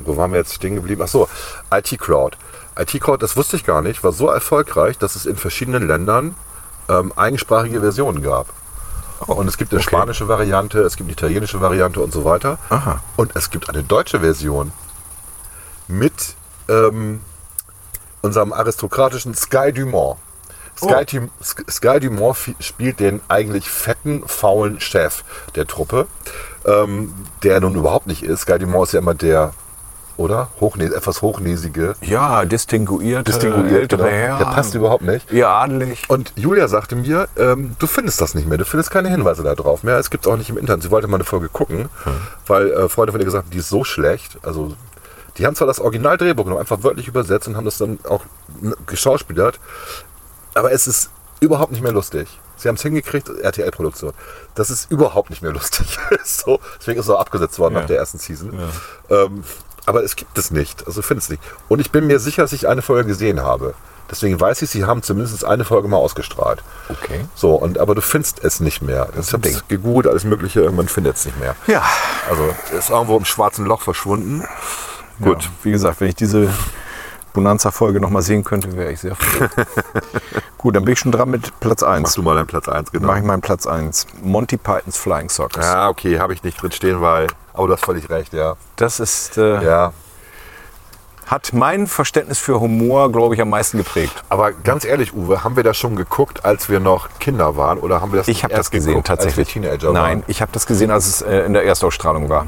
Speaker 3: wo waren wir jetzt stehen geblieben? Ach so, IT Crowd. IT Crowd, das wusste ich gar nicht, war so erfolgreich, dass es in verschiedenen Ländern ähm, eigensprachige Versionen gab.
Speaker 4: Oh,
Speaker 3: und es gibt eine spanische Variante, es gibt eine italienische Variante und so weiter.
Speaker 4: Aha.
Speaker 3: Und es gibt eine deutsche Version mit ähm, unserem aristokratischen Sky Dumont. Sky,
Speaker 4: Oh.
Speaker 3: Tim- Sk- Sky Dumont fi- spielt den eigentlich fetten, faulen Chef der Truppe, ähm, der er nun überhaupt nicht ist. Sky Dumont ist ja immer der, oder? Hochnäs etwas hochnäsige,
Speaker 4: Ja, distinguiert,
Speaker 3: distinguierte.
Speaker 4: ältere
Speaker 3: Der
Speaker 4: Herren.
Speaker 3: passt überhaupt nicht.
Speaker 4: Ihr adelig.
Speaker 3: Und Julia sagte mir, ähm, du findest das nicht mehr, du findest keine Hinweise darauf mehr. Es gibt es auch nicht im Internet. Sie wollte mal eine Folge gucken, weil äh, Freunde von ihr gesagt haben, die ist so schlecht. Also, die haben zwar das Originaldrehbuch genommen, einfach wörtlich übersetzt und haben das dann auch n- geschauspielert, aber es ist überhaupt nicht mehr lustig. Sie haben es hingekriegt, RTL-Produktion. Das ist überhaupt nicht mehr lustig. (laughs) so, deswegen ist es auch abgesetzt worden nach der ersten Season. Ähm, aber es gibt es nicht. Also finde es nicht. Und ich bin mir sicher, dass ich eine Folge gesehen habe. Deswegen weiß ich, sie haben zumindest eine Folge mal ausgestrahlt.
Speaker 4: Okay.
Speaker 3: So, und aber du findest es nicht mehr. Ich habe es gegoogelt, alles Mögliche, irgendwann findet es nicht mehr.
Speaker 4: Ja.
Speaker 3: Also ist irgendwo im schwarzen Loch verschwunden. Gut.
Speaker 4: Ja, wie gesagt, wenn ich diese Bonanza-Folge nochmal sehen könnte, wäre ich sehr (laughs) froh. Gut, dann bin ich schon dran mit Platz 1.
Speaker 3: Machst du mal deinen Platz 1, genau.
Speaker 4: Mache ich meinen Platz 1. Monty Pythons Flying Circus.
Speaker 3: Ja, okay, habe ich nicht drin stehen, weil. Aber du hast völlig recht, ja.
Speaker 4: Das ist äh,
Speaker 3: Ja.
Speaker 4: hat mein Verständnis für Humor, glaube ich, am meisten geprägt.
Speaker 3: Aber ganz ehrlich, Uwe, haben wir das schon geguckt, als wir noch Kinder waren? Oder haben wir das
Speaker 4: Ich habe
Speaker 3: erst
Speaker 4: das gesehen,
Speaker 3: geguckt,
Speaker 4: tatsächlich.
Speaker 3: Als wir Teenager
Speaker 4: Nein,
Speaker 3: waren?
Speaker 4: ich habe das gesehen, als es äh, in der Erstausstrahlung war.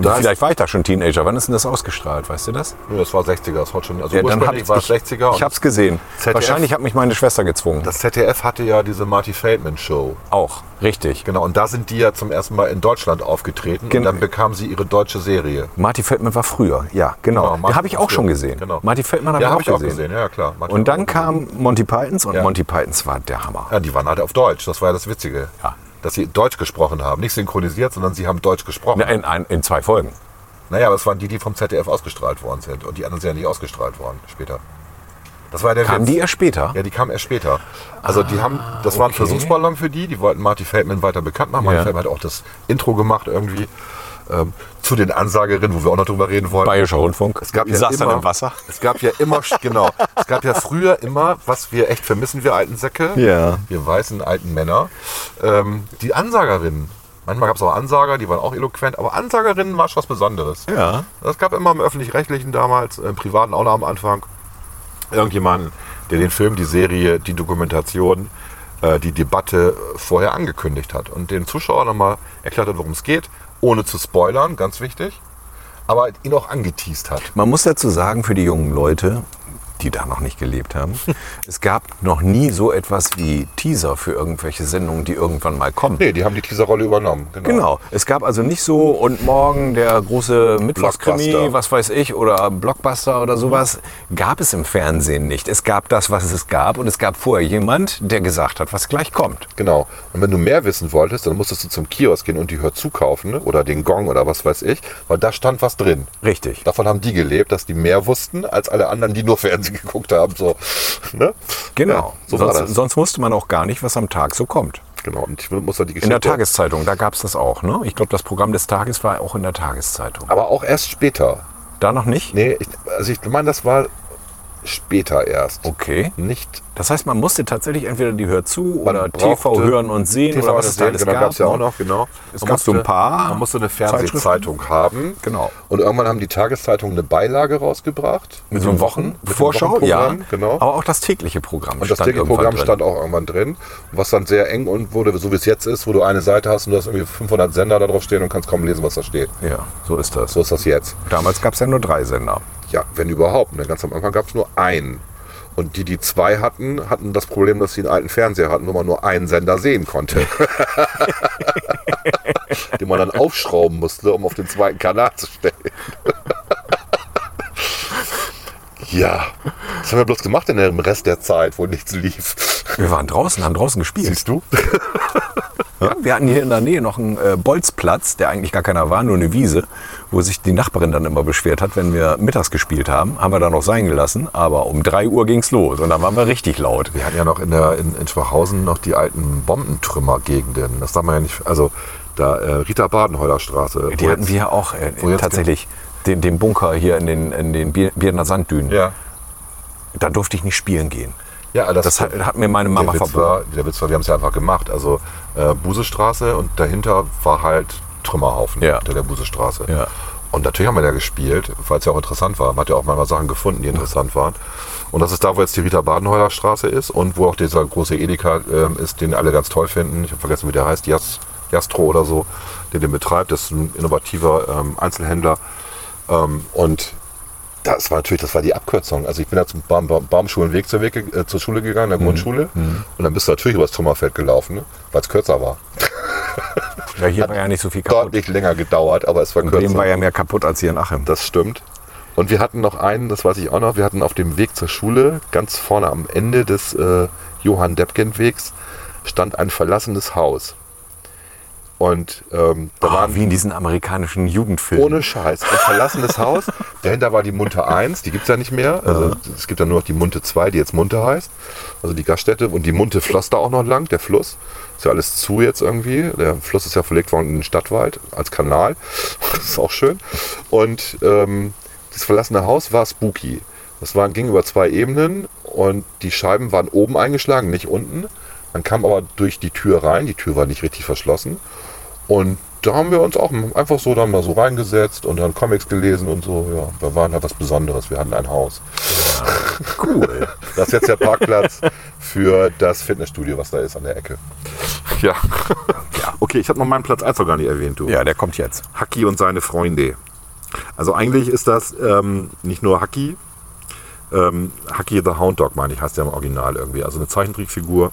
Speaker 3: Da ist-
Speaker 4: Vielleicht war ich da schon Teenager. Wann ist denn das ausgestrahlt? Weißt du das?
Speaker 3: Nö, das war 60er. Das hat schon, also
Speaker 4: Ja, dann hab
Speaker 3: ursprünglich war es 60er.
Speaker 4: Ich habe es gesehen.
Speaker 3: ZDF
Speaker 4: Wahrscheinlich hat mich meine Schwester gezwungen.
Speaker 3: das ZDF hatte ja diese Marty Feldman Show.
Speaker 4: auch, richtig.
Speaker 3: Genau, und da sind die ja zum ersten Mal in Deutschland aufgetreten
Speaker 4: Gen-
Speaker 3: und dann bekamen sie ihre deutsche Serie.
Speaker 4: Marty Feldman war früher, ja, genau.
Speaker 3: Genau,
Speaker 4: Den
Speaker 3: Marty
Speaker 4: habe ich
Speaker 3: war
Speaker 4: auch schon
Speaker 3: früher.
Speaker 4: gesehen.
Speaker 3: Genau.
Speaker 4: Marty Feldman habe
Speaker 3: Ja,
Speaker 4: ich,
Speaker 3: hab
Speaker 4: auch gesehen.
Speaker 3: ja klar. Marty
Speaker 4: Und dann
Speaker 3: Feldman.
Speaker 4: kam Monty Pythons und
Speaker 3: Ja.
Speaker 4: Monty Pythons war der Hammer.
Speaker 3: Ja, die waren halt auf Deutsch, das war ja das Witzige.
Speaker 4: Ja.
Speaker 3: Dass sie Deutsch gesprochen haben. Nicht synchronisiert, sondern sie haben Deutsch gesprochen.
Speaker 4: Na, In, ein- in zwei Folgen.
Speaker 3: Naja, aber es waren die, die vom ZDF ausgestrahlt worden sind. Und die anderen sind ja nicht ausgestrahlt worden später. Das war ja der
Speaker 4: Kamen
Speaker 3: Witz.
Speaker 4: die erst später?
Speaker 3: Ja, die kamen erst später. Also die haben, das war ein
Speaker 4: Ah, okay.
Speaker 3: Versuchsballon für die, die wollten Marty Feldman weiter bekannt machen. Marty
Speaker 4: Ja.
Speaker 3: Feldman hat auch das Intro gemacht irgendwie. Ähm, zu den Ansagerinnen, wo wir auch noch drüber reden wollen.
Speaker 4: Bayerischer Rundfunk.
Speaker 3: Es gab
Speaker 4: Die
Speaker 3: ja
Speaker 4: saß
Speaker 3: immer,
Speaker 4: dann im Wasser.
Speaker 3: Es gab ja immer, (laughs) genau. Es gab ja früher immer, was wir echt vermissen, wir alten Säcke,
Speaker 4: Ja.
Speaker 3: wir weißen alten Männer, ähm, die Ansagerinnen. Manchmal gab es auch Ansager, die waren auch eloquent, aber Ansagerinnen war schon was Besonderes.
Speaker 4: Ja.
Speaker 3: Das gab immer im Öffentlich-Rechtlichen damals, im Privaten auch noch am Anfang, irgendjemanden, der den Film, die Serie, die Dokumentation, äh, die Debatte vorher angekündigt hat und den Zuschauer nochmal erklärt hat, worum es geht, ohne zu spoilern, ganz wichtig, aber ihn auch angeteased hat.
Speaker 4: Man muss dazu sagen, für die jungen Leute, die da noch nicht
Speaker 3: (laughs)
Speaker 4: gelebt haben, es gab noch nie so etwas wie Teaser für irgendwelche Sendungen, die irgendwann mal kommen.
Speaker 3: Nee, die haben die Teaserrolle übernommen.
Speaker 4: Genau. Es gab also nicht so und morgen der große Mittwochskrimi,
Speaker 3: Blockbuster. Mhm.
Speaker 4: was weiß ich, oder Blockbuster oder sowas. Gab es im Fernsehen nicht. Es gab das, was es gab und es gab vorher jemand, der gesagt hat, was gleich kommt.
Speaker 3: Genau. Und wenn du mehr wissen wolltest, dann musstest du zum Kiosk gehen und die Hör zu kaufen ne? oder den Gong oder was weiß ich, weil da stand was drin.
Speaker 4: Richtig.
Speaker 3: Davon haben die gelebt, dass die mehr wussten als alle anderen, die nur Fernsehen (laughs) geguckt haben. So, ne?
Speaker 4: Genau.
Speaker 3: Ja, so war
Speaker 4: sonst,
Speaker 3: das.
Speaker 4: sonst wusste man auch gar nicht, was am Tag so kommt.
Speaker 3: Genau. Und ich muss da die Geschichte.
Speaker 4: In der Tageszeitung, da gab es das auch. Ne? Ich glaube, das Programm des Tages war auch in der Tageszeitung.
Speaker 3: Aber auch erst später.
Speaker 4: Da noch nicht?
Speaker 3: Nee, ich, also ich meine, das war später erst.
Speaker 4: Okay.
Speaker 3: Nicht
Speaker 4: Das heißt, man musste tatsächlich entweder die Hör zu
Speaker 3: Man
Speaker 4: oder
Speaker 3: brauchte
Speaker 4: TV hören und sehen
Speaker 3: TV
Speaker 4: oder was es da
Speaker 3: sehen,
Speaker 4: alles
Speaker 3: genau,
Speaker 4: gab.
Speaker 3: gab's ja auch
Speaker 4: ne?
Speaker 3: noch, genau.
Speaker 4: Es
Speaker 3: Man
Speaker 4: gab so ein
Speaker 3: musste-
Speaker 4: paar.
Speaker 3: Man musste eine
Speaker 4: Zeitschriften.
Speaker 3: Fernsehzeitung haben.
Speaker 4: Genau.
Speaker 3: Und irgendwann haben die Tageszeitungen eine Beilage rausgebracht.
Speaker 4: Mit so einem Wochen
Speaker 3: Mit einem
Speaker 4: Vorschau, ja.
Speaker 3: Wochenprogramm, Genau.
Speaker 4: Aber auch das tägliche Programm.
Speaker 3: und das
Speaker 4: stand
Speaker 3: Programm
Speaker 4: irgendwann
Speaker 3: stand
Speaker 4: drin.
Speaker 3: auch irgendwann drin. Was dann sehr eng und wurde, so wie es jetzt ist, wo du eine Seite hast und du hast irgendwie 500 Sender da drauf stehen und kannst kaum lesen, was da steht.
Speaker 4: Ja, so ist das.
Speaker 3: So ist das jetzt.
Speaker 4: Damals gab es ja nur drei Sender.
Speaker 3: Ja, wenn überhaupt. Ne? Ganz am Anfang gab es nur einen. Und die, die zwei hatten, hatten das Problem, dass sie einen alten Fernseher hatten, wo man nur einen Sender sehen konnte. (laughs) Den man dann aufschrauben musste, um auf den zweiten Kanal zu stellen. (laughs) ja, das haben wir bloß gemacht in dem Rest der Zeit, wo nichts lief.
Speaker 4: Wir waren draußen, haben draußen gespielt.
Speaker 3: Siehst du?
Speaker 4: Ja, wir hatten hier in der Nähe noch einen äh, Bolzplatz, der eigentlich gar keiner war, nur eine Wiese, wo sich die Nachbarin dann immer beschwert hat, wenn wir mittags gespielt haben. Haben wir da noch sein gelassen, aber um drei Uhr ging es los und dann waren wir richtig laut.
Speaker 3: Wir hatten ja noch in, der, in, in Schwachhausen noch die alten Bombentrümmergegenden. Das darf man ja nicht. Also da äh, Rita Badenheuler Straße.
Speaker 4: Die hatten wir auch äh,
Speaker 3: wo jetzt-
Speaker 4: tatsächlich, den, den Bunker hier in den, in den Bier- Biedener Sanddünen.
Speaker 3: Ja.
Speaker 4: Da durfte ich nicht spielen gehen.
Speaker 3: Ja,
Speaker 4: Das hat, hat mir meine Mama
Speaker 3: der Witz,
Speaker 4: verboten.
Speaker 3: war, der Witz war, wir haben es ja einfach gemacht. Also äh, Busestraße und dahinter war halt Trümmerhaufen
Speaker 4: Ja.
Speaker 3: hinter der Busestraße.
Speaker 4: Ja.
Speaker 3: Und natürlich haben wir da gespielt, weil es ja auch interessant war. Man hat ja auch manchmal Sachen gefunden, die interessant waren. Und das ist da, wo jetzt die Rita Badenheuer Straße ist und wo auch dieser große Edeka ähm, ist, den alle ganz toll finden. Ich habe vergessen, wie der heißt, Jas, Jastro oder so, der den betreibt. Das ist ein innovativer ähm, Einzelhändler. Ähm, und das war natürlich, das war die Abkürzung. Also ich bin da zum Baum, Baum, Baumschulenweg zur, Weg, äh, zur Schule gegangen, der
Speaker 4: Mhm.
Speaker 3: Grundschule. Und dann bist du natürlich übers Trümmerfeld gelaufen, ne? weil es kürzer war.
Speaker 4: Ja, hier war ja nicht so viel kaputt.
Speaker 3: Deutlich länger gedauert, aber es war
Speaker 4: In Bremen
Speaker 3: kürzer.
Speaker 4: war ja mehr kaputt als hier in Achim.
Speaker 3: Das stimmt. Und wir hatten noch einen, das weiß ich auch noch, wir hatten auf dem Weg zur Schule, ganz vorne am Ende des äh, Johann Debken Wegs, stand ein verlassenes Haus. Und ähm, da
Speaker 4: Ah,
Speaker 3: waren
Speaker 4: wie in diesen amerikanischen Jugendfilmen.
Speaker 3: Ohne Scheiß. Ein verlassenes Haus. Dahinter war die Munte 1, die gibt es ja nicht mehr. Also, es gibt ja nur noch die Munte 2, die jetzt Munte heißt. Also die Gaststätte. Und die Munte floss da auch noch lang, der Fluss. Ist ja alles zu jetzt irgendwie. Der Fluss ist ja verlegt worden in den Stadtwald als Kanal. (laughs) Das ist auch schön. Und ähm, das verlassene Haus war spooky. Das war, ging über zwei Ebenen und die Scheiben waren oben eingeschlagen, nicht unten. Man kam aber durch die Tür rein. Die Tür war nicht richtig verschlossen. Und da haben wir uns auch einfach so dann mal so reingesetzt und dann Comics gelesen und so. Ja, wir waren halt was Besonderes. Wir hatten ein Haus. (laughs)
Speaker 4: Cool.
Speaker 3: Das ist jetzt der Parkplatz für das Fitnessstudio, was da ist an der Ecke. Ja. (laughs) ja. Okay, ich habe noch meinen Platz 1 noch gar nicht erwähnt, du.
Speaker 4: Ja, der kommt jetzt.
Speaker 3: Haki und seine Freunde. Also eigentlich ist das ähm, nicht nur Haki. Ähm, Haki the Hound Dog, meine ich, heißt der im Original irgendwie. Also eine Zeichentrickfigur,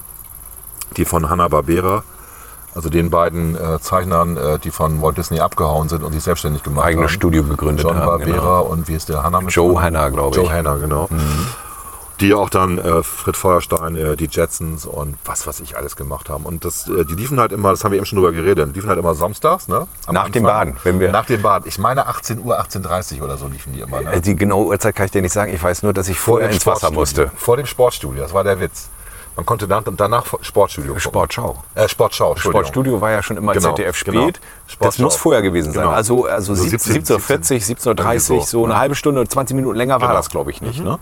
Speaker 3: die von Hanna-Barbera, also den beiden äh, Zeichnern, äh, die von Walt Disney abgehauen sind und sich selbstständig gemacht
Speaker 4: Eigenes
Speaker 3: haben.
Speaker 4: Studio genau. gegründet
Speaker 3: John
Speaker 4: haben.
Speaker 3: Barbera und wie ist der Hanna? mit
Speaker 4: Joe
Speaker 3: Namen?
Speaker 4: Hanna, glaube ich. Mhm.
Speaker 3: Joe Hanna, genau. Die auch dann äh, Fritz Feuerstein, äh, die Jetsons und was weiß ich alles gemacht haben. Und das, äh, die liefen halt immer, das haben wir eben schon drüber geredet, die liefen halt immer samstags, ne?
Speaker 4: Nach dem Baden, wenn
Speaker 3: Wenn
Speaker 4: wir-
Speaker 3: wir nach dem Baden. Ich meine 18 Uhr, 18.30 Uhr oder so liefen die immer. Ne?
Speaker 4: Äh, Die genaue Uhrzeit kann ich dir nicht sagen. Ich weiß nur, dass ich vorher ins Wasser
Speaker 3: Sportstudio.
Speaker 4: musste.
Speaker 3: Vor dem Sportstudio, das war der Witz. Man konnte dann, danach Sportstudio gucken.
Speaker 4: Sportschau.
Speaker 3: Äh, Sportschau, Entschuldigung.
Speaker 4: Sportstudio war ja schon immer
Speaker 3: Genau,
Speaker 4: ZDF spät.
Speaker 3: genau.
Speaker 4: Das
Speaker 3: Sportschau.
Speaker 4: muss vorher gewesen sein.
Speaker 3: Genau.
Speaker 4: Also, also
Speaker 3: So
Speaker 4: 17, 17.40 17.30 so,
Speaker 3: Irgendwie so,
Speaker 4: eine
Speaker 3: ja.
Speaker 4: halbe Stunde, 20 Minuten länger war
Speaker 3: Genau. mhm.
Speaker 4: das, glaube ich, nicht. Ne?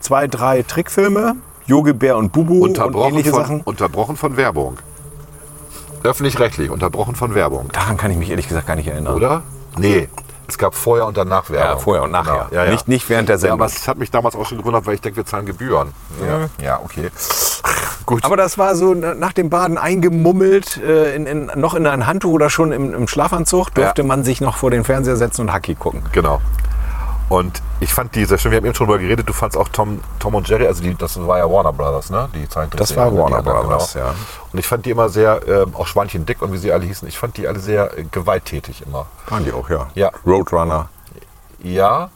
Speaker 4: Zwei, drei Trickfilme, Jogi Bär und Bubu und
Speaker 3: Unterbrochen,
Speaker 4: ähnliche
Speaker 3: von,
Speaker 4: Sachen.
Speaker 3: unterbrochen von Werbung. Öffentlich-rechtlich, unterbrochen von Werbung.
Speaker 4: Daran kann ich mich ehrlich gesagt gar nicht erinnern.
Speaker 3: Oder? Nee. Es gab vorher und danach Werbung.
Speaker 4: Ja, vorher und nachher.
Speaker 3: Genau. Ja, ja.
Speaker 4: Nicht, nicht während der
Speaker 3: ja,
Speaker 4: Sendung.
Speaker 3: aber es hat mich damals auch schon gewundert, weil ich denke, wir zahlen Gebühren. Ja, ja okay. Gut.
Speaker 4: Aber das war so na- nach dem Baden eingemummelt, äh, in, in, noch in ein Handtuch oder schon im, im Schlafanzug, durfte
Speaker 3: Ja.
Speaker 4: man sich noch vor den Fernseher setzen und Hacki gucken.
Speaker 3: genau. Und ich fand die sehr schön, wir haben eben schon darüber geredet, du fandst auch Tom, Tom und Jerry, also die, das war ja Warner Brothers, ne? Die Zeichentrickserie,
Speaker 4: Das war
Speaker 3: die
Speaker 4: Warner
Speaker 3: anderen,
Speaker 4: Brothers, ja.
Speaker 3: Und ich fand die immer sehr, ähm, auch Schweinchen Dick und wie sie alle hießen, ich fand die alle sehr äh, gewalttätig immer.
Speaker 4: Waren die auch,
Speaker 3: Ja.
Speaker 4: Roadrunner.
Speaker 3: Ja,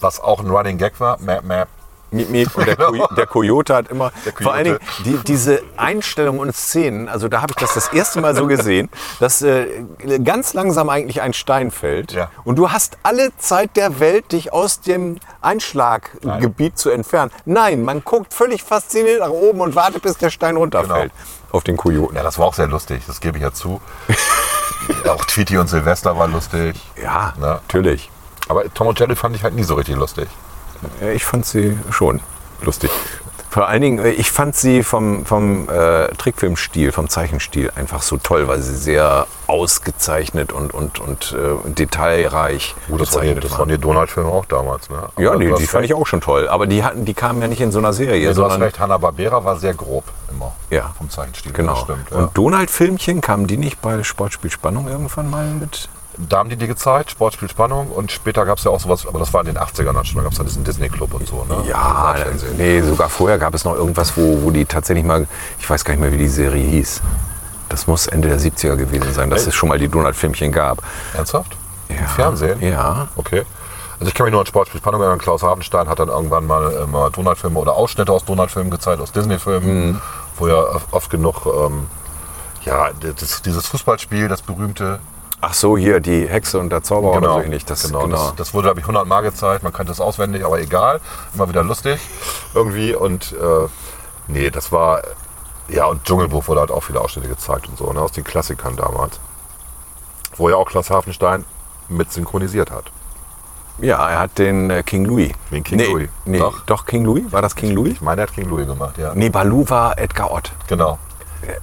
Speaker 3: was auch ein Running Gag war, map, map.
Speaker 4: Miep, miep.
Speaker 3: (laughs)
Speaker 4: Und der,
Speaker 3: Genau.
Speaker 4: Ko der Coyote hat immer,
Speaker 3: Coyote.
Speaker 4: vor allen Dingen die, diese Einstellungen und Szenen, also da habe ich das das erste Mal
Speaker 3: (laughs)
Speaker 4: so gesehen, dass äh, ganz langsam eigentlich ein Stein fällt
Speaker 3: Ja.
Speaker 4: und du hast alle Zeit der Welt, dich aus dem Einschlaggebiet zu entfernen. Nein, man guckt völlig fasziniert nach oben und wartet, bis der Stein runterfällt auf den Kojoten.
Speaker 3: Genau. Ja, das war auch sehr lustig, das gebe ich ja
Speaker 4: (laughs)
Speaker 3: zu. auch Tweety und Silvester war lustig.
Speaker 4: Ja,
Speaker 3: Ne?
Speaker 4: natürlich.
Speaker 3: Aber Tom und Jerry fand ich halt nie so richtig lustig.
Speaker 4: Ja, Äh, Ich fand sie schon lustig. Vor allen Dingen, äh, ich fand sie vom, vom äh, Trickfilmstil, vom Zeichenstil einfach so toll, weil sie sehr ausgezeichnet und, und, und äh, detailreich
Speaker 3: Gut, das, war die, das waren die Donald-Filme auch damals. Ne?
Speaker 4: ja,
Speaker 3: Aber
Speaker 4: nee,
Speaker 3: du
Speaker 4: die
Speaker 3: hast
Speaker 4: fand ich
Speaker 3: recht.
Speaker 4: auch schon toll. Aber die, hatten, die kamen ja nicht in so einer Serie.
Speaker 3: Ja, du hast
Speaker 4: sondern,
Speaker 3: recht, Hanna-Barbera war sehr grob immer
Speaker 4: Ja.
Speaker 3: vom Zeichenstil.
Speaker 4: Genau.
Speaker 3: das Stimmt, ja.
Speaker 4: Und Donald-Filmchen, kamen die nicht bei Sportspiel Spannung irgendwann mal mit?
Speaker 3: Da haben die dir gezeigt, Sportspiel Spannung und später gab es ja auch sowas, aber das war in den 80ern dann schon, da gab es ja diesen Disney-Club und so. Ne?
Speaker 4: Ja,
Speaker 3: Privatfernsehen.
Speaker 4: nee, sogar vorher gab es noch irgendwas, wo, wo die tatsächlich mal, ich weiß gar nicht mehr, wie die Serie hieß. Das muss Ende der 70er gewesen sein, dass es schon mal die Donald-Filmchen gab.
Speaker 3: Ernsthaft? Im Fernsehen?
Speaker 4: Ja.
Speaker 3: Okay. Also ich kann mich nur an Sportspiel Spannung erinnern. Klaus Habenstein hat dann irgendwann mal immer Donald-Filme oder Ausschnitte aus Donald-Filmen gezeigt, aus Disney-Filmen,
Speaker 4: Mhm.
Speaker 3: wo ja oft genug, ähm, ja, das, dieses Fußballspiel, das berühmte.
Speaker 4: Ach so, hier, die Hexe und der Zauberer oder Oh, so ähnlich. Das,
Speaker 3: genau, Das, das wurde, glaube ich, 100 Mal gezeigt. Man kannte es auswendig, aber egal. Immer wieder lustig irgendwie. Und äh, nee, das war, ja, und Dschungelbuch wurde halt auch viele Ausschnitte gezeigt und so, ne, aus den Klassikern damals. Wo ja auch Klaus Hafenstein mit synchronisiert hat.
Speaker 4: ja, er hat den äh, King Louis.
Speaker 3: Den King
Speaker 4: nee,
Speaker 3: Louis.
Speaker 4: Nee, doch.
Speaker 3: Doch.
Speaker 4: King Louis? War das King Louis?
Speaker 3: Ich meine, er hat King Louis gemacht, ja.
Speaker 4: Nee, Baloo war Edgar Ott.
Speaker 3: Genau.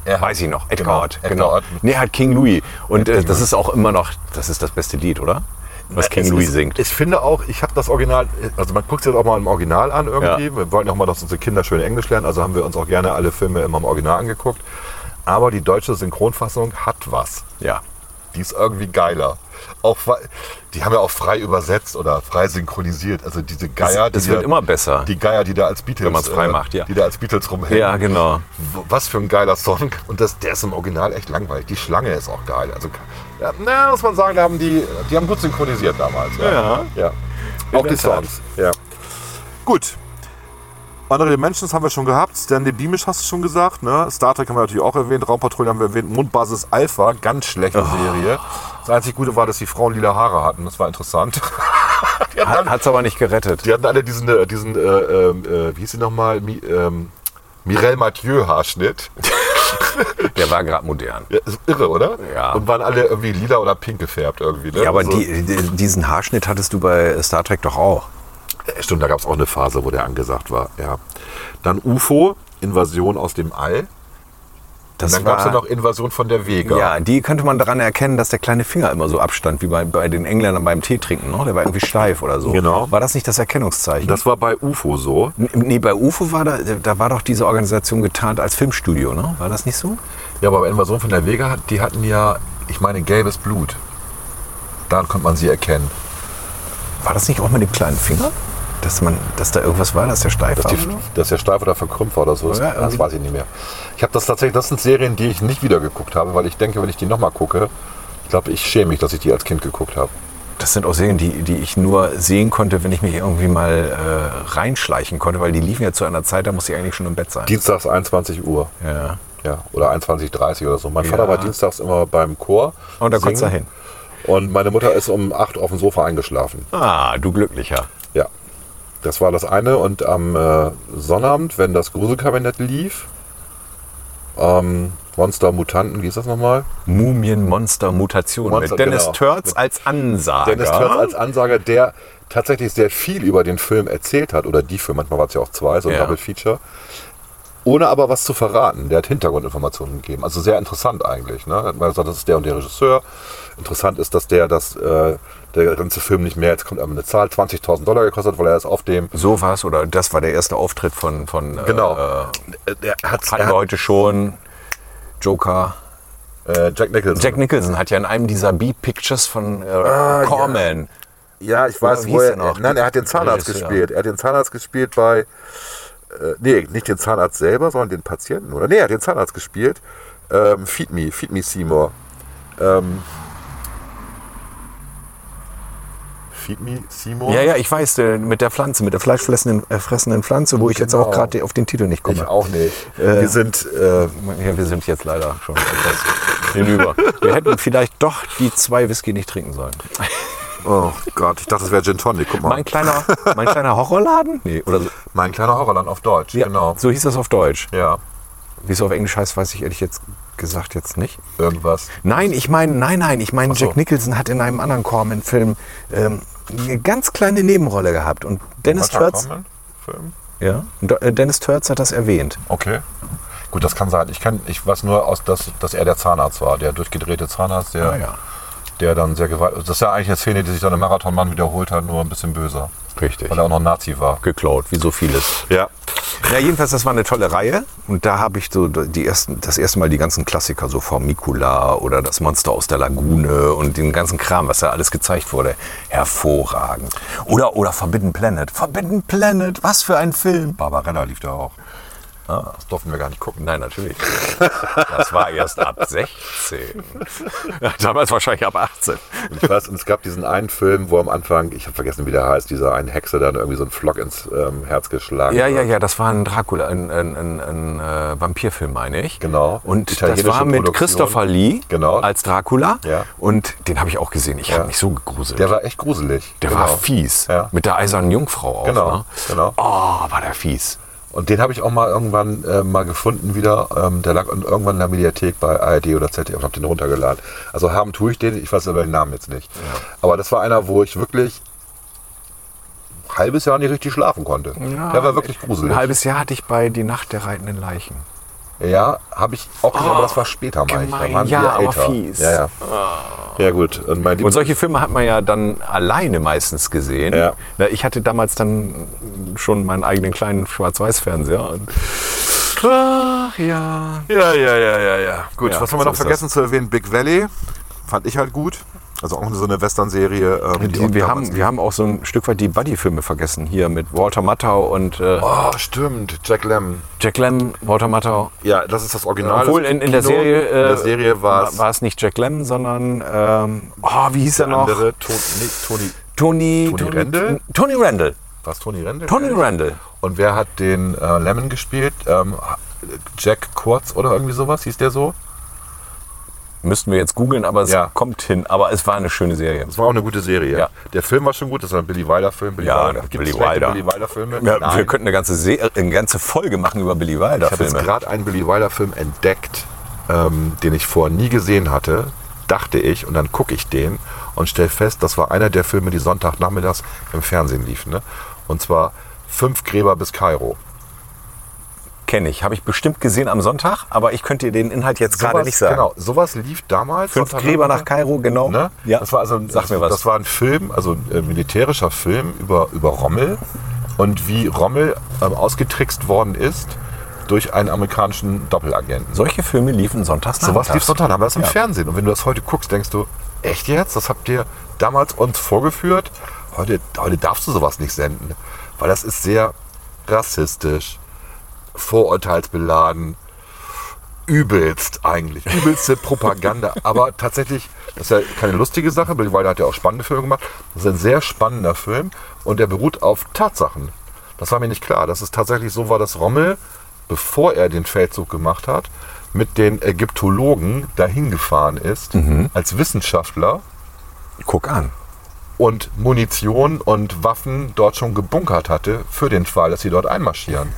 Speaker 3: Er
Speaker 4: Weiß ich noch, Edgar
Speaker 3: Genau,
Speaker 4: Ott.
Speaker 3: Edgar
Speaker 4: Genau.
Speaker 3: Ott.
Speaker 4: Nee, er hat King Louis. Und äh, das ist auch immer noch, das ist das beste Lied, oder? Was King
Speaker 3: Es
Speaker 4: Louis
Speaker 3: ist,
Speaker 4: singt.
Speaker 3: Ich finde auch, ich habe das Original, also man guckt es jetzt auch mal im Original an irgendwie.
Speaker 4: Ja.
Speaker 3: Wir wollten auch mal, dass unsere Kinder schön Englisch lernen, also haben wir uns auch gerne alle Filme immer im Original angeguckt. Aber die deutsche Synchronfassung hat was.
Speaker 4: ja.
Speaker 3: Die ist irgendwie geiler. Auch, weil- die haben ja auch frei übersetzt oder frei synchronisiert. Also diese Geier,
Speaker 4: Das- das
Speaker 3: die
Speaker 4: wird
Speaker 3: da,
Speaker 4: immer besser.
Speaker 3: Die Geier, die da als Beatles, äh,
Speaker 4: man's frei macht, ja.
Speaker 3: die da als Beatles rumhängen.
Speaker 4: Ja, genau.
Speaker 3: W- Was für ein geiler Song. Und das, der ist im Original echt langweilig. Die Schlange ist auch geil. Also, ja, na, muss man sagen, da haben die, die haben gut synchronisiert damals.
Speaker 4: Ja.
Speaker 3: ja. Auch
Speaker 4: der
Speaker 3: die
Speaker 4: Tat.
Speaker 3: Songs. Ja. Gut. Andere Dimensions haben wir schon gehabt. Stanley Beamish hast du schon gesagt. Ne? Star Trek haben wir natürlich auch erwähnt. Raumpatrouille haben wir erwähnt. Mondbasis Alpha, ganz schlechte Serie. Das einzig Gute war, dass die Frauen lila Haare hatten. Das war interessant. (laughs) die, hatten alle,
Speaker 4: Hat es aber nicht gerettet.
Speaker 3: die hatten alle diesen, äh, diesen äh, ähm, äh, wie hieß sie nochmal? Mi, ähm, Mireille Mathieu-Haarschnitt.
Speaker 4: Der war gerade modern.
Speaker 3: Ja, ist irre, oder?
Speaker 4: Ja.
Speaker 3: Und waren alle irgendwie lila oder pink gefärbt irgendwie. Ne?
Speaker 4: Ja, aber
Speaker 3: Also-
Speaker 4: die, die, diesen Haarschnitt hattest du bei Star Trek doch auch.
Speaker 3: Äh, Stimmt, da gab es auch eine Phase, wo der angesagt war. Ja. Dann UFO, Invasion aus dem All.
Speaker 4: Das
Speaker 3: dann gab es ja
Speaker 4: war-
Speaker 3: noch Invasion von der Vega.
Speaker 4: Ja, die könnte man daran erkennen, dass der kleine Finger immer so abstand, wie bei, bei den Engländern beim Tee trinken. Ne? Der war irgendwie steif oder so.
Speaker 3: Genau.
Speaker 4: War das nicht das Erkennungszeichen?
Speaker 3: Das war bei UFO so.
Speaker 4: N- nee, bei UFO war da, da war doch diese Organisation getarnt als Filmstudio, ne? War das nicht so?
Speaker 3: Ja, aber bei Invasion von der Vega, die hatten ja, ich meine, gelbes Blut. Daran konnte man sie erkennen.
Speaker 4: War das nicht auch mit dem kleinen Finger? Dass, man, dass da irgendwas war, dass der steif war?
Speaker 3: Dass, die, dass der steif oder verkrümmt war oder so, das,
Speaker 4: Ja,
Speaker 3: das weiß ich nicht mehr. Ich habe das tatsächlich, das sind Serien, die ich nicht wieder geguckt habe, weil ich denke, wenn ich die nochmal gucke, ich glaube, ich schäme mich, dass ich die als Kind geguckt habe.
Speaker 4: Das sind auch Serien, die, die ich nur sehen konnte, wenn ich mich irgendwie mal äh, reinschleichen konnte, weil die liefen ja zu einer Zeit, da musste ich eigentlich schon im Bett sein.
Speaker 3: Dienstags 21 Uhr.
Speaker 4: ja.
Speaker 3: Ja, oder 21.30 oder so. Mein
Speaker 4: Ja.
Speaker 3: Vater war dienstags immer beim Chor.
Speaker 4: Und da konntest du
Speaker 3: singen.
Speaker 4: hin.
Speaker 3: Und meine Mutter ist um 8 auf dem Sofa eingeschlafen.
Speaker 4: Ah, du Glücklicher.
Speaker 3: Ja. Das war das eine. Und am äh, Sonnabend, wenn das Gruselkabinett lief, ähm, Monster Mutanten, wie ist das nochmal?
Speaker 4: Mumien, Monster, Mutation.
Speaker 3: Monster,
Speaker 4: mit Dennis
Speaker 3: genau.
Speaker 4: Törz als Ansager.
Speaker 3: Dennis Törz als Ansager, der tatsächlich sehr viel über den Film erzählt hat, oder die Filme, manchmal war es ja auch zwei, so ein
Speaker 4: Ja.
Speaker 3: Double Feature, ohne aber was zu verraten. Der hat Hintergrundinformationen gegeben. Also sehr interessant eigentlich. Ne? Er hat mal gesagt, das ist der und der Regisseur. Interessant ist, dass der, das, äh, der ganze Film nicht mehr, jetzt kommt einmal eine Zahl, 20.000 Dollar gekostet hat, weil er ist auf dem
Speaker 4: So war es, oder das war der erste Auftritt von, von äh,
Speaker 3: Genau. Er hat,
Speaker 4: äh, hatten wir heute schon Joker.
Speaker 3: äh, Jack Nicholson.
Speaker 4: Jack Nicholson hat ja in einem dieser B-Pictures von äh,
Speaker 3: Ah,
Speaker 4: Corman.
Speaker 3: ja, ich
Speaker 4: Oder
Speaker 3: weiß,
Speaker 4: wie
Speaker 3: wo
Speaker 4: hieß
Speaker 3: er.
Speaker 4: der noch?
Speaker 3: Nein, er hat den Zahnarzt
Speaker 4: Regisseur.
Speaker 3: gespielt. Er hat den Zahnarzt gespielt bei. Äh, nee, nicht den Zahnarzt selber, sondern den Patienten, oder? Nee, er hat den Zahnarzt gespielt. Ähm, Feed Me, Feed Me Seymour. Ähm, Feed Me Seymour?
Speaker 4: Ja, ja, ich weiß, der, mit der Pflanze, mit der fleischfressenden äh, fressenden Pflanze, wo ich jetzt auch gerade auf den Titel nicht komme.
Speaker 3: Genau. Ich auch nicht. Wir sind.
Speaker 4: Äh, ja, wir sind jetzt leider schon etwas hinüber. Wir hätten vielleicht doch die zwei Whisky nicht trinken sollen.
Speaker 3: Oh Gott, ich dachte, das wäre Gin Tonic. Guck mal.
Speaker 4: Mein kleiner, mein kleiner Horrorladen? Nee, oder so.
Speaker 3: Mein kleiner Horrorland auf Deutsch,
Speaker 4: Ja,
Speaker 3: genau.
Speaker 4: So hieß das auf Deutsch.
Speaker 3: Ja,
Speaker 4: Wie es auf Englisch heißt, weiß ich ehrlich jetzt gesagt jetzt nicht.
Speaker 3: irgendwas.
Speaker 4: Nein, ich meine, nein, nein, ich meine, Jack Nicholson hat in einem anderen Corman-Film ähm, eine ganz kleine Nebenrolle gehabt. Und Dennis
Speaker 3: Roger
Speaker 4: Turz,
Speaker 3: Corman, Film?
Speaker 4: ja, und, äh, Dennis Turz hat das erwähnt.
Speaker 3: Okay. Gut, das kann sein. Ich, kann, ich weiß nur, aus, dass, dass er der Zahnarzt war, der durchgedrehte Zahnarzt, der,
Speaker 4: Ah, ja.
Speaker 3: der dann sehr gewalt. Das ist ja eigentlich eine Szene, die sich dann im Marathonmann wiederholt hat, nur ein bisschen böser.
Speaker 4: Richtig.
Speaker 3: Weil er auch noch Nazi war.
Speaker 4: Geklaut, wie so vieles.
Speaker 3: Ja.
Speaker 4: Ja, jedenfalls, das war eine tolle Reihe. Und da habe ich so die ersten, das erste Mal die ganzen Klassiker, so Formicula oder das Monster aus der Lagune und den ganzen Kram, was da alles gezeigt wurde. Hervorragend. Oder, oder Forbidden Planet. Forbidden Planet, was für ein Film.
Speaker 3: Barbarella lief da auch.
Speaker 4: Ah,
Speaker 3: Das durften wir gar nicht gucken.
Speaker 4: Nein, natürlich. Das war erst ab 16. Damals wahrscheinlich ab 18.
Speaker 3: Und ich weiß, und es gab diesen einen Film, wo am Anfang, ich habe vergessen, wie der heißt, dieser eine Hexe dann irgendwie so einen Flock ins ähm, Herz geschlagen
Speaker 4: Ja,
Speaker 3: hat.
Speaker 4: ja, ja, das war ein Dracula, ein, ein, ein, ein äh, Vampirfilm, meine ich.
Speaker 3: Genau.
Speaker 4: Und das
Speaker 3: Italienische
Speaker 4: war mit
Speaker 3: Produktion.
Speaker 4: Christopher Lee
Speaker 3: Genau.
Speaker 4: als Dracula.
Speaker 3: Ja.
Speaker 4: Und den habe ich auch gesehen. Ich habe mich so gegruselt.
Speaker 3: Der war echt gruselig.
Speaker 4: Der
Speaker 3: Genau.
Speaker 4: war fies.
Speaker 3: Ja.
Speaker 4: Mit der eisernen Jungfrau auch.
Speaker 3: Genau,
Speaker 4: Ne?
Speaker 3: genau.
Speaker 4: Oh, war der fies.
Speaker 3: Und den habe ich auch mal irgendwann äh, mal gefunden wieder. Ähm, der lag in- irgendwann in der Mediathek bei ARD oder ZDF und habe den runtergeladen. Also haben tue ich den, ich weiß aber den Namen jetzt nicht. Aber das war einer, wo ich wirklich ein halbes Jahr nicht richtig schlafen konnte. der war wirklich gruselig.
Speaker 4: Ein halbes Jahr hatte ich bei Die Nacht der reitenden Leichen.
Speaker 3: Ja, habe ich auch gesehen, aber das war später mal.
Speaker 4: gemein.
Speaker 3: Da waren
Speaker 4: Ja,
Speaker 3: wir
Speaker 4: aber fies.
Speaker 3: Ja, ja. ja gut. Ah. Und mein
Speaker 4: Und solche Filme hat man ja dann alleine meistens gesehen.
Speaker 3: Ja.
Speaker 4: Na, Ich hatte damals dann schon meinen eigenen kleinen Schwarz-Weiß-Fernseher. und- Ach ja.
Speaker 3: Ja, ja, ja, ja, ja. Gut,
Speaker 4: Ja,
Speaker 3: was haben wir
Speaker 4: so
Speaker 3: noch
Speaker 4: ist das.
Speaker 3: vergessen zu erwähnen? Big Valley fand ich halt gut. Also auch so eine Western-Serie. ähm,
Speaker 4: Die,
Speaker 3: auch
Speaker 4: wir,
Speaker 3: damals
Speaker 4: haben, wir haben auch so ein Stück weit die Buddy-Filme vergessen hier mit Walter Matthau und äh,
Speaker 3: Oh, stimmt. Jack Lemmon.
Speaker 4: Jack Lemmon, Walter Matthau.
Speaker 3: Ja, das ist das Original.
Speaker 4: Obwohl
Speaker 3: Das
Speaker 4: in, in der
Speaker 3: Kino-
Speaker 4: Serie, äh,
Speaker 3: in der Serie war es
Speaker 4: war es nicht Jack Lemmon, sondern ähm, oh, wie hieß er
Speaker 3: der
Speaker 4: noch?
Speaker 3: andere Ton, nee, Tony.
Speaker 4: Tony,
Speaker 3: Tony Randall?
Speaker 4: Tony Randall.
Speaker 3: War es Tony Randall?
Speaker 4: Tony Randall.
Speaker 3: Und wer hat den äh, Lemon gespielt? Ähm, Jack Kurz oder irgendwie sowas hieß der so?
Speaker 4: Müssten wir jetzt googeln, aber es
Speaker 3: Ja.
Speaker 4: kommt hin. Aber es war eine schöne Serie.
Speaker 3: Das war auch eine gute Serie.
Speaker 4: Ja.
Speaker 3: Der Film war schon gut. Das war ein Billy Wilder-Film. Billy
Speaker 4: Ja,
Speaker 3: Wilder.
Speaker 4: der
Speaker 3: Äh, Gibt's
Speaker 4: Billy
Speaker 3: schlechte
Speaker 4: Wilder.
Speaker 3: Billy Wilder-Filme?
Speaker 4: Ja,
Speaker 3: Nein.
Speaker 4: wir könnten eine ganze, Serie, eine ganze Folge machen über Billy Wilder
Speaker 3: ich habe jetzt
Speaker 4: Filme.
Speaker 3: gerade einen Billy Wilder-Film entdeckt, ähm, den ich vorher nie gesehen hatte, dachte ich. Und dann gucke ich den und stelle fest, das war einer der Filme, die Sonntagnachmittags im Fernsehen liefen. Ne? Und zwar Fünf Gräber bis Kairo.
Speaker 4: kenne ich. Habe ich bestimmt gesehen am Sonntag, aber ich könnte dir den Inhalt jetzt gerade
Speaker 3: Sowas-
Speaker 4: nicht sagen.
Speaker 3: Genau, sowas lief damals.
Speaker 4: Fünf
Speaker 3: Sonntag-
Speaker 4: Gräber nach Kairo, genau.
Speaker 3: Ne?
Speaker 4: Ja,
Speaker 3: Das war also ein,
Speaker 4: sag mir was.
Speaker 3: Das war ein Film, also ein militärischer Film über, über Rommel und wie Rommel ähm, ausgetrickst worden ist durch einen amerikanischen Doppelagenten.
Speaker 4: Solche Filme liefen sonntags
Speaker 3: Sowas lief Sonntag, haben wir das im
Speaker 4: Ja.
Speaker 3: Fernsehen. Und wenn du das heute guckst, denkst du, echt jetzt? Das habt ihr damals uns vorgeführt? Heute, heute darfst du sowas nicht senden, weil das ist sehr rassistisch, vorurteilsbeladen, übelst eigentlich, übelste Propaganda. Aber tatsächlich, das ist ja keine lustige Sache, Bill Wilder hat ja auch spannende Filme gemacht. Das ist ein sehr spannender Film und der beruht auf Tatsachen. Das war mir nicht klar, dass es tatsächlich so war, dass Rommel, bevor er den Feldzug gemacht hat, mit den Ägyptologen dahin gefahren ist, als Wissenschaftler
Speaker 4: Guck an.
Speaker 3: und Munition und Waffen dort schon gebunkert hatte für den Fall, dass sie dort einmarschieren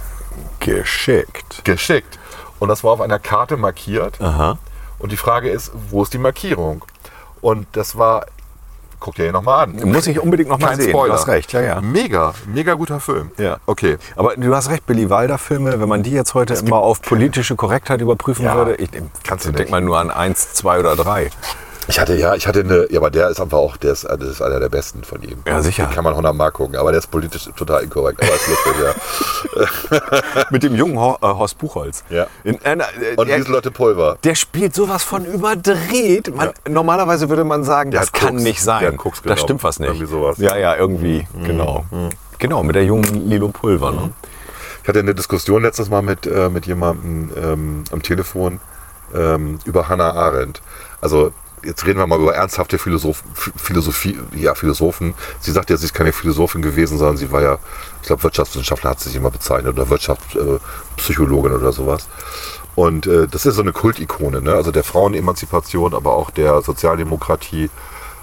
Speaker 4: Geschickt.
Speaker 3: geschickt. Und das war auf einer Karte markiert. Und die Frage ist, wo ist die Markierung? Und das war, guck dir hier nochmal an.
Speaker 4: Muss ich unbedingt noch mal
Speaker 3: Kein
Speaker 4: sehen.
Speaker 3: Spoiler.
Speaker 4: Du hast recht, ja, ja.
Speaker 3: Mega, mega guter Film.
Speaker 4: Ja.
Speaker 3: Okay.
Speaker 4: Aber du hast recht, Billy Wilder-Filme, wenn man die jetzt heute immer auf politische Korrektheit überprüfen
Speaker 3: Ja,
Speaker 4: würde, ich
Speaker 3: kannst du
Speaker 4: denk
Speaker 3: nicht.
Speaker 4: mal nur an eins, zwei oder drei.
Speaker 3: Ich hatte ja, ich hatte eine, ja, aber der ist einfach auch, der ist, also das ist einer der besten von ihm.
Speaker 4: Ja, sicher.
Speaker 3: Den kann man 100 Mark gucken, aber der ist politisch total inkorrekt. Aber ist lustig, ja. (laughs)
Speaker 4: Mit dem jungen Ho- äh, Horst Buchholz.
Speaker 3: Ja.
Speaker 4: In einer, äh,
Speaker 3: Und
Speaker 4: er-
Speaker 3: Lieselotte Pulver.
Speaker 4: der spielt sowas von überdreht. Man, Normalerweise würde man sagen,
Speaker 3: Der
Speaker 4: das
Speaker 3: hat
Speaker 4: kann
Speaker 3: Koks.
Speaker 4: nicht sein.
Speaker 3: Der hat Koks
Speaker 4: da
Speaker 3: genommen.
Speaker 4: stimmt was nicht.
Speaker 3: Irgendwie sowas. Mhm.
Speaker 4: Ja, ja, irgendwie. Genau. Genau, mit der jungen Lilo Pulver. Ne?
Speaker 3: Ich hatte eine Diskussion letztes Mal mit, äh, mit jemandem ähm, am Telefon ähm, über Hannah Arendt. Also jetzt reden wir mal über ernsthafte Philosoph Ph- Philosophie, ja, Philosophen. Sie sagt ja, sie ist keine Philosophin gewesen, sondern sie war ja, ich glaube, Wirtschaftswissenschaftler hat sie sich immer bezeichnet oder Wirtschaftspsychologin äh, Psychologin oder sowas. Und äh, das ist so eine Kultikone, ne? also der Frauenemanzipation, aber auch der Sozialdemokratie.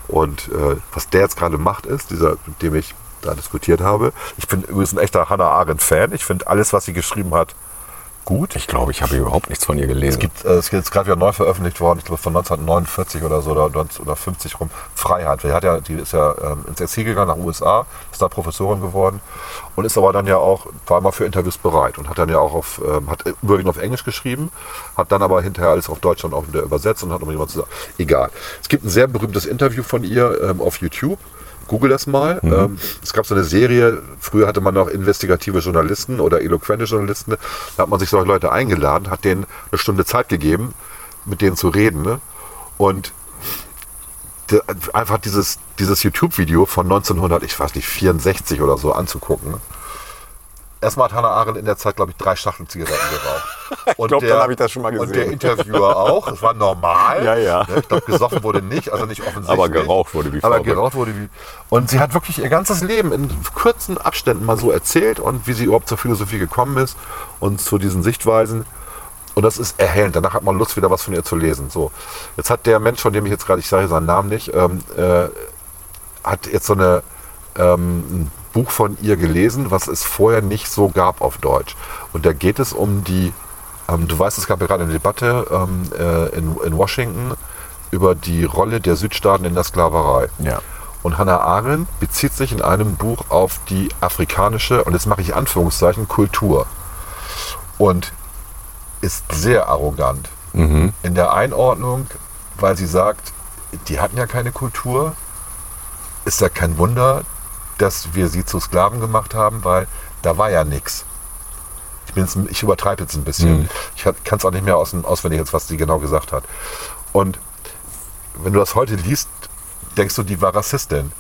Speaker 3: Und äh, was der jetzt gerade macht, ist, dieser, mit dem ich da diskutiert habe. Ich bin übrigens ein echter Hannah Arendt-Fan. Ich finde alles, was sie geschrieben hat, gut.
Speaker 4: Ich glaube, ich habe überhaupt nichts von ihr gelesen.
Speaker 3: Es gibt, äh, es ist gerade wieder neu veröffentlicht worden, ich glaube von 1949 oder so oder, 19 oder 50 rum, Freiheit. Die, hat ja, die ist ja ähm, ins Exil gegangen nach USA, ist da Professorin geworden und ist aber dann ja auch, war immer für Interviews bereit und hat dann ja auch auf, ähm, hat überwiegend auf Englisch geschrieben, hat dann aber hinterher alles auf Deutsch dann auch wieder übersetzt und hat nochmal jemand gesagt, egal. Es gibt ein sehr berühmtes Interview von ihr ähm, auf YouTube. Google das mal.
Speaker 4: Mhm.
Speaker 3: Ähm, es gab so eine Serie, früher hatte man noch investigative Journalisten oder eloquente Journalisten. Da hat man sich solche Leute eingeladen, hat denen eine Stunde Zeit gegeben, mit denen zu reden. Ne? Und de- einfach dieses, dieses YouTube-Video von 1900, ich weiß nicht, 64 oder so anzugucken. Erstmal hat Hannah Arendt in der Zeit, glaube ich, drei Schachteln Zigaretten geraucht. Und
Speaker 4: glaub,
Speaker 3: der-
Speaker 4: dann habe (laughs) ich das schon mal
Speaker 3: Und der
Speaker 4: gesehen.
Speaker 3: Interviewer auch. Es war normal.
Speaker 4: (laughs) Ja, ja.
Speaker 3: Ne? Ich glaube, gesoffen wurde nicht, also
Speaker 4: (laughs)
Speaker 3: nicht offensichtlich.
Speaker 4: Aber geraucht wurde wie
Speaker 3: Aber
Speaker 4: verrückt.
Speaker 3: geraucht wurde wie. Und sie hat wirklich ihr ganzes Leben in kurzen Abständen mal so erzählt und wie sie überhaupt zur Philosophie gekommen ist und zu diesen Sichtweisen. Und das ist erhellend. Danach hat man Lust, wieder was von ihr zu lesen. So, jetzt hat der Mensch, von dem ich jetzt gerade, ich sage seinen Namen nicht, ähm, äh, hat jetzt so eine, ähm, ein Buch von ihr gelesen, was es vorher nicht so gab auf Deutsch. Und da geht es um die, ähm, du weißt, es gab ja gerade eine Debatte ähm, äh, in, in Washington über die Rolle der Südstaaten in der Sklaverei.
Speaker 4: Ja.
Speaker 3: Und Hannah Arendt bezieht sich in einem Buch auf die afrikanische, und jetzt mache ich Anführungszeichen, Kultur. Und ist sehr arrogant in der Einordnung, weil sie sagt, die hatten ja keine Kultur, ist ja kein Wunder, dass wir sie zu Sklaven gemacht haben, weil da war ja nichts. Ich, bin jetzt- ich übertreibe jetzt ein bisschen. Ich kann es auch nicht mehr aus, auswendig jetzt, was sie genau gesagt hat. Und wenn du das heute liest, denkst du, die war Rassistin.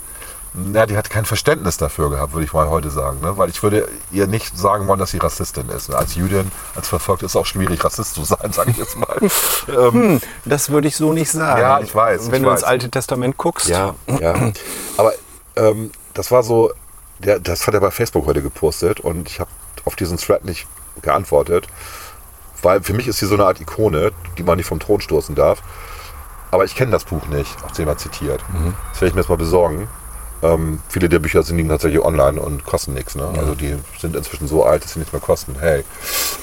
Speaker 3: Na, die hat kein Verständnis dafür gehabt, würde ich mal heute sagen. Ne? Weil ich würde ihr nicht sagen wollen, dass sie Rassistin ist. Als Jüdin, als Verfolgte ist es auch schwierig, Rassist zu sein, (laughs) sage ich jetzt mal. ähm,
Speaker 4: Das würde ich so nicht sagen.
Speaker 3: Ja, ich weiß,
Speaker 4: Wenn
Speaker 3: ich
Speaker 4: du
Speaker 3: weiß.
Speaker 4: ins Alte Testament guckst.
Speaker 3: Ja, ja. Aber ähm, das war so, der, das hat er bei Facebook heute gepostet und ich habe auf diesen Thread nicht geantwortet, weil für mich ist sie so eine Art Ikone, die man nicht vom Thron stoßen darf. Aber ich kenne das Buch nicht, aus dem er zitiert. Das werde ich mir jetzt mal besorgen. Ähm, viele der Bücher sind liegen tatsächlich online und kosten nichts. Ne? Also die sind inzwischen so alt, dass sie nichts mehr kosten. Hey,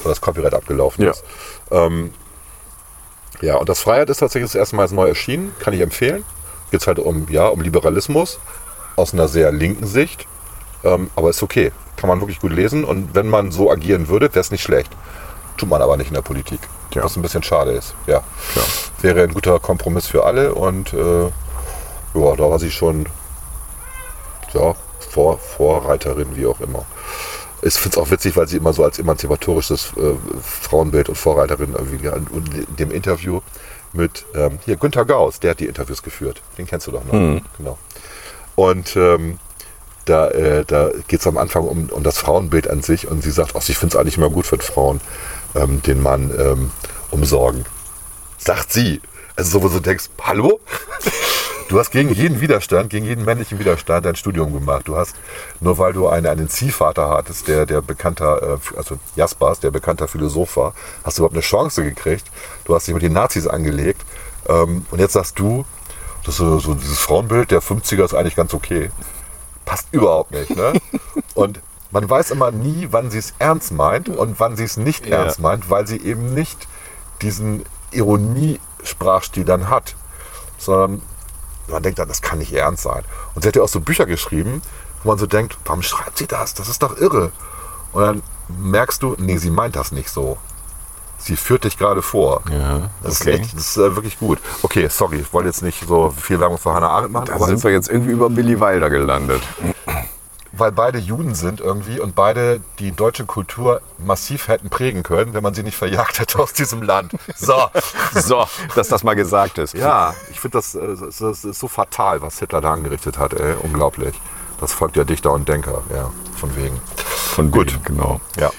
Speaker 3: weil das Copyright abgelaufen
Speaker 4: Ja.
Speaker 3: ist. Ähm, ja, und das Freiheit ist tatsächlich das erste Mal jetzt neu erschienen, kann ich empfehlen. Geht es halt um, ja, um Liberalismus aus einer sehr linken Sicht. Ähm, aber ist okay, kann man wirklich gut lesen und wenn man so agieren würde, wäre es nicht schlecht. Tut man aber nicht in der Politik.
Speaker 4: Tja.
Speaker 3: Was ein bisschen schade ist. Ja. Wäre ein guter Kompromiss für alle und äh, ja, da war sie schon ja, Vor Vorreiterin, wie auch immer. Ich finde es auch witzig, weil sie immer so als emanzipatorisches äh, Frauenbild und Vorreiterin irgendwie ge- und in dem Interview mit ähm, hier Günther Gauss, der hat die Interviews geführt. Den kennst du doch noch. Genau. Und ähm, da, äh, da geht es am Anfang um, um das Frauenbild an sich und sie sagt, ach, ich finde es eigentlich immer gut, wenn Frauen ähm, den Mann ähm, umsorgen. Sagt sie. Also sowieso denkst, hallo? Du hast gegen jeden Widerstand, gegen jeden männlichen Widerstand dein Studium gemacht. Du hast, nur weil du einen, einen Ziehvater hattest, der, der bekannter, äh, also Jaspers, der bekannter Philosoph war, hast du überhaupt eine Chance gekriegt. Du hast dich mit den Nazis angelegt. Ähm, und jetzt sagst du, das ist so, so dieses Frauenbild der 50er ist eigentlich ganz okay passt überhaupt nicht. Ne? Und man weiß immer nie, wann sie es ernst meint und wann sie es nicht ernst meint, weil sie eben nicht diesen Ironiesprachstil dann hat, sondern man denkt dann, das kann nicht ihr ernst sein. Und sie hat ja auch so Bücher geschrieben, wo man so denkt, warum schreibt sie das? Das ist doch irre. Und dann merkst du, nee, sie meint das nicht so. Sie führt dich gerade vor.
Speaker 4: Ja,
Speaker 3: das,
Speaker 4: okay.
Speaker 3: ist echt, das ist äh, wirklich gut. Okay, sorry, ich wollte jetzt nicht so viel Werbung für Hannah Arendt machen.
Speaker 4: Da
Speaker 3: aber
Speaker 4: sind wir jetzt irgendwie über Billy
Speaker 3: (laughs)
Speaker 4: Wilder gelandet.
Speaker 3: weil beide Juden sind irgendwie und beide die deutsche Kultur massiv hätten prägen können, wenn man sie nicht verjagt hätte aus diesem Land. So.
Speaker 4: So, dass das mal gesagt ist.
Speaker 3: Ja, ich finde das, äh, das, ist- das ist so fatal, was Hitler da angerichtet hat. Ey. Unglaublich. Das folgt ja Dichter und Denker. Ja, von wegen.
Speaker 4: Von gut. genau.
Speaker 3: Ja.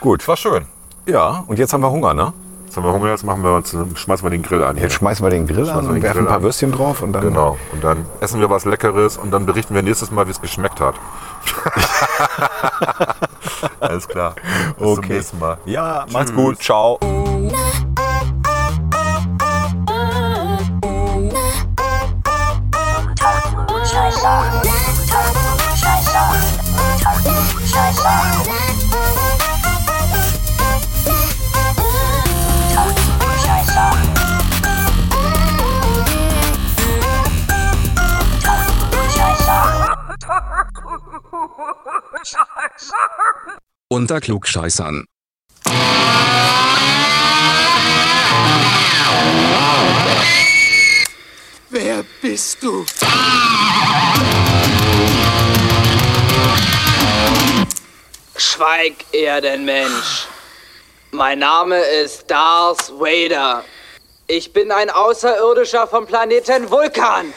Speaker 4: Gut.
Speaker 3: War schön.
Speaker 4: Ja, und jetzt haben wir Hunger, ne?
Speaker 3: Jetzt haben wir Hunger, jetzt machen wir uns, äh, schmeißen wir den Grill an.
Speaker 4: Jetzt schmeißen wir den Grill an
Speaker 3: Schmeißen wir
Speaker 4: und
Speaker 3: den
Speaker 4: werfen
Speaker 3: Grill
Speaker 4: ein paar
Speaker 3: an.
Speaker 4: Würstchen drauf und dann.
Speaker 3: Genau. Und dann essen wir was Leckeres und dann berichten wir nächstes Mal, wie es geschmeckt (laughs) hat. Alles klar. Bis zum
Speaker 4: Okay.
Speaker 3: nächsten Mal.
Speaker 4: Ja, macht's gut. Ciao.
Speaker 6: Unter Klugscheißern.
Speaker 7: Wer bist du?
Speaker 8: Schweig, Erdenmensch. Mein Name ist Darth Vader. Ich bin ein Außerirdischer vom Planeten Vulkan.